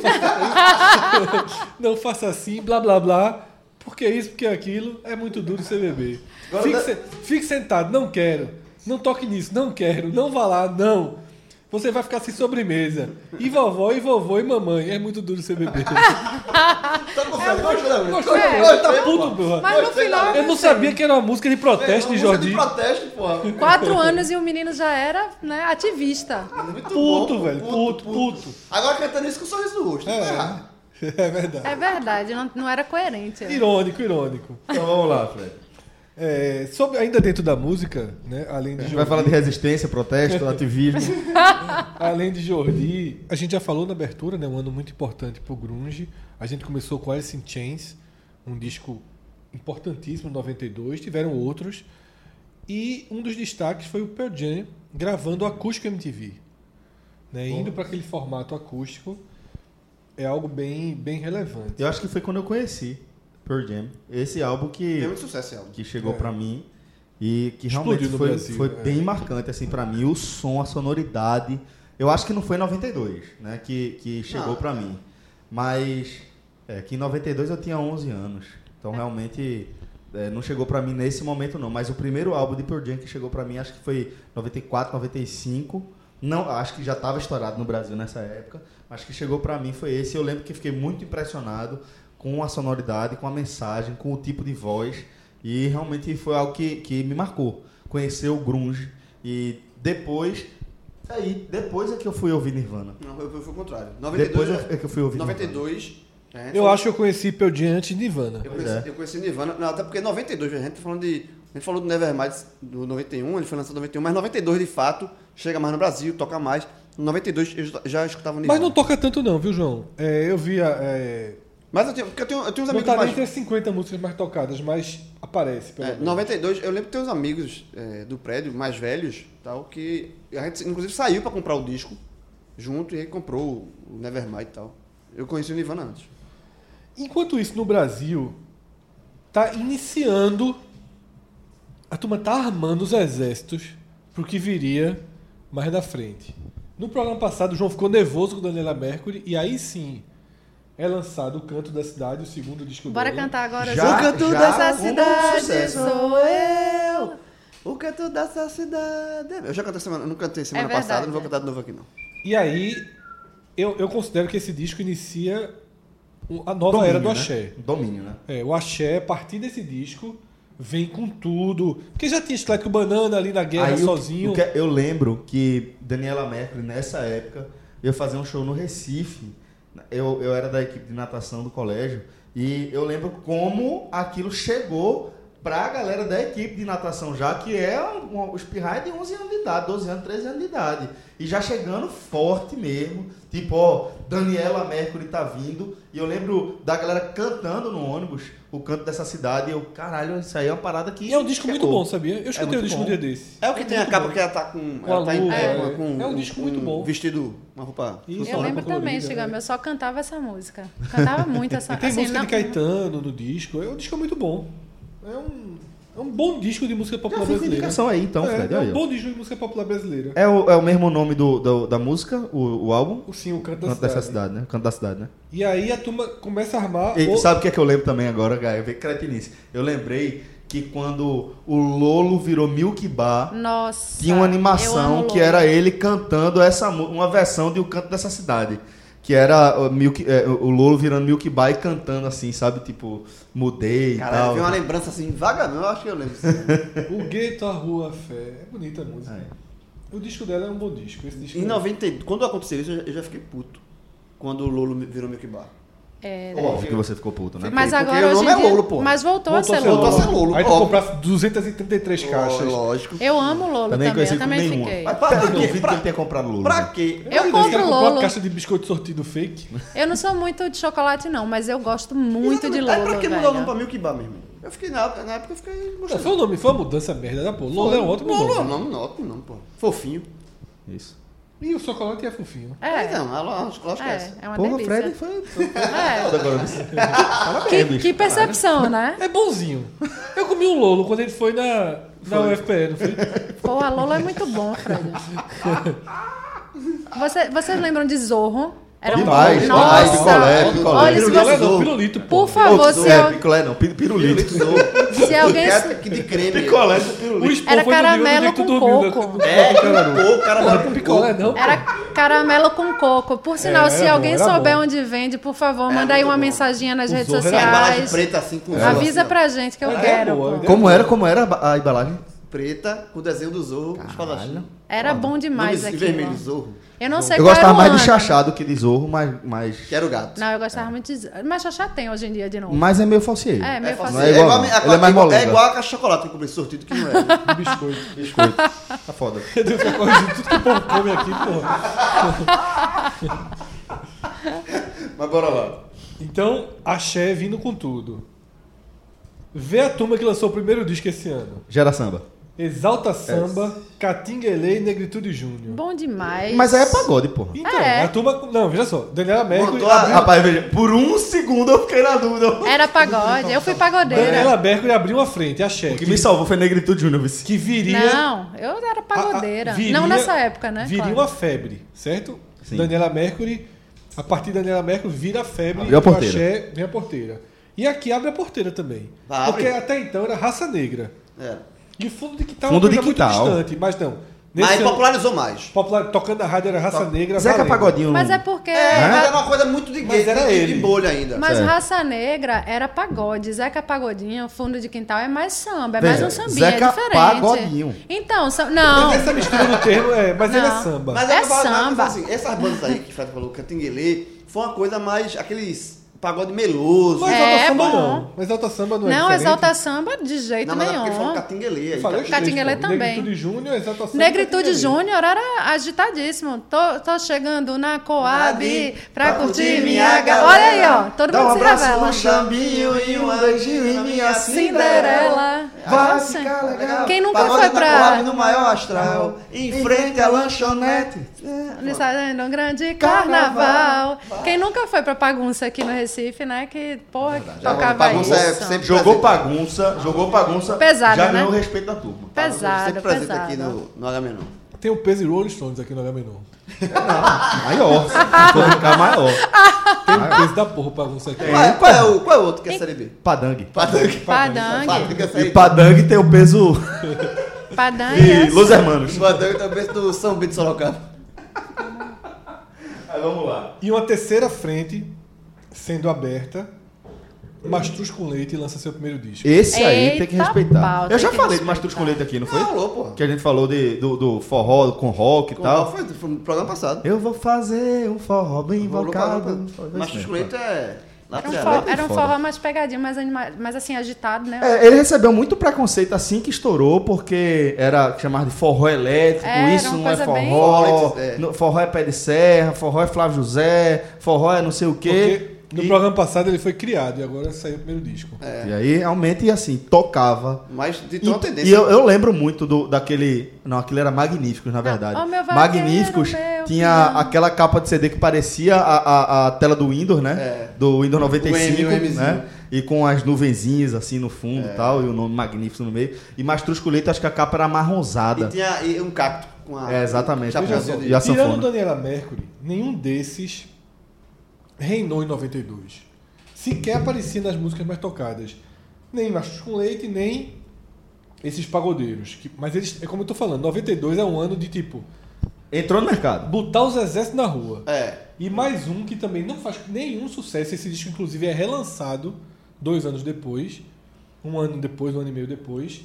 faça isso. (laughs) (laughs) não faça assim, blá blá blá. Por que isso, por que aquilo? É muito duro ser bebê. Fique, se- fique sentado, não quero. Não toque nisso, não quero. Não vá lá, não. Você vai ficar sem sobremesa. E vovó, e vovô, e mamãe. É muito duro ser (laughs) bebê. Tá com fome, gostou, né? Gostou, É. ele tá puto, porra. Mas no final, Eu não sabia que era uma música de É, protesto de É Música de Jordi. protesto, (laughs) porra. quatro anos e o menino já era né, ativista. Muito Puto, bom, velho. Puto, puto. Agora cantando isso com um sorriso no rosto. Tá errado. É verdade. É verdade, não, não era coerente. Irônico, irônico. Então vamos lá, Fred. É, sobre, ainda dentro da música, né, além, A de gente É, vai Jordi, falar de resistência, (laughs) protesto, ativismo. além de Jordi, a gente já falou na abertura, né, um ano muito importante pro grunge. A gente começou com Alice in Chains, um disco importantíssimo em 92, tiveram outros. E um dos destaques foi o Pearl Jam gravando o acústico MTV. Né, indo para aquele formato acústico é algo bem, bem relevante. Eu acho que foi quando eu conheci Pearl Jam. Esse álbum Tem que, muito sucesso, Elmo. que chegou É. pra mim e que Explodiu realmente no foi, Brasil, foi é. bem marcante assim pra mim. O som, a sonoridade. Eu acho que não foi em 92, né, que, que chegou Não. pra mim. Mas é que em 92 eu tinha 11 anos. Então realmente é, não chegou pra mim nesse momento não, mas o primeiro álbum de Pearl Jam que chegou pra mim acho que foi 94, 95. Não, acho que já estava estourado no Brasil nessa época, mas que chegou pra mim foi esse. Eu lembro que fiquei muito impressionado com a sonoridade, com a mensagem, com o tipo de voz e realmente foi algo que, que me marcou. Conhecer o grunge e depois aí depois é que eu fui ouvir Nirvana. Não, eu, eu fui o contrário. Depois 92, é que eu fui ouvir. 92 né, Eu foi- acho que eu conheci Pearl Jam antes de Nirvana. Eu Pois conheci, é. eu conheci Nirvana, não, até porque em 92, a gente tá falando de. A gente falou do Nevermind do 91, ele foi lançado em 91, mas 92 de fato chega mais no Brasil, toca mais. Em 92 eu já- já escutava Nirvana. Mas não toca tanto não, viu, João? É, eu via é, Mas eu tenho, porque eu tenho, eu tenho uns Não amigos tá nem né? mais... entre as 50 músicas mais tocadas, mas aparece, pelo É, menos. 92, eu lembro que tem uns amigos é, do prédio, mais velhos, tal, que a gente inclusive saiu pra comprar o disco junto e aí comprou o Nevermind e tal. Eu conheci o Nirvana antes. Enquanto isso, no Brasil, tá iniciando. A turma tá armando os exércitos pro que viria mais na frente. No programa passado, o João ficou nervoso com Daniela Mercury, e aí sim é lançado o Canto da Cidade, o segundo disco Bora dela. cantar agora. Já, o canto já, dessa como cidade sucesso. sou eu. O canto dessa cidade. Eu já cantei semana, não cantei semana verdade, passada, não vou é. cantar de novo aqui não. E aí, eu, eu considero que esse disco inicia o- a nova era do axé. Né? Domínio, né? É, o axé, a partir desse disco, vem com tudo. Porque já tinha Slack Banana ali na guerra Aí, o- sozinho. o que- é- eu lembro que Daniela Mercury, nessa época, ia fazer um show no Recife. Eu, eu era da equipe de natação do colégio. E eu lembro como aquilo chegou pra galera da equipe de natação já, que é um, um os pirrais de 11 anos de idade, 12 anos, 13 anos de idade. E já chegando forte mesmo. Tipo, ó, Daniela Mercury tá vindo. E eu lembro da galera cantando no ônibus o canto dessa cidade. E eu, caralho, isso aí é uma parada que. E é um disco muito chegou. bom, sabia? Eu escutei muito o disco um bom. dia desse. É o que tem a muito capa bom. que ela tá com. Com Ela a tá em lua, pé, é. com, com É um disco com muito bom. Vestido, uma roupa. Isso. é flutuante. Eu Só lembro roupa também, colorida, Chegando, né? eu só cantava essa música. Cantava muito essa E tem assim, música não- de Caetano no disco. É um disco muito bom. É um, é um bom disco de música Já popular fiz brasileira. indicação aí, então, é, Fred. olha é um aí, ó. bom disco de música popular brasileira. É o, é o mesmo nome do, do- da música, o, o álbum? O Sim, o Canto, da, Canto cidade. dessa cidade, né? Canto da cidade, né? E aí a turma começa a armar... E o- sabe o que é que eu lembro também agora, Gaia? Vê que cretinice. Eu lembrei que quando o Lolo virou Milk Bar, Nossa. tinha uma eu amo animação que Lola. era ele cantando essa mu- uma versão de O Canto dessa cidade. Que era o, Milk, é, o Lolo virando Milk Bar e cantando assim, sabe? Tipo, mudei Caralho, e veio uma tal. lembrança assim, vagamente, eu acho que eu lembro. assim. O Gueto, a Rua, a Fé. É bonita a música. É. O disco dela é um bom disco. Esse disco em é- 90, quando aconteceu isso, eu já, eu já fiquei puto. Quando o Lolo me- virou Milk Bar. É, Óbvio que você ficou puto, né? mas porque agora o hoje nome em é dia- Lolo, pô. Mas voltou, a ser ser Lolo. Lolo. Voltou a ser Lolo, Aí tu óbvio. comprasse 233 caixas. Lógico. Eu amo Lolo Também também, conheci eu com também nenhuma. fiquei. Mas pra Eu duvido quê? que ele Pra, tenha comprado Lolo. pra né? quê? Eu Esse compro cara comprou uma Lolo. caixa de biscoito sortido fake. Eu não sou muito de chocolate, não, mas eu gosto muito de Aí Lolo. é pra que velho. mudar o nome pra Milk Bar, meu irmão? Eu fiquei, na, na época eu fiquei Não, gostando. foi o nome, foi uma mudança merda da porra. Lolo é um ótimo Lolo é um nome. nome, não, ótimo nome, pô. Fofinho. Isso. E o chocolate é fofinho. É, Então, eu acho eu acho que é essa. é, é uma Porra, Fred delícia. foi. É. Agora, você- Que, bicho, que percepção, né? É bonzinho. Eu comi um Lolo quando ele foi na, na UFPE, não foi? Pô, a Lola é muito bom, Fred. Você, vocês lembram de Zorro? Era um Demais, Nossa! demais, picolé, picolé. Olha, se Pirulito, você... não, pirulito, Por porra. favor, Outro- se, é, al- picolé não, pi- pirulito. se alguém... Pirulito de creme. Picolé do pirulito. O Spon Era foi no dia- no dia caramelo que tu com dormiu, né? coco. É, pô, o cara Porra, vai com com picolé picolé. não. Era caramelo com coco. Por sinal, É, se era alguém bom, era souber bom. onde vende, por favor, manda aí muito uma bom. mensaginha nas O redes Zorro era A embalagem sociais. preta assim com zorro, Avisa assim, ó. pra gente que eu Mas é quero. boa, pô. né? Como era, como era a- a embalagem? Preta com o desenho do zorro, espadachim. Era bom demais Nudes aqui. vermelho, zorro. Eu não sei Eu qual era gostava o mais de ano. Chachá do que de Zorro, mas, mas, Que era o gato. Não, eu gostava muito de... Mas Xaxá tem hoje em dia de novo. mas é meio falseiro. É, meio fácil. fácil. Não é igual, a- não. a- Ele é mais molenga. É igual a chocolate que eu comprei sortido, que não é. De biscoito. Biscoito. Tá foda. Eu devo ficar corrigindo tudo que o povo come aqui, porra. (laughs) Mas bora lá. Então, Axé vindo com tudo. Vê a turma que lançou o primeiro disco esse ano. Gera samba. Exalta Samba, Catinguelê e Negritude Júnior. Bom demais. Mas aí é pagode, porra. Então, É. a turma. Não, veja só. Daniela Mercury. Botou a- abriu- Rapaz, veja, por um segundo eu fiquei na dúvida. Era pagode. Eu fui pagodeira. Daniela Mercury abriu uma frente, achei. O que me salvou foi Negritude Júnior, vice. que viria. Não, eu a- era a- pagodeira. viria- não nessa época, né? Viria claro. uma febre, certo? Sim. Daniela Mercury. A partir da Daniela Mercury vira a febre Abriu a e o porteira. axé vem a porteira. E aqui abre a porteira também. Vai, porque abre. até então era raça negra. Era. E fundo de quintal Fundo uma coisa de muito quintal. distante, mas não. Mas aí ano, popularizou mais. popular- tocando na rádio era raça negra. Zeca valendo. Pagodinho. Mas é porque... É, ra- mas era uma coisa muito de Mas gay, era de, de ele. bolha ainda. Mas Certo. raça negra era pagode. Zeca Pagodinho, fundo de quintal, é mais samba, é Veja, mais um sambinha, Zeca é diferente. Pagodinho. Então, são- não. Essa mistura do termo é, mas ele é Não. samba. Mas É eu falo- mas samba. Assim, essas bandas aí que o Fred falou, Cantinguelê, foi uma coisa mais. Aqueles pagode meloso. Mas É, Exalta Samba bom. não. Mas Exalta Samba não é Não, diferente? exalta samba de jeito não, mas é porque ele falou nenhum. catinguelê. Eu aí, falei os três, Catinguelê pô. também. Negritude Júnior, Exalta Samba e Negritude Catinguelê. Júnior era agitadíssimo. Tô, tô chegando na Coab pra curtir curtir minha minha galera. Olha aí, ó. Todo Dá um mundo se abraço revela. no chambinho e um beijinho em minha Cinderela. Cinderela. Vai Nossa. ficar legal. Quem nunca Pagode foi da pra- Coab no maior astral, em frente à lanchonete. É, Eles fazem um grande carnaval. Quem nunca foi pra bagunça aqui no Recife, né? Que, porra, que tocava bagunça é isso. sempre Jogou presente. bagunça, jogou bagunça. Pesada, já né? ganhou o respeito da turma. Pesado, é Sempre presente pesado. aqui no, no HMNU. Tem o peso e Rolling Stones aqui no HMNU. (laughs) Maior. Se for ficar maior. Tem Ah, é? o peso da porra pra você aqui. Qual é, qual é o, qual é o outro que é Série B? Padangue. Padangue. Padangue. Padangue que é E Série B. Padangue tem o peso Padangue. de é- Los Hermanos. Padangue também do São Bento de Sorocaba. Mas vamos lá. E uma terceira frente sendo aberta. Mastruz com leite lança seu primeiro disco. Esse aí tem que Eita respeitar. pau, tem Eu já que falei de respeitar. Mastruz com Leite aqui, não foi? Falou, porra. Que a gente falou de, do, do forró com rock e tal. Qual foi? Foi no programa passado. Eu vou fazer um forró bem Rolou invocado. pra- Mas o Chuleta é... Era um, lateral. forró, era um foda. forró mais pegadinho, mais, anima- mais assim, agitado, né? É, ele recebeu muito preconceito assim que estourou, porque era chamado de forró elétrico, É, era isso uma não é coisa bem- forró, Forró, é. no- forró é pé de serra, forró é Flávio José, forró é não sei o quê. Porque no e, É. programa passado ele foi criado e agora saiu o primeiro disco. e aí realmente, e assim, tocava. Mas de E, toda e tendência. eu, eu lembro muito do, daquele. Não, aquilo era Magníficos, na verdade. oh, meu vaqueiro, Magníficos meu tinha peão. aquela capa de CD que parecia a, a, a tela do Windows, né? É. Do Windows 95, O M, o Mzinho. É. né? E com as nuvenzinhas assim no fundo e tal, e o nome Magnífico no meio. E Mastrusculeta, acho que a capa era E marronzada. tinha e um cacto com a... É, exatamente. Chapeuzinho de- E a Tirando sanfona. Daniela Mercury, nenhum desses reinou em 92. Sequer aparecia nas músicas mais tocadas. Nem Machos com Leite, nem esses pagodeiros. Que- mas eles, é como eu tô falando, 92 é um ano de tipo, Entrou no mercado. botar os exércitos na rua. É. E mais um que também não faz nenhum sucesso. Esse disco, inclusive, é relançado dois anos depois. Um ano depois, um ano e meio depois.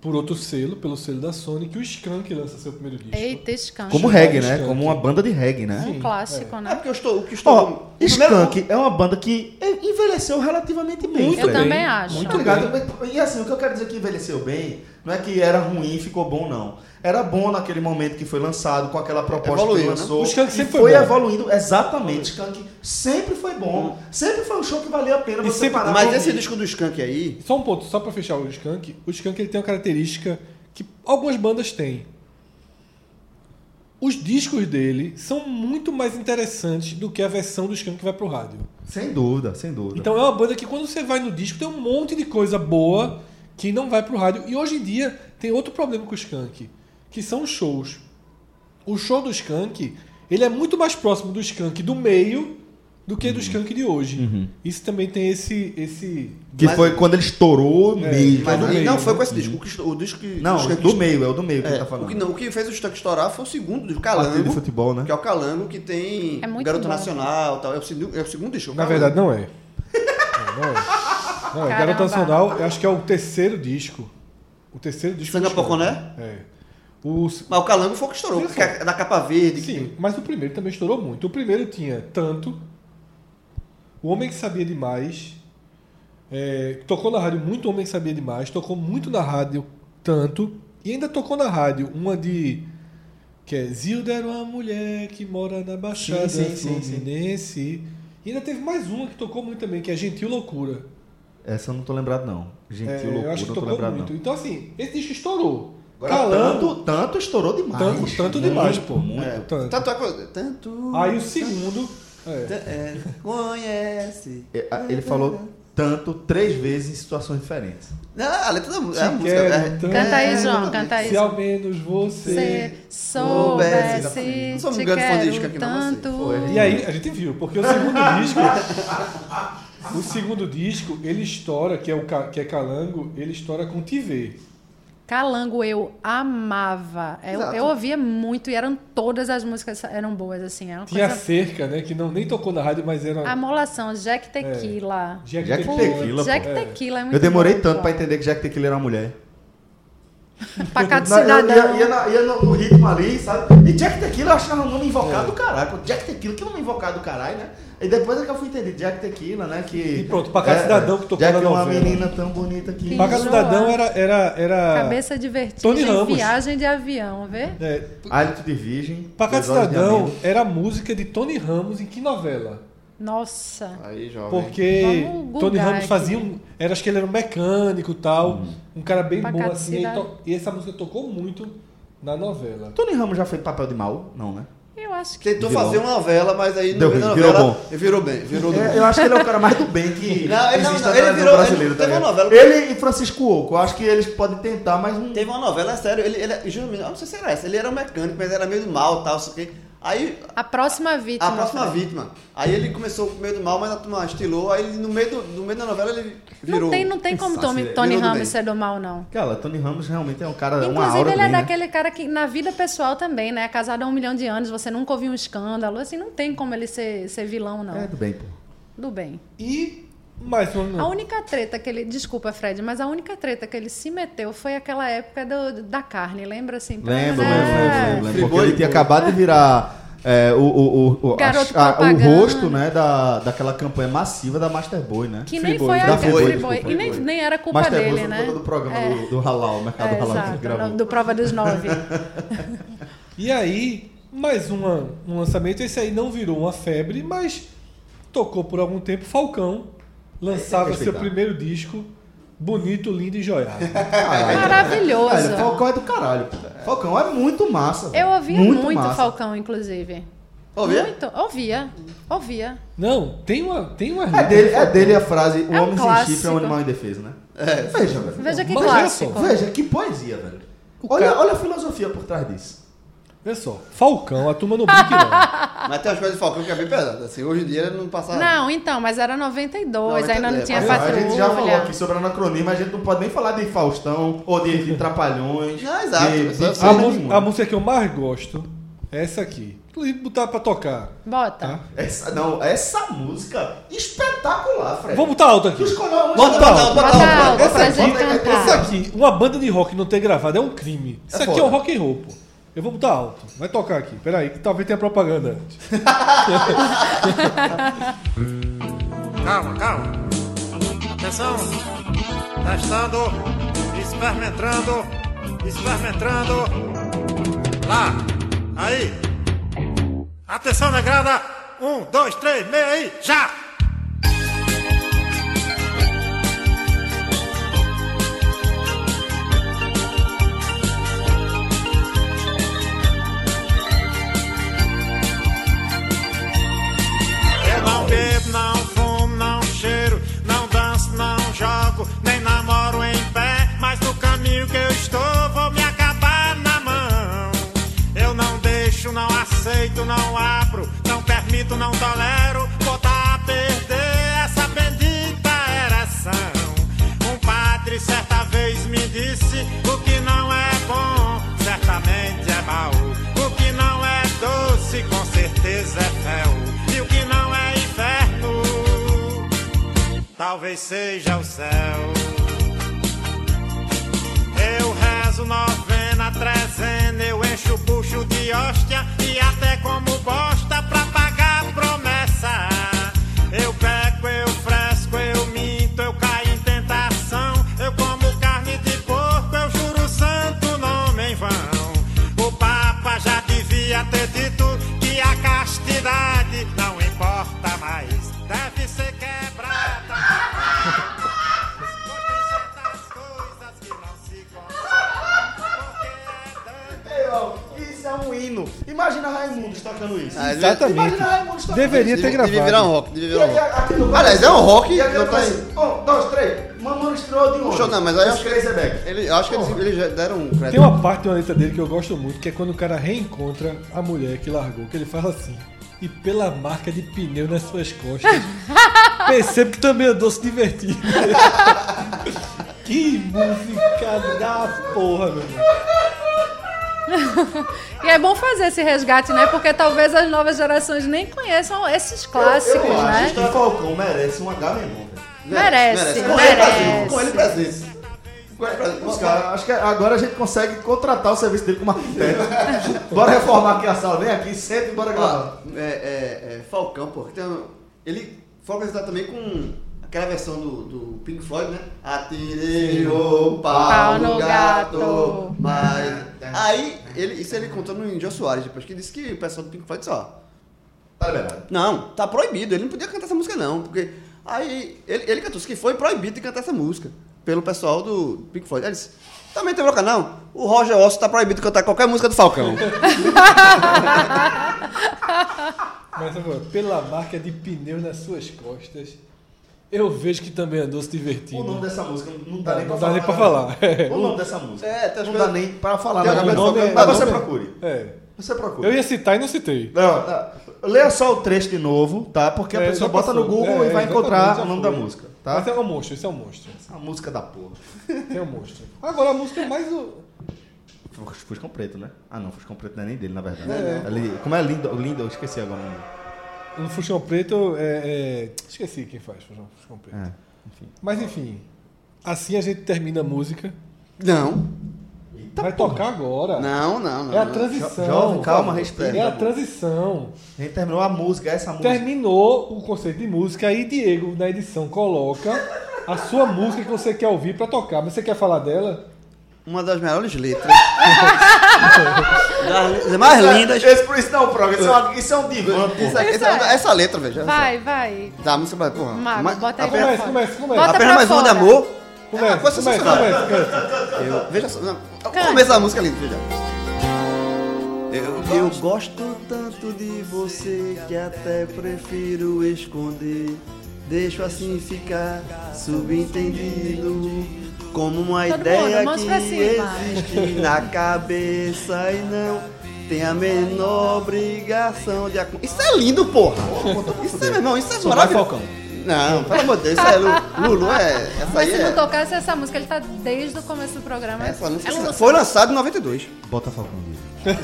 Por outro selo, pelo selo da Sony, que o Skank lança seu primeiro disco. Eita, escancho. Como Acho reggae, que né? Skank. Como uma banda de reggae, né? Um Sim, clássico, É né? porque eu estou... O que estou... Ó, o primeiro- Skank é uma banda que envelheceu relativamente bem. Eu Fred. também acho. Muito Tá ligado. E assim, o que eu quero dizer que envelheceu bem, não é que era ruim e ficou bom, não. Era bom naquele momento que foi lançado, com aquela proposta Evoluiu, que né? lançou. O Skank sempre E foi foi bom. evoluindo, exatamente. Skank sempre foi bom. Sempre foi um show que valia a pena E você sempre- parar. Mas pra esse ouvir. disco do Skank aí... Só um ponto, só pra fechar o Skank. O Skank ele tem uma característica que algumas bandas têm. Os discos dele são muito mais interessantes do que a versão do Skank que vai pro rádio. Sem dúvida, sem dúvida. Então é uma banda que quando você vai no disco tem um monte de coisa boa que não vai pro rádio. E hoje em dia tem outro problema com o Skank, que são os shows. O show do Skank, ele é muito mais próximo do Skank do meio do que do Skank de hoje. Isso também tem esse esse que mas- foi quando ele estourou É, mesmo. Mas do não- né? meio, não foi né? com esse disco. O, que, o disco que... Não, o Skank do meio, é o do meio que É, ele tá falando. O que, não, o que fez o Skank estourar foi o segundo disco, Partido Calango. de futebol, né? Que é o Calango que tem É muito Garoto bom. Nacional e tal. É o, segu- é o segundo disco. Na Calango. verdade, não é. Não, não é. Não é. Caramba. Garota Nacional, eu acho que é o terceiro disco. O terceiro disco. Sanga do Skank. Poconé? É. O, s- Mas o Calango foi o que estourou. Sim, que é da capa verde. sim, mas o primeiro também estourou muito. O primeiro tinha tanto. O Homem que Sabia Demais. é, tocou na rádio muito Homem que Sabia Demais. Tocou muito na rádio tanto. E ainda tocou na rádio uma de. Que é Zilda era uma mulher que mora na Baixada Sim, sim, sim, sim. Fluminense. E ainda teve mais uma que tocou muito também, que é Gentil Loucura. Essa eu não tô lembrado, não. Gentil É, loucura, eu acho que não tô tocou lembrado, muito. não. Então, assim, esse disco estourou. Agora, Calando. tanto, tanto estourou demais. Tanto- tanto Muito, demais, pô. Muito. É, Tanto. tanto é coisa- Ah. Tanto. Aí o segundo. Tá. tan- É, é, conhece. É, a- Ele Uhum. falou tanto três vezes em situações diferentes. Não, a letra da mu- é a Te música. quero é- tanto. Canta aí, É, João, exatamente. canta aí. se ao menos você. Se soubesse, soubesse, não te sou um grande fã de disco quero aqui, não, você. tanto. E aí, a gente viu, porque o (laughs) segundo disco. O segundo disco, ele estoura, que é, o, Ca- que é Calango, ele estoura com TV. Calango eu amava. Eu, Exato. eu ouvia muito e eram todas as músicas eram boas assim, era uma Tinha a coisa cerca, né? Que não, nem tocou na rádio, mas era. amolação, Jack Tequila. É. Jack Jack Tequila. Tequila. pô. Jack É. Tequila é muito Eu demorei bom, tanto pra pô. entender que Jack Tequila era uma mulher. Pacato Na- eu- cidadão. Ia, ia, na- ia no, no ritmo ali, sabe? E Jack Tequila eu achava um nome É. invocado do caralho. Pô, Jack Tequila, que nome invocado do caralho, né? E depois é que eu fui entender, Jack Tequila, né? Que, E pronto, Pacato Cidadão que tocou Jack na é uma novela. menina tão bonita que... Que Paca Enjoar. Cidadão era. era, era Cabeça divertida Ah. Tony em Ramos. viagem de avião, vê? Hum. É, Hálito de virgem. Pacato dois olhos de Cidadão amigo. era a música de Tony Ramos em que novela? Nossa. Aí, jovem. Porque Vamos googar Tony Ramos aqui. fazia um. Era, acho que ele era um mecânico e tal. Um cara bem Pacato bom assim. E, Cidadão. to- e essa música tocou muito na novela. Tony Ramos já fez papel de mal? Não, né? É. Eu acho que. Tentou Virou. fazer uma novela, mas aí Deu no meio bem, da virou novela bom. e virou bem, virou do É, bem. eu acho que ele é o cara mais do bem (laughs) que Não, ele não- existe não, atrás ele do virou- brasileiro, ele tá teve uma ligado? novela- Ele e Francisco Oco, eu acho que eles podem tentar, mas não... Teve uma novela, é sério, ele, ele juro, eu não sei se era essa, ele era um mecânico, mas era meio do mal, tal, isso aqui. Aí A próxima vítima. né? a próxima vítima. Aí ele começou com meio do mal, mas a turma estilou, aí ele, no meio do, no meio da novela ele virou. Não tem, não tem como Nossa, Tony, ele Tony virou do Ramos bem. ser do mal, não. Cara, Tony Ramos realmente é um cara, uma Inclusive, aura ele é bem, né? daquele cara que, na vida pessoal também, né? Casado há um milhão de anos, você nunca ouviu um escândalo. Assim, não tem como ele ser, ser vilão, não. É do bem, pô. Do bem. E mais um uma. Hum. A única treta que ele. Desculpa, Fred, mas a única treta que ele se meteu foi aquela época do- da carne, lembra assim? Pelo Lembro, menos, lembro, é. lembro, lembro, lembro. Porque Friboi, ele tinha pô. acabado de virar é, o, o, o, o, Garoto a- a- o propaganda. rosto né, da, daquela campanha massiva da Masterboy, né? Que nem Friboi, foi a da época do Friboi, Friboi. desculpa, E nem, Friboi. nem era culpa Masterboy dele, foi né? conta do programa É, do, do Halal, o mercado é, Halal que exato, gravou. do, do Prova (laughs) dos Nove. E aí, mais uma, um lançamento. Esse aí não virou uma febre, mas tocou por algum tempo. Falcão lançava Esse é seu respeitável. primeiro disco, bonito, lindo e (laughs) joiado. é. Maravilhoso. Velho, Falcão é do caralho, pô. Falcão é muito massa. Eu velho. ouvia muito, massa. Falcão, inclusive. Ouvia? Muito, ouvia. Ouvia. não, tem uma, tem uma É dele, é dele a frase: O É um homem sem clássico. chifre é um animal indefeso, né? É. Veja, velho. Veja que Mas olha clássico. só, Veja, que poesia, velho. O Olha, cara- olha a filosofia por trás disso. Olha só, Falcão, a turma não brinca (laughs) não. Mas tem umas coisas de Falcão que é bem pesada. Assim, hoje em dia não passa Não, então, mas era 92, ainda não 92, tinha mas a patrulha. gente já falou aqui sobre anacronismo, a gente não pode nem falar de Faustão ou de, de Trapalhões. Não, exato. de- Só- de- só- A, de- mu- a música que eu mais gosto é essa aqui. Inclusive, botar pra tocar. Bota. Tá. Essa, não, essa música espetacular, Fred. Vou botar alto aqui. Tu escolheu a música. Bota, da- bota, bota. Bota Não, algo pra essa- gente bota- essa- cantar. Isso aqui, Assim, uma banda de rock não ter gravado é um crime. Isso aqui é um foda. rock and roll, pô. Eu vou botar alto. Vai tocar aqui. Peraí, que talvez tenha propaganda antes. Calma, calma. Atenção. Testando. Experimentando. Experimentando. Lá. Aí. Atenção, negrada. Um, dois, três, meia aí. Já. Eu não bebo, É não fumo, não cheiro, não danço, não jogo, nem namoro em pé. Mas no caminho que eu estou, vou me acabar na mão. Eu não deixo, não aceito, não abro, não permito, não tolero, botar a perder essa bendita ereção. Um padre certa vez me disse: o que não é bom, certamente é mau. O que não é doce, com certeza é fel. E o que não é inferno, talvez seja o céu. Eu rezo novena, trezena, eu encho o bucho de hóstia e até como bosta pra pagar a promessa. Eu peco, eu fresco, eu minto, eu caio em tentação, eu como carne de porco, eu juro o santo nome em vão. O Papa já devia ter dito que a castidade não importa mais, deve ser quebrada. Ei, ó, Isso é um hino. Imagina Raimundos tocando isso. Ah, Exatamente. Imagina Raimundos tocando Deveria ter Devia virar um gravado. rock, devia isso. E virar um aqui, rock. aqui no- Aliás, é um rock, E aquele não tá- assim, um, dois, três. Mamão estrou de Puxa, não, mas aí eu acho que- que... Ele, eu acho que eles, eles já deram um crédito. Tem uma parte de uma letra dele que eu gosto muito, que é quando o cara reencontra a mulher que largou, que ele fala assim. E pela marca de pneu nas suas costas, percebo que também é andou se divertindo. (laughs) que música da porra, meu irmão. E é bom fazer esse resgate, né? Porque talvez as novas gerações nem conheçam esses clássicos, Eu né? acho que o Falcão merece um H menor, velho. Merece, Com ele merece. presente, Com ele presente. Os cara, acho que agora a gente consegue contratar o serviço dele como arquiteto. (laughs) bora reformar aqui a sala, vem aqui, senta e bora gravar. Ah, é, é, é, Falcão, pô. que tem um- ele foi apresentado também com aquela versão do, do Pink Floyd, né? Atirei o pau, Pau no no gato, gato. mas... Aí, ele, isso ele contou no Jô Soares depois, que disse que o pessoal do Pink Floyd disse, ó... Tá liberado. Não, tá proibido, ele não podia cantar essa música não, porque... Aí, ele, ele cantou, disse que foi proibido de cantar essa música, pelo pessoal do Pink Floyd. Aí ele disse, também tem bronca não, o Roger Osso tá proibido de cantar qualquer música do Falcão. Mas agora, pela marca de pneu nas suas costas, eu vejo que também é andou se (laughs) divertindo. O nome dessa música não dá Tá Não, nem não pra dá nem pra falar. né? falar. É. O nome dessa música. É, tem as não coisas- dá nem pra falar. Tem né? algumas Mas coisas- mas não, você não. procure. (laughs) É. Você procure. Eu ia citar e não citei. Não, não. Leia só o trecho de novo, tá? Porque a É, pessoa já bota passou. no Google É, e vai exatamente, encontrar já o nome foi. da música, tá? Mas é um monstro, isso é um monstro. A música da porra. É um monstro. Agora a música é mais o. Fuscão Preto, né? Ah, não, Fuscão Preto não é nem dele, na verdade. Ali, como é lindo, lindo, eu esqueci agora o nome. No Fuxão Preto é, é- Esqueci quem faz Fuxão, Fuxão Preto. É, enfim. Mas enfim. Assim a gente termina a música. Não, Tá Vai tocar agora. não, não, não. É a não. transição. Jo- jovem, calma, É respeita. a transição. A gente terminou a música, essa música. Terminou o conceito de música aí Diego, na edição, coloca a sua música que você quer ouvir pra tocar. Mas você quer falar dela? Uma das melhores letras. das mais lindas. Esse, esse, isso não é um programa, isso é, uma- isso é um divã, Isso porra. aqui- essa, essa letra, velho. Vai. é- Vai, vai. Da música vai, porra. Mago, Mas- bota aí. apenas, Começa, começa, começa. Bota apenas pra mais uma de fora. amor. É Ah, Começa, uma coisa começa, começa, sensacional. começa. Eu- veja só. não, o Cante. começo da música é lindo, veja. Eu, eu gosto tanto de você que até prefiro esconder. Deixo assim ficar subentendido. Como uma Todo ideia mundo, mãos que pra cima. existe na cabeça e não tem a menor obrigação de acon- Isso é lindo, porra! Isso é, meu irmão, isso é Só vai, maravilhoso. Falcão. Não, pelo amor de Deus, isso é Lu- Lulu, é. Essa Mas aí se não é. tocasse essa música, ele tá desde o começo do programa. Essa música Ela foi lançada em 92. Bota Falcão Diego.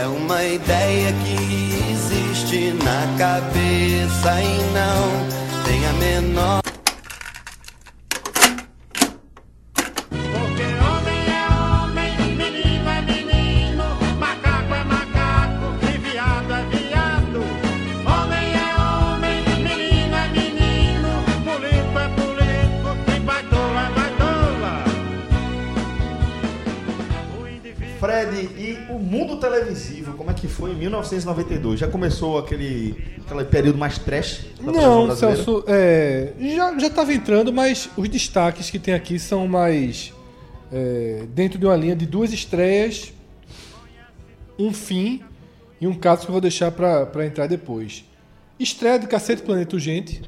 É uma ideia que existe na cabeça e não tem a menor. Porque homem é homem, menino é menino, macaco é macaco e viado é viado. Homem é homem, menino é menino, político é político e baitola é baitola. O indivíduo. Fred, e o mundo televisivo, como é que foi em 1992? Já começou aquele, aquele período mais trash? da televisão Não, brasileira? Celso, é, já, já tava entrando, mas os destaques que tem aqui são mais é, dentro de uma linha de duas estreias, um fim e um caso que eu vou deixar pra pra entrar depois. Estreia de Cacete Planeta Gente.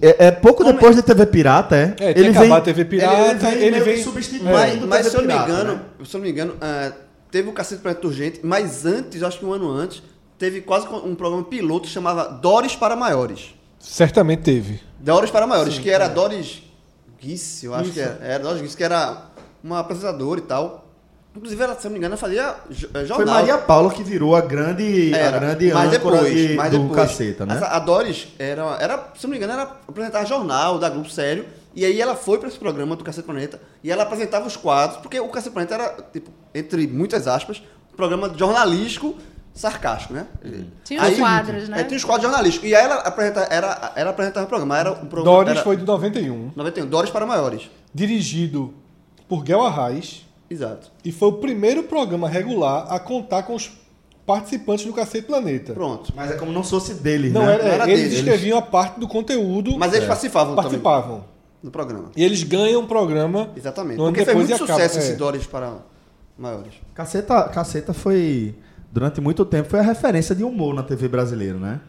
É, é pouco depois da TV Pirata, é? É, tinha acabado a TV Pirata, ele, meio vem... que substituindo é, a Mas, mas TV se eu não me pirata, engano, né? se eu não me engano, ah, teve o Cacete Planeta Urgente, mas antes, acho que um ano antes, teve quase um programa piloto que chamava Dores para Maiores. Certamente teve. Dores para Maiores, que era Doris Guisse, eu acho Isso. que era. Era Doris Guisse, que era uma apresentadora e tal. Inclusive, ela, se eu não me engano, ela fazia jo- eh, jornal. Foi Maria Paula que virou a grande, Era, a grande âncora de- do caceta, né? Essa- a Doris era, era, se eu não me engano, era apresentar jornal da Grupo Sério. E aí ela foi para esse programa do Cacete Planeta e ela apresentava os quadros, porque o Cacete Planeta era, tipo, entre muitas aspas, um programa jornalístico sarcástico, né? Tinha os quadros, né? É, tinha os quadros jornalísticos. E aí ela apresentava, era, ela apresentava o programa. Era um programa Doris era foi de 91, 91, Doris para maiores. dirigido por Guel Arraes, Exato. e foi o primeiro programa regular a contar com os participantes do Cacete Planeta. Pronto. Mas é como não fosse dele, Não, é, né? era, Não era eles deles. escreviam a parte do conteúdo. É. Mas eles participavam também. participavam. do programa. E eles ganham o programa. Exatamente. um no ano Porque fez depois muito e acaba. sucesso esse É. Doris para maiores. Caceta, Caceta foi, durante muito tempo, foi a referência de humor na TV brasileira, né?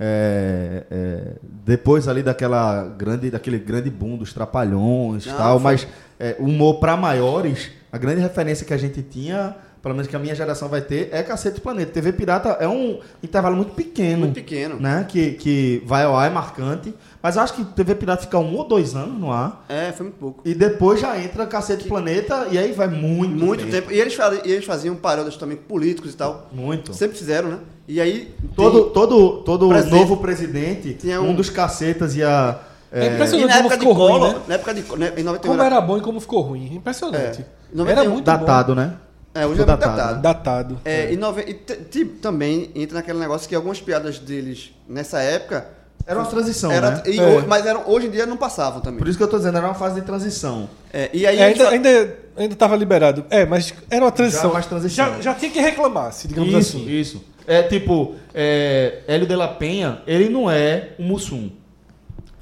É, é, depois ali daquela grande, daquele grande boom dos trapalhões e Não, tal, foi- mas é, humor para maiores, a grande referência que a gente tinha pelo menos que a minha geração vai ter, é Cacete Planeta. TV Pirata é um intervalo muito pequeno. Muito pequeno. Né? Que, que vai ao ar, é marcante. Mas eu acho que TV Pirata fica um ou dois anos no ar. É, foi muito pouco. E depois já entra Cacete Planeta e aí vai muito. Muito tempo. E eles, faziam, e eles faziam paródias também com políticos e tal. Muito. Sempre fizeram, né? E aí. Todo, todo, todo Presidente. novo presidente, Tinha um... um- dos cacetas ia. É, tem- E impressionante na como época de ficou ruim, Collor. né? Na época de. né, Em 91 Como era bom e como ficou ruim. Impressionante. É. 91 Era muito datado. Datado, né? É, hoje Ficou é muito datado. datado. bom. Datado. É, e, nove... e t- t- também entra naquele negócio que algumas piadas deles nessa época. Era uma transição, Era, né? e É. ho- Mas eram, hoje em dia não passavam também. Por isso que eu tô dizendo, era uma fase de transição. É, e aí. É, a gente ainda, fala- ainda, ainda tava liberado. É, mas era uma transição. Já mais transição. Já, já tinha que reclamar, se digamos isso, assim. isso. É tipo, é, Hélio de la Penha, ele não é o Mussum.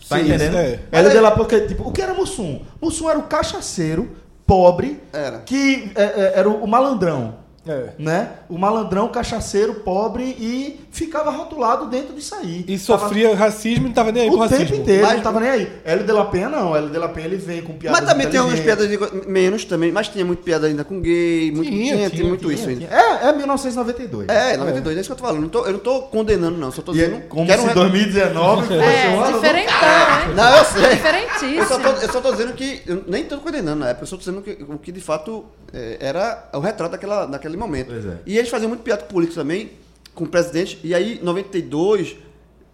Tá Sim, entendendo? é. Hélio de la porque, tipo, o que era Mussum? Mussum era o cachaceiro, pobre, Era. que é, é, era o malandrão. É. Né? O malandrão, cachaceiro, pobre e ficava rotulado dentro disso aí. E sofria racismo e não tava nem aí Tava com o racismo. tempo inteiro, Mas- não tava nem aí. Hélio de la Penha não, Hélio de la Penha ele vem com piadas Mas também tem algumas inteligentes. piadas de- menos também, mas tinha muito piada ainda com gay, muito, Tinha, tinha, tinha, tem muito isso ainda. É, é 1992. É, 92, é isso que eu tô falando. Não tô- eu não tô condenando, não. Só tô E é dizendo. como quero um se re- (laughs) 2019 fosse um É, ano do diferentão, né? Não, eu sei. Eu só, tô, Diferentíssimo. eu só tô dizendo que. Eu nem tô condenando na época, eu só tô dizendo que o que de fato é, era o retrato daquela, daquele momento. Pois é. E eles faziam muito piada com político também, com o presidente. E aí, em 92,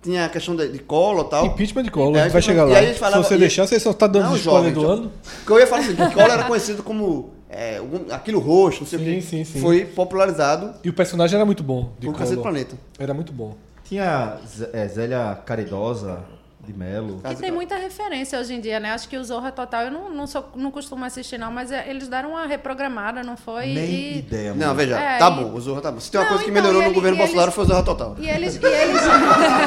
tinha a questão de, de colo e tal. Impeachment de Collor, É, a gente vai chegar e lá. aí eles falavam- Se você e- deixar, você só tá dando Não, spoiler jovem, do jovem. ano. Porque eu ia falar assim, que Collor era conhecido como é, algum- aquilo roxo, não sei Sim, o que. sim, sim. Foi popularizado E o personagem era muito bom de por Cacete do Collor. Planeta. Era muito bom. Tinha Zé- é, Zélia Caridosa de Melo. E tem muita referência hoje em dia, né? Acho que o Zorra Total, eu não, não, sou, não costumo assistir, não, mas é, eles deram uma reprogramada, não foi? Nem e... ideia, mano. Não, veja, É, tá e- bom, o Zorra tá bom. Se tem uma Não, coisa que então, melhorou e no ele- governo e eles- Bolsonaro foi o Zorra Total. E eles, e, eles, (laughs)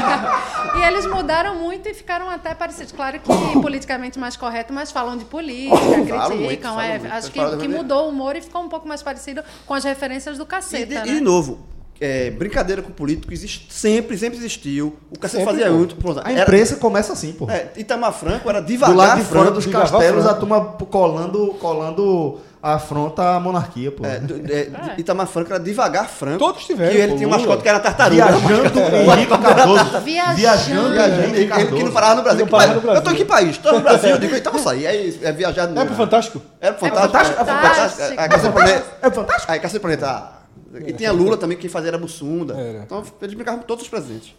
e eles mudaram muito e ficaram até parecidos. Claro que politicamente mais correto, mas falam de política, criticam. muito, falam é, muito. acho que, Falam que muito. mudou o humor e ficou um pouco mais parecido com as referências do E caceta, de, e né? de novo, é, brincadeira com político existe, sempre, sempre existiu. O cacete Sempre, fazia pô. muito. Pronto, A imprensa começa assim, pô. Era, é, Itamar Franco era Do devagar lado de fora Franco. dos devagar, castelos, né? a Franco. turma colando, colando a afronta à monarquia, pô. É, do- é, de- Itamar Franco era devagar Franco. Todos tiveram, E ele pô, tinha um Lula. mascote que era tartaruga. Viajando Henrique Cardoso. Viajando. Viajando Viajando, Henrique ele, ele que não Cardoso. parava no Brasil. Não parava no Mas Eu tô em Brasil. que país? Tô no Brasil. Eu digo, então vou sair. Aí é viajar no. É pro Fantástico? Era pro Fantástico. É pro Fantástico. É, Cacete Planeta. É fantástico. Aí Cacete Planeta. ah. E tinha Lula também, que quem fazia era Bussunda. Era. Então eles brincavam com todos os presentes.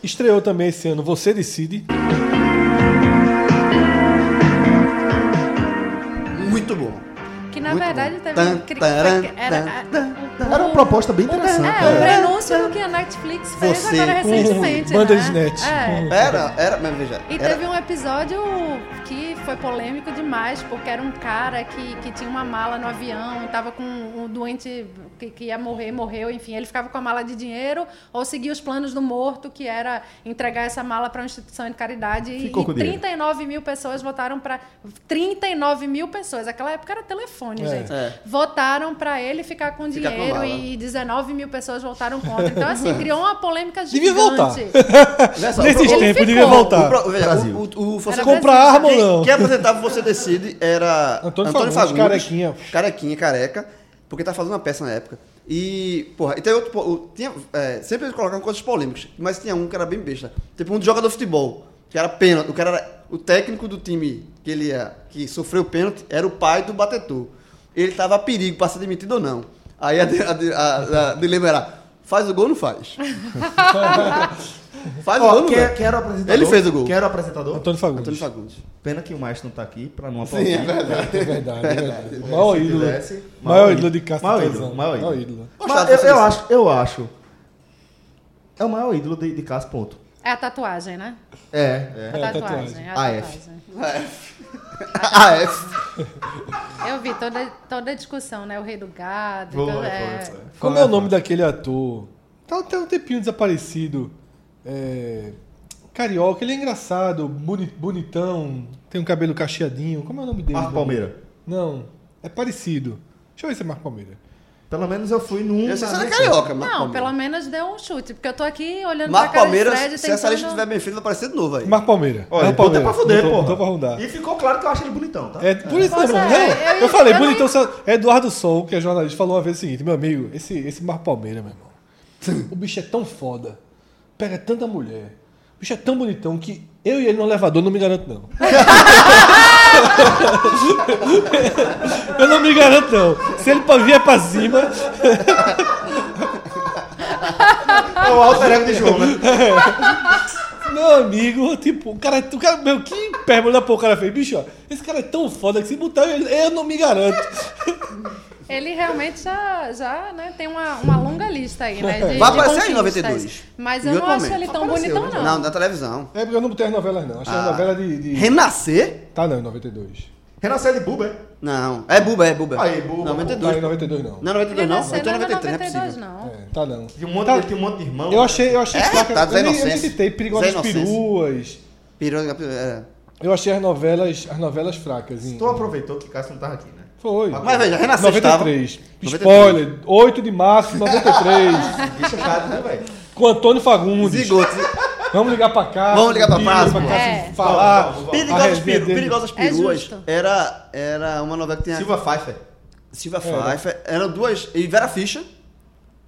Estreou também esse ano Você Decide. Muito bom. Que na Muito verdade bom. teve Tan, cri- taran, foi- era, tan, o- Era uma proposta bem interessante, É, o prenúncio do que a Netflix fez né? Você agora com recentemente. Bandersnatch. Né? É. Era, era, mas veja. E era- teve um episódio que foi polêmico demais, porque era um cara que, que tinha uma mala no avião, tava com um doente que, que ia morrer, morreu, enfim. Ele ficava com a mala de dinheiro ou seguia os planos do morto, que era entregar essa mala para uma instituição de caridade. E- Ficou e com o dinheiro. 39 mil pessoas votaram para 39 mil pessoas. Aquela época era telefone, É. gente. É. Votaram para ele ficar com Ficar com a dinheiro mala. e 19 mil pessoas votaram contra. Então, assim, criou uma polêmica gigante. Devia voltar. Olha só, Nesses o- o- tempos, ficou. devia O, voltar. pro- veja, Brasil. o- o- o- você Era Comprar Brasil. arma ou quem, não? quem apresentava o Você Decide era Antônio Antônio, Fagundes, Fagundes, carequinha. Carequinha, careca, porque tá fazendo uma peça na época. E, porra, e tem outro. po- o- Tinha, é, sempre eles colocavam coisas polêmicas, mas tinha um que era bem besta. Tipo um de jogador de futebol, que era pênalti. O cara era. O técnico do time que ele ia, que sofreu pênalti era o pai do batedor. Ele tava a perigo pra ser demitido ou não. Aí a, de- a, de- a- a dilema era: faz o gol ou não faz? faz o gol Ó, ou não quem, é- faz? quem era o apresentador? Ele fez o gol. Quem era o apresentador? Antônio Antônio Fagundes. Fagundes. Pena que o Maestro não tá aqui pra não Sim, aplaudir. é verdade. É verdade, é verdade. O Maior Se ídolo. tivesse, Maior ídolo de Cássio Maior Tazan. ídolo. Maior ídolo. Maior ídolo. Mas eu, eu acho, eu acho. É o maior ídolo de, de Cássio, ponto. É a tatuagem, né? É, A É, tatuagem. tatuagem. a AF. tatuagem. Ah, é. Eu vi toda, toda a discussão, né? O rei do gado. Foi, então, foi, é. foi. Como é o nome daquele ator? Tá até um tempinho desaparecido. É... Carioca, ele é engraçado, boni- bonitão, tem um cabelo cacheadinho. Como é o nome dele? Marco Palmeira. Não, é parecido. Deixa eu ver se é Marco Palmeira. Pelo menos eu fui num. Eu sei se na era minha carioca, Marco Não, Palmeiras. pelo menos deu um chute, porque eu tô aqui olhando Marco pra cara de Palmeiras, Fred, se essa lista tentando- estiver bem feita, vai aparecer de novo aí. Marco Palmeira. Olha, Marco botou Palmeira. pra fuder, Botou- porra. botou pra arrondar. E ficou claro que eu acho ele bonitão, tá? É, por isso, Pois né, mano? é, eu, eu- falei, eu não- bonitão. só- Eduardo Sol, que é jornalista, falou uma vez o seguinte: meu amigo, esse, esse Mar Palmeira, meu irmão. o bicho é tão foda. Pega tanta mulher. O bicho é tão bonitão que eu e ele no elevador não me garanto, não. (laughs) eu não me garanto, não. Se ele vier pra cima, É o (laughs) alter ego de João, né? meu amigo, tipo, o cara, o cara meu, que perna pô, o cara fez. Bicho, ó, esse cara é tão foda que se botar ele, eu não me garanto. Ele realmente já, já né, tem uma, uma longa lista aí, né? De, Vai de aparecer em conquistas. 92. Mas Em eu não outro acho momento. ele tão Apareceu, bonitão, né? não. Não, na televisão. É porque eu não botei as novelas, não. Achei a novela de. de- Renascer? Tá não, em 92. Renascer de Buba, é? Não. É Buba, é Buba. Aí, Buba, 92. Tá em 92 não. Não, 92 não. Renascer Então não é 93, não é 92, possível. não. É, tá não. Tinha um monte, Tá. ele tinha um monte de irmão. Eu achei, eu achei É, fraca. tá, Zé eu, nem, eu nem Inocêncio. citei Perigosas Zé Inocêncio. Peruas. Piranha, é. Eu achei as novelas, as novelas fracas. Em... Tu aproveitou que Cássio não tava aqui, né? Foi. Mas veja, Renascer estava. 93. 93. Spoiler, 8 de março de (laughs) 93. Bicho chato, né, (laughs) velho? com Antônio Fagundes. Zigoto. Vamos ligar pra cá. Vamos ligar pra Cássio, pô. É. Falar. Vamos, vamos, vamos. a Perigosas, resenha Peru- dele. Perigosas É Peruas justo. era, era uma novela que tinha Silva, Silva Pfeiffer. Pfeiffer, eram duas, e Vera Fischer,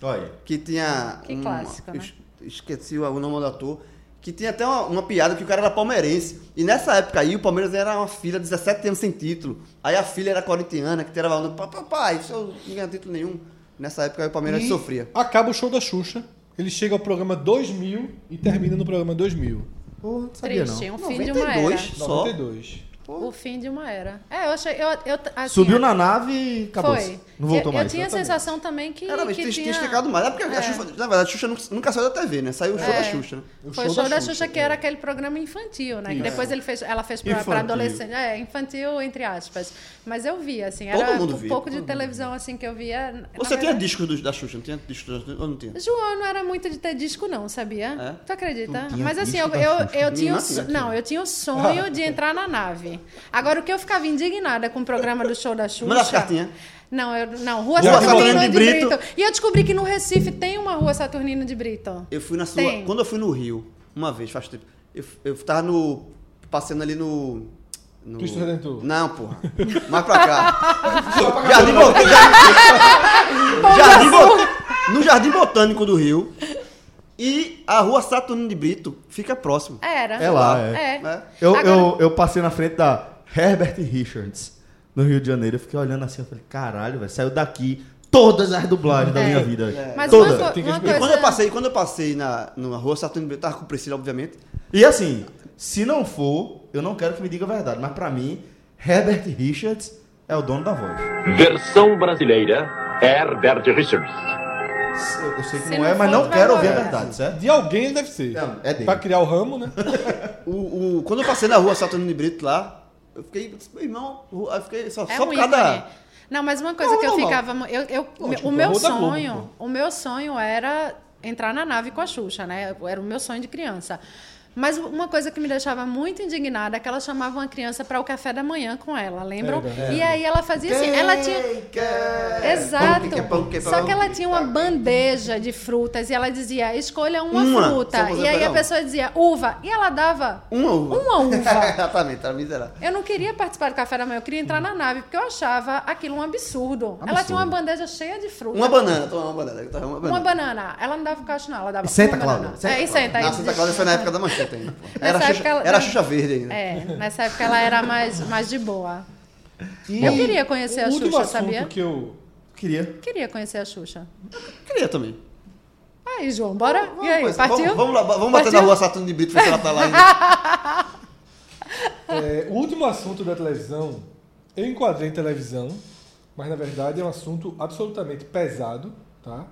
Olha aí. que tinha... um Que clássico, né? es- Esqueci o, o nome do ator, que tinha até uma, uma piada que o cara era palmeirense, e nessa época aí o Palmeiras era uma filha de 17 anos sem título, aí a filha era corintiana, que tava falando, "Pa- papai, isso eu não ganha título nenhum, nessa época aí o Palmeiras E sofria. Acaba o show da Xuxa. Ele chega ao programa 2000 e termina no programa 2000. Porra, não sabia não. Triste, um fim de uma era. 92 só, 92. O fim de uma era. É, eu achei. Eu, eu, assim, Subiu na nave e acabou. Foi. Não voltou eu, mais. Eu tinha a sensação também que. era, mas que tinha, tinha tinha- esticado mais, é porque a Xuxa, na verdade a Xuxa nu- nunca saiu da TV, né, saiu o show É. da Xuxa, né? O Foi o show da Xuxa, que era aquele programa infantil, né? Que depois ele fez, ela fez pra, pra Infantil. adolescente. É, infantil, entre aspas. Mas eu via, assim. Era Todo mundo um via, pouco de televisão, assim, que eu via. na Você tinha verdade- discos dos- da Xuxa, não tinha discos da Xuxa, ou não tinha? João não era muito de ter disco, não, sabia? É? Tu acredita? Mas assim, eu, eu, eu tinha o so- não, eu tinha o sonho de entrar na nave. Agora, o que eu ficava indignada com o programa do show da Xuxa. Manda as cartinhas. Não, eu, não, Rua Rua Saturnino, Saturnino de, de Brito. Brito. E eu descobri que no Recife tem uma Rua Saturnino de Brito. Eu fui na sua. Tem. Quando eu fui no Rio, uma vez, faz tempo. Eu, eu tava no. Passeando ali no. no Cristo Redentor. Não, porra. Mais pra cá. (laughs) Jardim Botânico. Jardim Botânico. No Jardim Botânico do Rio. E a rua Saturnino de Brito fica próximo. Era. É lá, é. né? Eu, Agora- eu, eu passei na frente da Herbert Richards, no Rio de Janeiro. Eu fiquei olhando assim, eu falei, caralho, velho, saiu daqui todas as dublagens da É. minha vida. Mas todas. uma, co- Tem que uma explicar. coisa... E quando eu passei, quando eu passei na, na rua Saturnino de Brito, tava com o Priscila, obviamente. E assim, se não for, eu não quero que me diga a verdade, mas pra mim, Herbert Richards é o dono da voz. Versão brasileira, Herbert Richards. Eu, eu sei que Se não, não é, mas for, não tu vai quero ouvir a morar. verdade, certo? De alguém ele deve ser. Não, é dele. Pra criar o ramo, né? O, o- quando eu passei na rua Saturnino de Brito lá, eu fiquei. Meu irmão, eu fiquei só, É só um por causa da. ícone. Não, mas uma coisa Não, tipo, é que eu normal. ficava. mu- Eu, eu- Lógico, o meu horror da Globo, sonho, o meu sonho era entrar na nave com a Xuxa, né? Era o meu sonho de criança. Mas uma coisa que me deixava muito indignada é que ela chamava uma criança para o café da manhã com ela, É lembram? E aí ela fazia assim, ela tinha Exato. Pão, que é pão, que é pão. Só que ela tinha uma bandeja de frutas e ela dizia: escolha uma, Uma. Só fruta. você E aí pegar a uma. pessoa dizia uva. E ela dava Uma uva. uma uva. (laughs) Exatamente, era miserável. Eu não queria participar do café da manhã, eu queria entrar na nave, porque eu achava aquilo um absurdo. Ela tinha uma bandeja cheia de fruta. Uma banana, toma uma banana. Toma uma banana. Uma banana. Ela não dava cacho, não. Ela dava E senta, uma Cláudia, banana. senta, é, e senta. Na aí- Santa Cláudia foi na época da manchete ainda. pô. Era, Nessa Xuxa, época ela- era Xuxa Verde ainda. É, nessa época ela era mais, mais de boa. E Eu queria conhecer o a último Xuxa, assunto sabia? que eu Queria. Queria conhecer a Xuxa. Queria também. Aí, João, bora? e aí, Vamos- partiu? Vamos, vamos, lá, vamos bater Partiu? na rua Saturno de Brito, ver se ela tá lá (laughs) ainda. É, o último assunto da televisão, eu enquadrei em televisão, mas na verdade é um assunto absolutamente pesado, tá?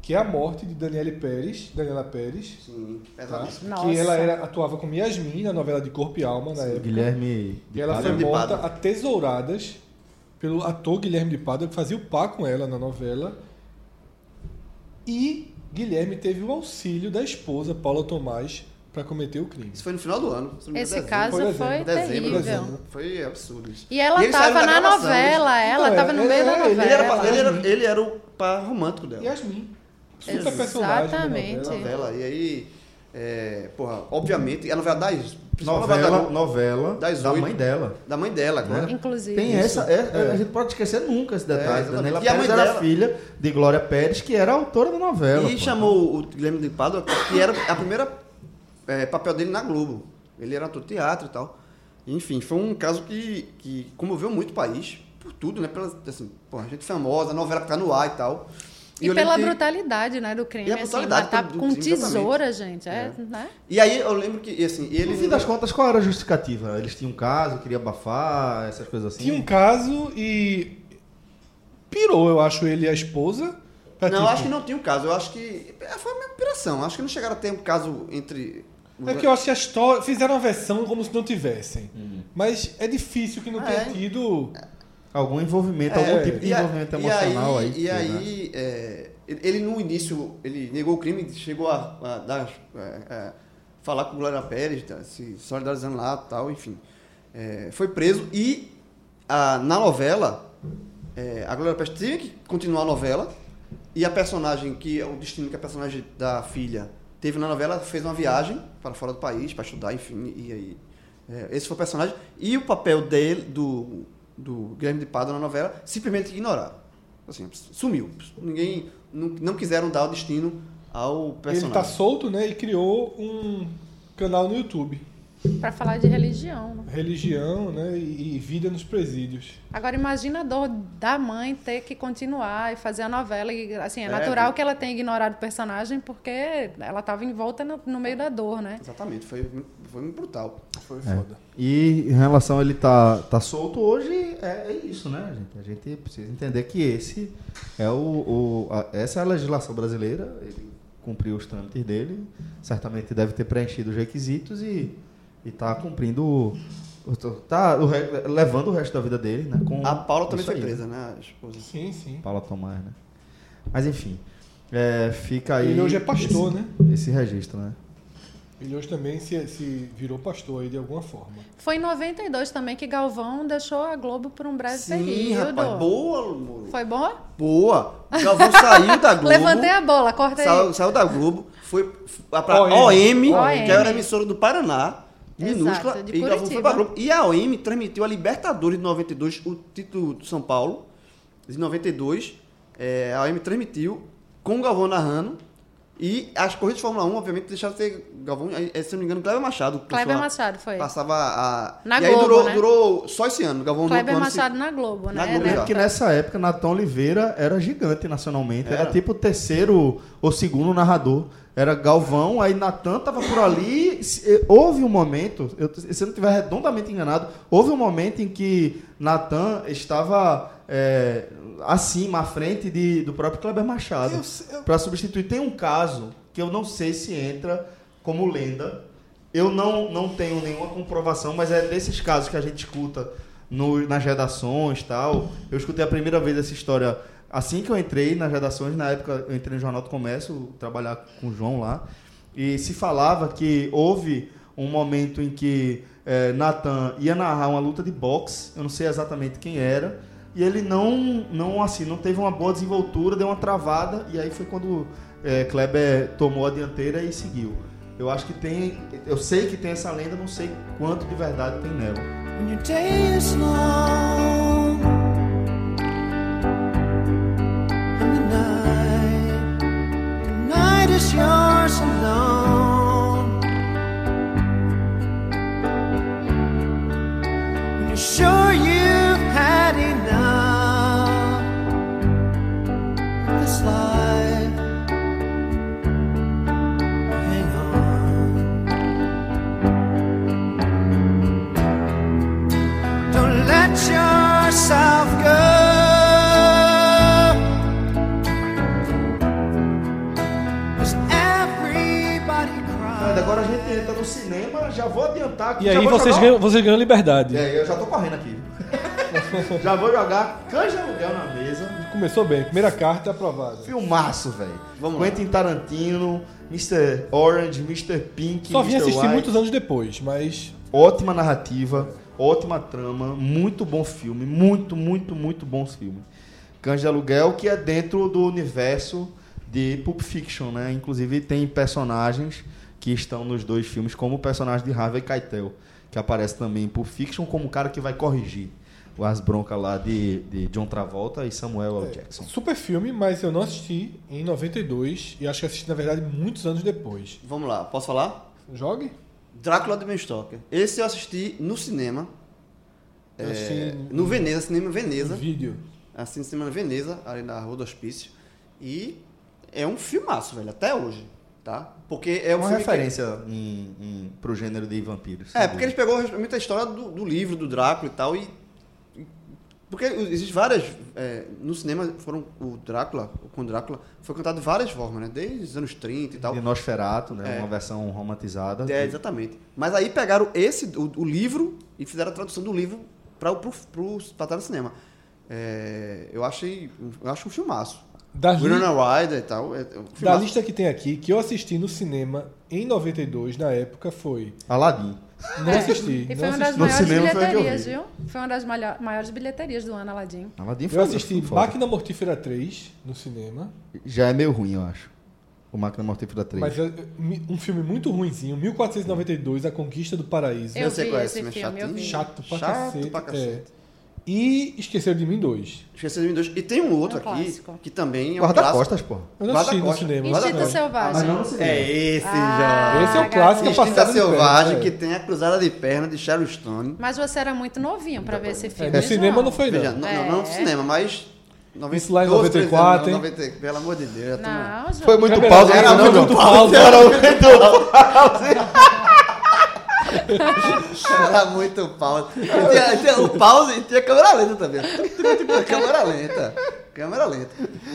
Que é a morte de Daniele Pérez, Daniela Pérez, Sim, tá? pesadíssimo. Nossa. que ela era, atuava como Yasmin na novela de Corpo e Alma na época. Guilherme. E ela foi Guilherme é de morta Pádua. a tesouradas pelo ator Guilherme de Pádua, que fazia o pá com ela na novela. E Guilherme teve o auxílio da esposa, Paula Tomás, pra cometer o crime. Isso foi no final do ano. se não me engano, Esse dezembro. caso Foi foi dezembro. Dezembro, terrível. dezembro. Foi absurdo isso. E ela eles tava saíram da na gravação, eles- novela, ela Então, tava no é, meio da é, novela. né? Ele era, ele, era, ele era o par romântico dela. Yasmin. Super Exatamente. personagem. da novela. Sim. novela. E aí, é, porra, obviamente, a novela das. principal Novela, da, novela das da oito. mãe dela. da mãe dela agora. Inclusive. Tem essa, é, é, a gente pode esquecer nunca esse É, detalhe. exatamente. Daniela E a Pérez mãe era dela- filha de Glória Pérez, que era a autora da novela. E pô. chamou o Guilherme de Pádua, que era a primeira é, papel dele na Globo. Ele era ator de teatro e tal. Enfim, foi um caso que, que comoveu muito o país, por tudo, né? Pela, assim, pô, gente famosa, novela que tá no ar e tal. E, eu lembro pela que- brutalidade, né, do crime. E a assim, brutalidade matar do- do- com exatamente. tesoura, gente. É, né? E aí eu lembro que, e assim, ele... No fim das contas, qual era a justificativa? Eles tinham um caso, queria abafar, essas coisas assim. Tinha um caso e. Pirou, eu acho, ele e a esposa. pra, Não, tipo, acho que não tinha um caso. Eu acho que é, foi uma operação. Acho que não chegaram a ter um caso entre... É que eu acho que a história. Fizeram a versão como se não tivessem. Mas é difícil que não Uhum. Ah, tenha é. tido. tá Algum envolvimento, É, algum tipo de E a- envolvimento e emocional aí. aí- E né? aí, é, ele, ele no início, ele negou o crime, chegou a, a dar, é, é, falar com o Glória Pérez, tá, se solidarizando lá tal, enfim. É, foi preso e a- na novela, é, a Glória Pérez tinha que continuar a novela e a personagem, que é o destino que a personagem da filha teve na novela, fez uma viagem para fora do país, para estudar, enfim, e aí... é, esse foi o personagem. E o papel dele, do, do Guilherme de Pádua na novela, simplesmente ignoraram. Assim, sumiu. Ninguém. Não, não quiseram dar o destino ao personagem. Ele tá solto, né? E criou um canal no YouTube. Pra falar de religião. né? Religião, né? E, e vida nos presídios. Agora imagina a dor da mãe ter que continuar e fazer a novela. E, assim, é, É, natural pô. que ela tenha ignorado o personagem porque ela tava envolta no, no meio da dor, né? Exatamente, foi, mu- foi muito brutal. Foi É. foda. E em relação a ele tá, tá solto hoje, é, é isso, né, gente? A gente precisa entender que esse é o, o- a- essa é a legislação brasileira, ele cumpriu os trâmites dele, certamente deve ter preenchido os requisitos e está cumprindo, o- o- tá o re- levando o resto da vida dele, né? Com A Paula também isso foi aí. presa, né? A esposa. Sim, sim. Paula Tomás, né? Mas enfim, é, fica aí. Ele hoje é pastor, esse- né? Esse registro, né? Ele hoje também se, se virou pastor aí de alguma forma. Foi em 92 também que Galvão deixou a Globo por um breve Sim, período. rapaz. Boa, Moro. Foi bom? Boa. Galvão saiu da Globo. Levantei a bola, corta aí. saiu, saiu da Globo, foi f- pra OM, OM, OM. que era a emissora do Paraná, Exato, minúscula, de e Galvão Curitiba. foi pra Globo. E a OM transmitiu a Libertadores de 92, o título do São Paulo, de 92. é, a OM transmitiu com o Galvão narrando. E as corridas de Fórmula 1, obviamente, deixaram de ter Galvão, é, se não me engano, Cleber Machado. que Kleber passou lá. Machado foi. Passava a. Na e aí Globo, durou, né? durou só esse ano. Galvão Kleber no ano se- Machado na Globo, né? Na Globo, Né? já. Porque É nessa época, Natan Oliveira era gigante nacionalmente. Era, Era. tipo o terceiro ou segundo narrador. Era Galvão, aí Natan tava por ali. se- eh, Houve um momento, eu, se eu não estiver redondamente enganado, houve um momento em que Natan estava eh, acima, à frente de- do próprio Kleber Machado. Pra substituir. Tem um caso que eu não sei se entra como lenda. Eu não, não tenho nenhuma comprovação, mas é desses casos que a gente escuta no- nas redações e tal. Eu escutei a primeira vez essa história assim que eu entrei nas redações, na época eu entrei no Jornal do Comércio, trabalhar com o João lá. E se falava que houve um momento em que eh, Nathan ia narrar uma luta de boxe, eu não sei exatamente quem era, e ele não, não assim, não teve uma boa desenvoltura, deu uma travada, e aí foi quando eh, Kleber tomou a dianteira e seguiu. Eu acho que tem, eu sei que tem essa lenda, não sei quanto de verdade tem nela. When your day is long and the night, the night is yours alone. When you're sure you've had enough of this life, hang on. Don't let yourself go. Cause everybody Fred, cries. Agora a gente entra no cinema, já vou adiantar que E já aí vou vocês jogar- ganham, vocês ganham (laughs) liberdade. É, eu já tô correndo aqui. já vou jogar canja aluguel na mesa. Começou bem, primeira carta aprovada. Filmaço, velho. Vamos lá. Quentin Tarantino, Mr. Orange, Mr. Pink, Só vim Mr. assistir White. muitos anos depois, mas Ótima narrativa, ótima trama, muito bom filme, muito, muito, muito bom filme. Cães de Aluguel, que é dentro do universo de Pulp Fiction, né? Inclusive tem personagens que estão nos dois filmes, como o personagem de Harvey Keitel, que aparece também em Pulp Fiction como o cara que vai corrigir as broncas lá de, de John Travolta e Samuel L. Jackson. super filme, mas eu não assisti em 92 e acho que assisti na verdade muitos anos depois. Vamos lá, posso falar? Jogue? Drácula de Ben Stoker. Esse eu assisti no cinema, Eu É, assisti no Veneza, cinema Veneza. um vídeo. Assim, no cinema Veneza, ali na Rua do Hospício. E é um filmaço, velho, até hoje, tá? Porque é É um uma filme que- referência né? em, em, pro gênero de vampiros. sem É, porque eles dúvida. pegou muita história do, do livro, do Drácula e tal, e. e- Porque existem várias. é, no cinema foram o Drácula, com o Drácula, foi cantado de várias formas, né? Desde os anos 30 e tal. De Nosferatu, né? É. Uma versão romantizada. É, do- exatamente. Mas aí pegaram esse, o, o livro, e fizeram a tradução do livro para pro, pro, pra estar no cinema. É, eu achei. Eu acho um filmaço. Da, Uhum. li- Winona Ryder e tal. É, é um da filmaço. lista que tem aqui, que eu assisti no cinema em 92, na época, foi. Aladdin. Não assisti. E não foi uma das assisti. maiores cinema foi a que eu bilheterias, vi. viu? Foi uma das malha- maiores bilheterias do ano, Aladdin. Aladdin foi Eu assisti foi foda. Máquina Mortífera 3 no cinema, Já é meio ruim, eu acho. O Máquina Mortífera 3. mas é mi- um filme muito ruinzinho, 1492, A Conquista do Paraíso. Eu sei vi qual é esse esse, mas filme, eu chatinho. vi. Chato pra Chato cacete. pra cacete. é. E Esqueceram de Mim 2. Esqueci de 2002. E tem um outro É um aqui, clássico. que também é um clássico. Guarda-costas, porra. Eu não Guarda assisti no Costa. cinema. Guarda Instinto Costa. Selvagem. É. É esse, Ah, já. Esse é o garoto. clássico que Instinta passava de perto, Selvagem, é. que tem a cruzada de perna de Sharon Stone. Mas você era muito novinho pra ver esse É, filme. no João. cinema não foi, Veja, não. não, É. não, não no cinema, mas... 90, Isso lá em 12, 13 anos, 94, hein? 90, pelo amor de Deus. já tô- Não, João. Foi muito Era pause, muito não, não, muito não. pause. Era (laughs) muito Era muito pause. Então- E tinha- tinha o pause e tinha a câmera lenta também. câmera lenta. Câmera lenta.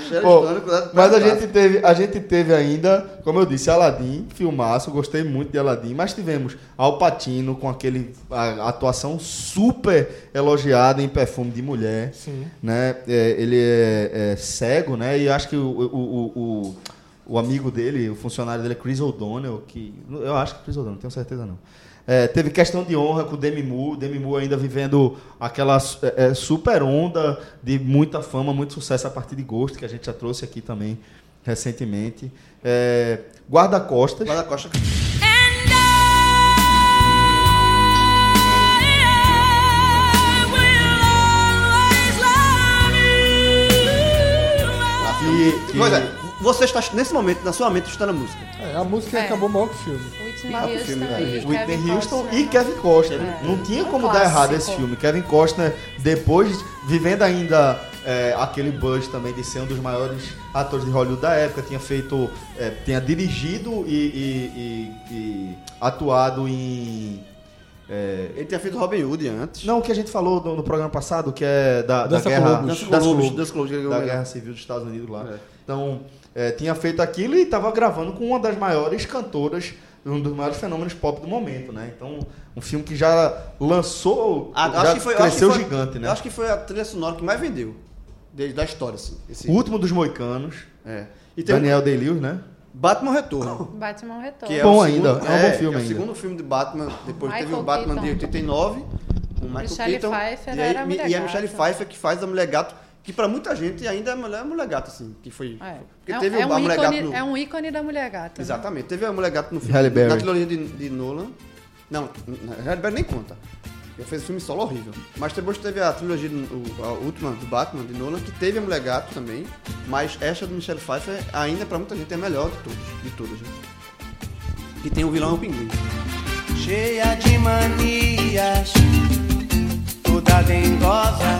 Sharon Pô, Stone, cuidado com mas a ela. gente, teve, a gente teve ainda, como eu disse, Aladdin, filmaço, gostei muito de Aladdin, mas tivemos Al Pacino com aquele a, atuação super elogiada em Perfume de Mulher. Sim. Né? É, ele é, é cego, né? E acho que o, o, o, o- o amigo dele, o funcionário dele é Chris O'Donnell, que eu acho que é Chris O'Donnell, não tenho certeza não. É, teve questão de honra com o Demi Moore, Demi Moore ainda vivendo aquela su- é, é, super onda de muita fama, muito sucesso a partir de Ghost, que a gente já trouxe aqui também recentemente. É, Guarda-costas, Guarda Costa. que, que Pois é, você está, nesse momento, na sua mente, está na música. É, a música É. acabou maior que o filme. Whitney Ah, o Houston filme, e é. Whitney Kevin Houston Costner. e Kevin Costner. Não tinha Um como dar errado clássico. esse filme. Kevin Costner, depois, vivendo ainda é, aquele buzz também de ser um dos maiores atores de Hollywood da época, tinha feito, é, tinha dirigido e, e- e- e atuado em. é, Ele tinha feito Robin Hood antes. não, o que a gente falou no, no programa passado, que é da, da Dança com guerra, Lobos. Dança com das Lobos, Lobos, Dança com Lobos, que ele ganhou da o melhor. guerra civil dos Estados Unidos lá. É. Então, é, tinha feito aquilo e estava gravando com uma das maiores cantoras, um dos maiores fenômenos pop do momento, né? Então, um filme que já lançou, Ah, já cresceu foi- gigante, né? Acho que foi a trilha sonora que mais vendeu. Desde da história, assim. Esse, O último dos moicanos, é. E tem Daniel Day-Lewis, né? Batman Retorno. Batman Retorno. Que é Bom o ainda, segundo, é um bom filme é o ainda. segundo filme de Batman. Depois Michael teve o Batman Keaton. de 89, com o Michael Michelle Keaton. Pfeiffer e, aí, era a mi- mulher e a Michelle gato. Pfeiffer que faz a Mulher Gato, que pra muita gente ainda é a Mulher, a mulher Gato, assim. Que foi, É. Porque É um- teve é o- um a Mulher ícone, Gato no... é um ícone da mulher gata. né? Exatamente. Teve a Mulher Gato no Halle filme, Berry. na trilogia de, de Nolan. Não, na Halle Berry nem conta. Ele fez um filme solo horrível. Mas depois teve a trilogia, de- o- a última do Batman, de Nolan, que teve a Mulher Gato também. Mas esta do Michelle Pfeiffer ainda, pra muita gente, é a melhor de todos. De todas, né? E tem o vilão é o pinguim. Cheia de manias, toda dengosa.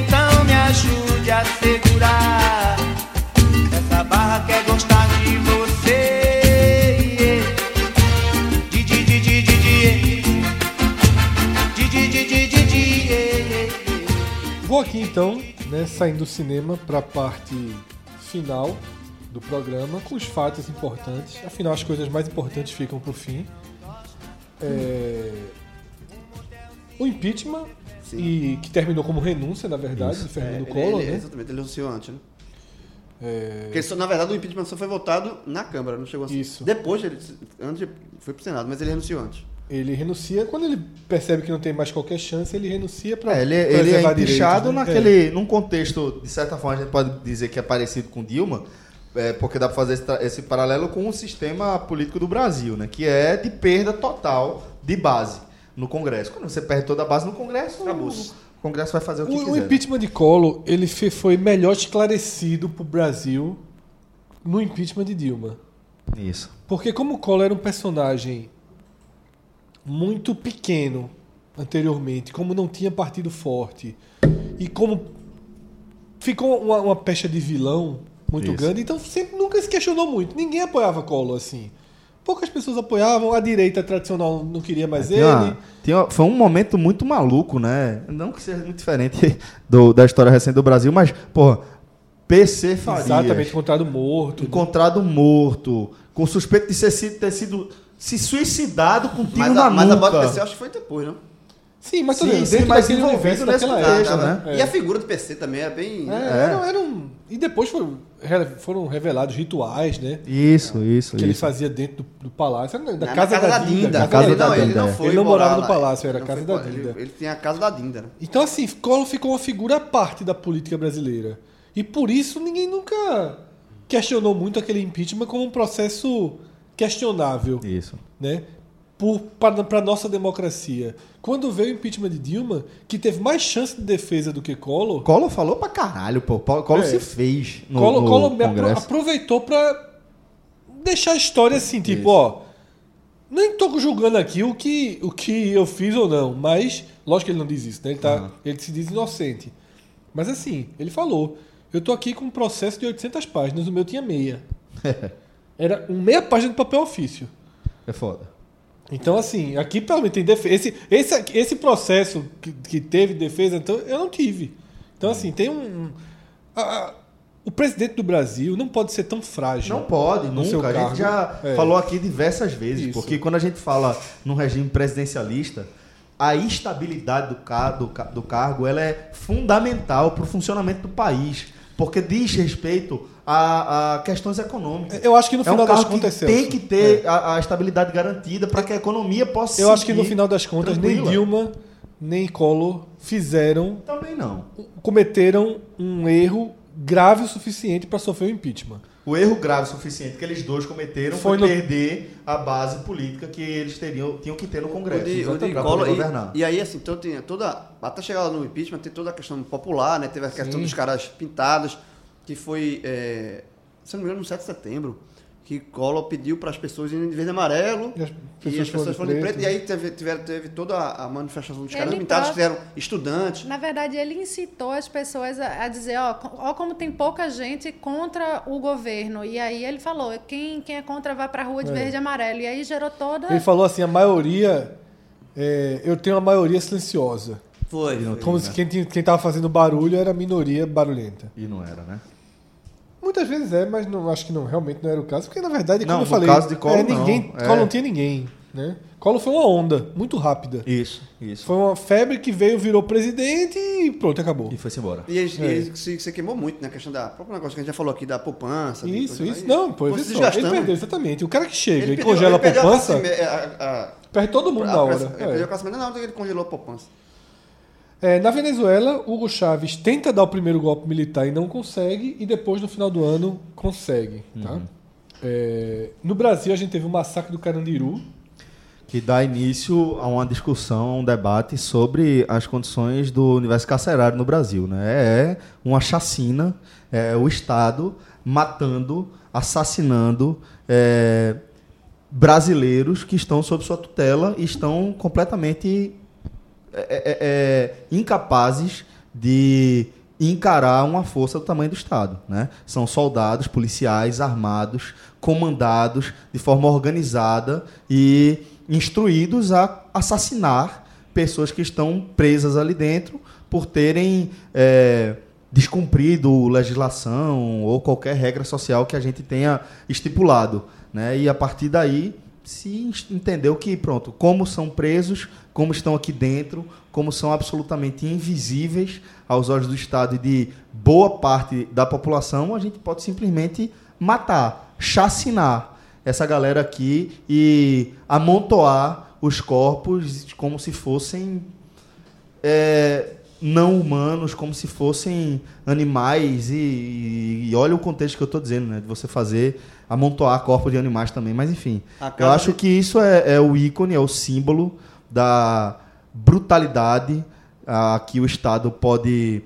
Então me ajude a segurar gostava, quer gostar de você. yeah. Di, di, di, di, di, di, yeah. Di, di, di, di, di, di, yeah, yeah, yeah. Vou aqui então, né, saindo do cinema para a parte final do programa, com os fatos importantes. Afinal, as coisas mais importantes ficam para o fim. É, O impeachment, e que terminou como renúncia, na verdade, do É, Fernando ele- Collor, ele- né? Exatamente, ele anunciou antes, né? É, Porque, só- na verdade, o impeachment só foi votado na Câmara, não chegou a ser- Isso. Depois, ele, antes, foi pro Senado, mas ele renunciou antes. Ele renuncia, quando ele percebe que não tem mais qualquer chance, ele renuncia para É, ele, ele é né? empichado É. naquele, num contexto, de certa forma, a gente pode dizer que é parecido com Dilma, é, porque dá para fazer esse, tra- esse paralelo com o sistema político do Brasil, né? Que é de perda total de base no Congresso. Quando você perde toda a base no Congresso, o Congresso vai fazer o que O, o quiser. impeachment de Collor ele fe- foi melhor esclarecido para o Brasil no impeachment de Dilma. Isso. Porque como o Collor era um personagem muito pequeno anteriormente, como não tinha partido forte, e como ficou uma, uma pecha de vilão muito Isso. grande, então sempre nunca se questionou muito. Ninguém apoiava Collor assim. Poucas pessoas apoiavam, a direita tradicional não queria mais ele. Tem uma- tem uma- foi um momento muito maluco, né? Não que seja muito diferente do- da história recente do Brasil, mas, porra, PC Farias. Exatamente, encontrado morto. encontrado morto, com suspeito de ser si- ter sido se suicidado com tiro Mas, na a, mas a nuca. bota PC eu acho que foi depois, não? Sim, mas Sim, também, sim, dentro mas daquele envolvido universo nesse daquela contexto, época. né? É. Ah, E a figura do PC também é bem. É, Era, era um- E depois foi- re- foram revelados rituais, né? Isso, isso, Que ele isso. fazia dentro do, do palácio. Era Da Na- na casa, da Dinda. Na casa casa ele, da não, ele Dinda, não é. foi. Ele não morava morar no lá. palácio, Ele era a não casa foi- da ele- Dinda. Ele tem a casa da Dinda, né? Então, assim, Collor ficou uma figura à parte da política brasileira. E por isso ninguém nunca questionou muito aquele impeachment como um processo questionável. Isso. né? Por, para, para a nossa democracia. Quando veio o impeachment de Dilma, que teve mais chance de defesa do que Collor, Collor falou pra caralho, pô. Paulo- Collor É. se fez no, Collor, no Collor me apro- Congresso. aproveitou pra deixar a história assim, tipo, ó. Nem tô julgando aqui o que, o que eu fiz ou não, mas. Lógico que ele não diz isso, né? Ele, tá, ele se diz inocente. Mas assim, ele falou: eu tô aqui com um processo de 800 páginas, o meu (laughs) tinha meia. Era um meia página de papel ofício. É foda. Então, assim, aqui pelo menos tem defesa. Esse, esse, esse processo que, que teve defesa, então, eu não tive. Então, assim, tem um. um- a- a- o presidente do Brasil não pode ser tão frágil. Não pode, no nunca. seu a gente cargo. já É. falou aqui diversas vezes, Isso. porque quando a gente fala num regime presidencialista, a estabilidade do, ca- do ca- do cargo ela é fundamental para o funcionamento do país, porque diz respeito a, a questões econômicas. Eu acho que no é um final das cargo contas, que tem Celso, que ter a, a estabilidade garantida para que a economia possa É. Eu acho que no seguir final das contas, nem tranquila. Dilma, nem Collor fizeram, Também não. cometeram um erro grave o suficiente para sofrer o impeachment. O erro grave suficiente que eles dois cometeram foi, Foi no- perder a base política que eles teriam, tinham que ter no Congresso O de, o de pra Collor, poder e- governar. E, aí, assim, então tinha toda. Até chegar lá no impeachment, tem toda a questão popular, né? Teve a questão Sim. dos caras pintados, que foi, é, se eu não me engano, no 7 de setembro, que Collor pediu para as pessoas irem de verde e amarelo. E as E as pessoas foram de preto, e né? aí teve, tiveram- teve toda a a manifestação dos caras Ele pintados, tá- que eram estudantes. Na verdade, ele incitou as pessoas a, a dizer, ó, co- ó, como tem pouca gente contra o governo. E aí ele falou, quem, quem é contra vai pra rua de verde e amarelo. E aí gerou toda... Ele falou assim: a maioria. é, eu tenho a maioria silenciosa. Foi. Como se quem, tinha- quem tava fazendo barulho era a minoria barulhenta. E não era, né? Muitas vezes é, mas não, acho que não, realmente não era o caso, porque na verdade, como Não, eu no falei, caso de Collor, é, ninguém, não. É. Collor não tinha ninguém, né? Collor foi uma onda, muito rápida. Isso, isso. Foi uma febre que veio, virou presidente e pronto, acabou. E foi-se embora. E É. eles, eles se, se queimou muito na questão da. Próprio negócio que a gente já falou aqui da poupança. de Isso, coisa, isso. aí Não, pô, foi vê se só, ele desgastando. perdeu, exatamente. O cara que chega e perdeu- congela a perdeu poupança, classe me- a- a- perde todo mundo na a- hora. Ele perdeu a É. classe média na hora que ele congelou a poupança. É, na Venezuela, Hugo Chávez tenta dar o primeiro golpe militar e não consegue, e depois, no final do ano, consegue. Tá? É, no Brasil, a gente teve o massacre do Carandiru. Que dá início a uma discussão, a um debate sobre as condições do universo carcerário no Brasil. Né? É uma chacina, é o Estado matando, assassinando é, brasileiros que estão sob sua tutela e estão completamente é, é, é, incapazes é de e encarar uma força do tamanho do Estado. Né? São soldados, policiais, armados, comandados de forma organizada e instruídos a assassinar pessoas que estão presas ali dentro por terem é, descumprido legislação ou qualquer regra social que a gente tenha estipulado. Né? E a partir daí se entendeu que, pronto, como são presos, como estão aqui dentro, como são absolutamente invisíveis aos olhos do Estado e de boa parte da população, a gente pode simplesmente matar, chacinar essa galera aqui e amontoar os corpos como se fossem é, não humanos, como se fossem animais. E, e olha o contexto que eu estou dizendo, né? De você fazer amontoar corpos de animais também. Mas enfim, A eu cada acho que isso é, é o ícone, é o símbolo da brutalidade ah, que o Estado pode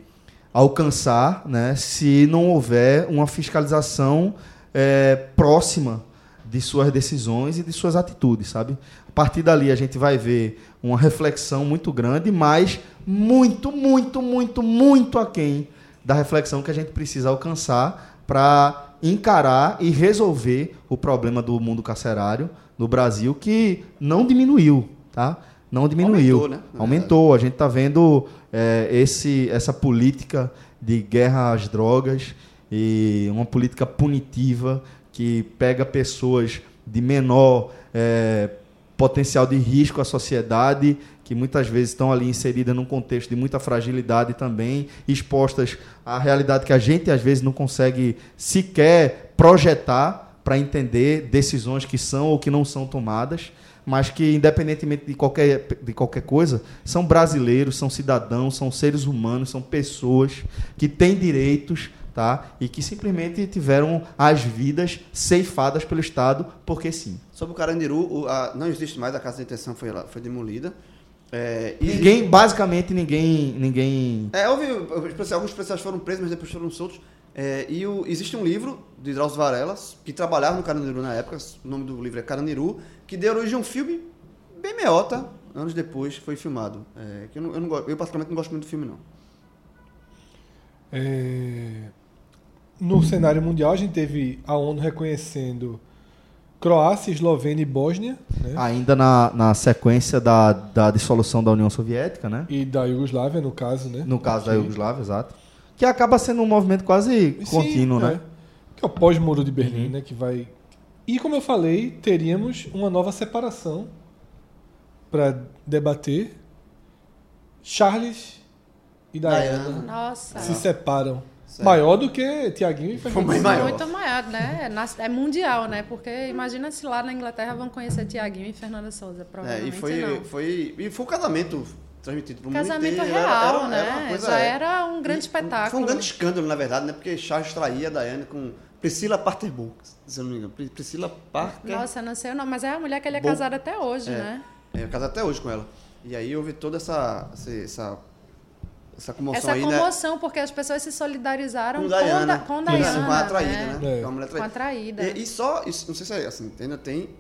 alcançar, né? Se não houver uma fiscalização eh, próxima de suas decisões e de suas atitudes, sabe? A partir dali a gente vai ver uma reflexão muito grande, mas muito, muito, muito, muito aquém da reflexão que a gente precisa alcançar para encarar e resolver o problema do mundo carcerário no Brasil, que não diminuiu, tá? Não diminuiu. Aumentou, né? Na verdade. Aumentou. A gente está vendo eh, esse, essa política de guerra às drogas e uma política punitiva que pega pessoas de menor eh, potencial de risco à sociedade, que muitas vezes estão ali inseridas num contexto de muita fragilidade também, expostas à realidade que a gente às vezes não consegue sequer projetar para entender decisões que são ou que não são tomadas, mas que independentemente de qualquer, de qualquer coisa, são brasileiros, são cidadãos, são seres humanos, são pessoas que têm direitos, tá? E que simplesmente tiveram as vidas ceifadas pelo Estado, porque sim. Sobre o Carandiru, o- a- não existe mais, a casa de detenção foi, lá- foi demolida. É, e- Ninguém, basicamente ninguém, ninguém É, houve, alguns policiais- alguns policiais foram presos, mas depois foram soltos. É, e o- existe um livro de Drauzio Varelas, que trabalhava no Carandiru na época, o nome do livro é Carandiru, que deu origem a um filme bem meota, anos depois que foi filmado. É, que eu, não, eu, não go- eu particularmente não gosto muito do filme, não. É, No cenário mundial, a gente teve a ONU reconhecendo Croácia, Eslovênia e Bósnia, né? É. Ah. ainda na, na sequência da, da dissolução da União Soviética, né? e da Iugoslávia, no caso, né? No caso da Sim. Iugoslávia, exato. Que acaba sendo um movimento quase Sim, contínuo, é. né? Uhum. Que é o pós-muro de Berlim, né? Que vai. E como eu falei, teríamos uma nova separação para debater. Charles e Diana Nossa. se separam. Maior do que Tiaguinho e Fernando. bem maior. Muito maior, né? É nas- É mundial, né? Porque imagina se lá na Inglaterra vão conhecer Tiaguinho e Fernanda Souza. É, Provavelmente e, foi, não. foi, e foi um casamento transmitido para o mundo Casamento inteiro. era- real, era- né? era uma coisa- é, Já era um grande espetáculo. Foi um grande escândalo, na verdade, né? Porque Charles traía a Diana com Priscila Parterburg, se eu não me engano. Pri- Priscila Parker. Nossa, não sei o nome, mas é a mulher que ele é Bom. casado até hoje, né? É, eu caso até hoje com ela. E aí houve toda essa. Essa, essa, essa comoção Essa aí, né? comoção, porque as pessoas se solidarizaram Com com, Diana. Da, com Isso, Diana. com a traída, né? É. Com a mulher Com a traída. traída. E, e só, isso, não sei se é assim, ainda tem.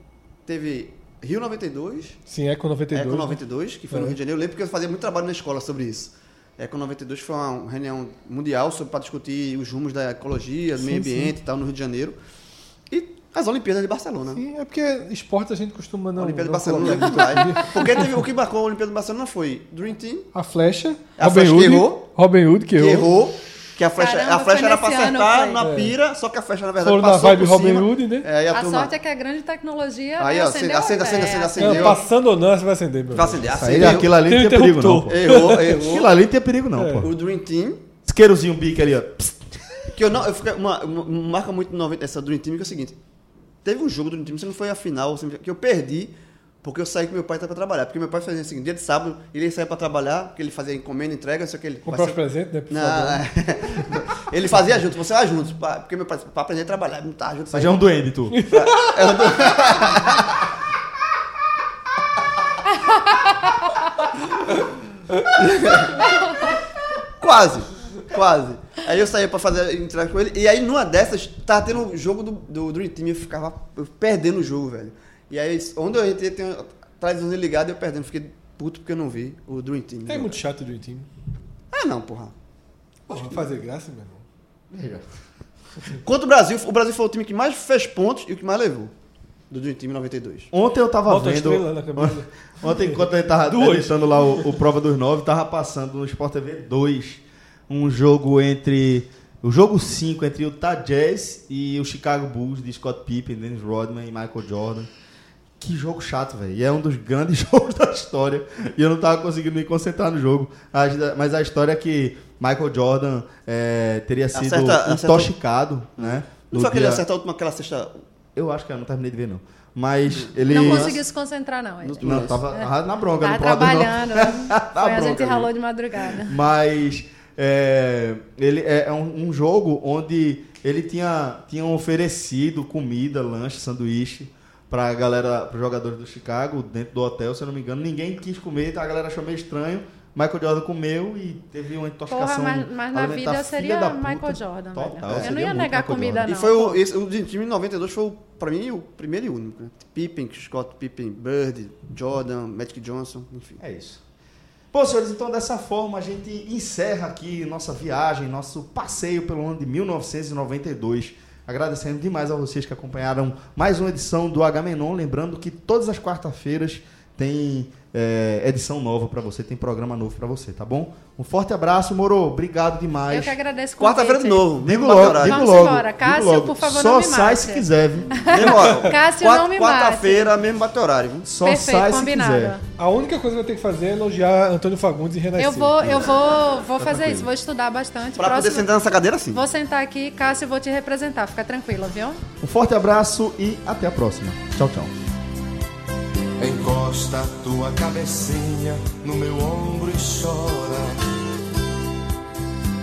Teve Rio 92, Sim, é com 92. Eco né? 92, que foi no É. Rio de Janeiro. Eu lembro porque eu fazia muito trabalho na escola sobre isso. É, Eco 92 foi uma reunião mundial para discutir os rumos da ecologia, do meio Sim, ambiente e tal, no Rio de Janeiro. E as Olimpíadas de Barcelona. Sim, é porque esporte a gente costuma não. a Olimpíada de não Barcelona, colocar né? Vai. Porque teve, o que marcou a Olimpíada de Barcelona foi Dream Team, A flecha. A Robin flecha que Hood. errou. Robin Hood que que errou. errou. Que a flecha, Caramba, a flecha foi era pra nesse ano, acertar foi. É. na pira, só que a flecha, na verdade, Foram na passou vibe por Robin cima. Hood, né? É, e a, A turma- sorte é que a grande tecnologia Aí, ó, acende, acende, acende, acendeu a ideia. acende, Não, acendeu. É, passando ou não, você vai acender, meu. Vai acender, Aí, é acendeu. Tá, aquilo ali não Tem um tinha perigo, não, interruptor. É. pô. (laughs) Errou, Aquilo errou. ali não tinha perigo, não, pô. O Dream Team, Isqueirozinho bico ali, ó. Psst. que eu não. Eu fiquei, uma, uma- uma marca muito 90, essa Dream Team, que é o seguinte: teve um jogo do Dream Team, se não foi a final, se não- que eu perdi. Porque eu saí com meu pai tá pra trabalhar. Porque meu pai fazia assim, dia de sábado, ele ia sair pra trabalhar, porque ele fazia encomenda, entrega, só que ele. Comprar os vai ser- presentes, né? pro Não, Fabão. é. (laughs) ele fazia junto, você vai junto. pra- Porque meu pai, pra aprender a trabalhar, não tá junto. É, Mas já é um duende, tu. um (laughs) Quase, quase. Aí eu saía pra fazer entrar com ele. E aí numa dessas, tava tendo o jogo do, do Dream Team e eu ficava eu perdendo o jogo, velho. E aí, onde eu entrei, tem televisão ligada e eu perdendo. Fiquei puto porque eu não vi o Dream Team. É muito chato do time. Ah, não, porra. Porra, fazer graça, meu irmão. Quanto o Brasil, o Brasil foi o time que mais fez pontos e o que mais levou do Dream Team 92. Ontem eu tava Bota a vendo. estrela na camisa. (laughs) Ontem, enquanto ele tava Duas. editando lá o, o Prova dos Nove, tava passando no Sport TV 2 um jogo entre. O jogo 5 entre o Jazz e o Chicago Bulls de Scott Pippen, Dennis Rodman e Michael Jordan. Que jogo chato, velho. E é um dos grandes (laughs) jogos da história. E eu não tava conseguindo me concentrar no jogo. Mas a- Mas a história é que Michael Jordan é, teria sido Acerta- acertou. intoxicado, né? Não no foi aquele dia- acertar a última, aquela sexta. Eu acho que eu não terminei de ver, não. Mas ele. Não conseguiu se concentrar, não. ele. Não, tava arrasado na bronca. Tá no Prova dos (laughs) Nove. (laughs) trabalhando. né? Tá Dá Foi, a gente bronca, ralou de madrugada. Mas é, ele é é um, um jogo onde ele tinha, tinha oferecido comida, lanche, sanduíche pra galera, pros jogadores do Chicago, dentro do hotel, se eu não me engano. Ninguém quis comer, tá? a galera achou meio estranho. Michael Jordan comeu e teve uma Porra, intoxicação. mas, mas na alimentar, vida eu filha seria da puta. Michael Jordan. velho. Total, eu não seria ia muito negar Michael comida, Jordan. Ah, não. E foi o, esse, o Dream Team 92 foi, o, pra mim, o primeiro e único. Né? Pippen, Scott Pippen, Bird, Jordan, Magic Johnson, enfim. É isso. Pô, senhores, então dessa forma a gente encerra aqui nossa viagem, nosso passeio pelo ano de 1992. Agradecendo demais a vocês que acompanharam mais uma edição do Agamenon. Lembrando que todas as quartas-feiras tem é, edição nova pra você, tem programa novo pra você, tá bom? Um forte abraço, Moro. Obrigado demais. Eu que agradeço o convite. Quarta-feira de novo. Digo mesmo logo, horário. digo Vamos logo. embora. digo Cássio, logo. por favor, Só não me sai mate. se quiser, viu? (laughs) Mesmo horário. Cássio, Quarta- não me mate. Quarta-feira, mesmo bate horário, viu? Só sai Perfeito, se combinado. quiser. A única coisa que eu tenho que fazer é elogiar Antônio Fagundes e Renascer. Eu vou, eu vou, vou fazer isso, vou estudar bastante. Pra poder Próximo- sentar nessa cadeira, sim. Vou sentar aqui, Cássio, eu vou te representar. Fica tranquila, viu? Um forte abraço e até a próxima. Tchau, tchau. Encosta a tua cabecinha no meu ombro e chora.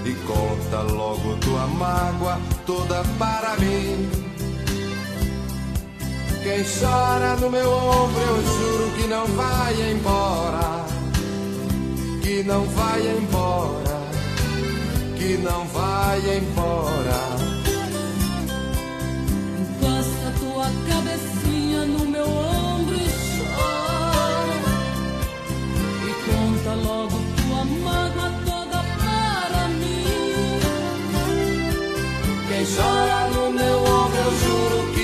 E conta logo tua mágoa toda para mim. Quem chora no meu ombro, eu juro que não vai embora. Que não vai embora. Que não vai embora. Encosta tua cabecinha no meu ombro e chora. E conta logo tua mágoa toda para mim. Quem chora no meu ombro, eu juro que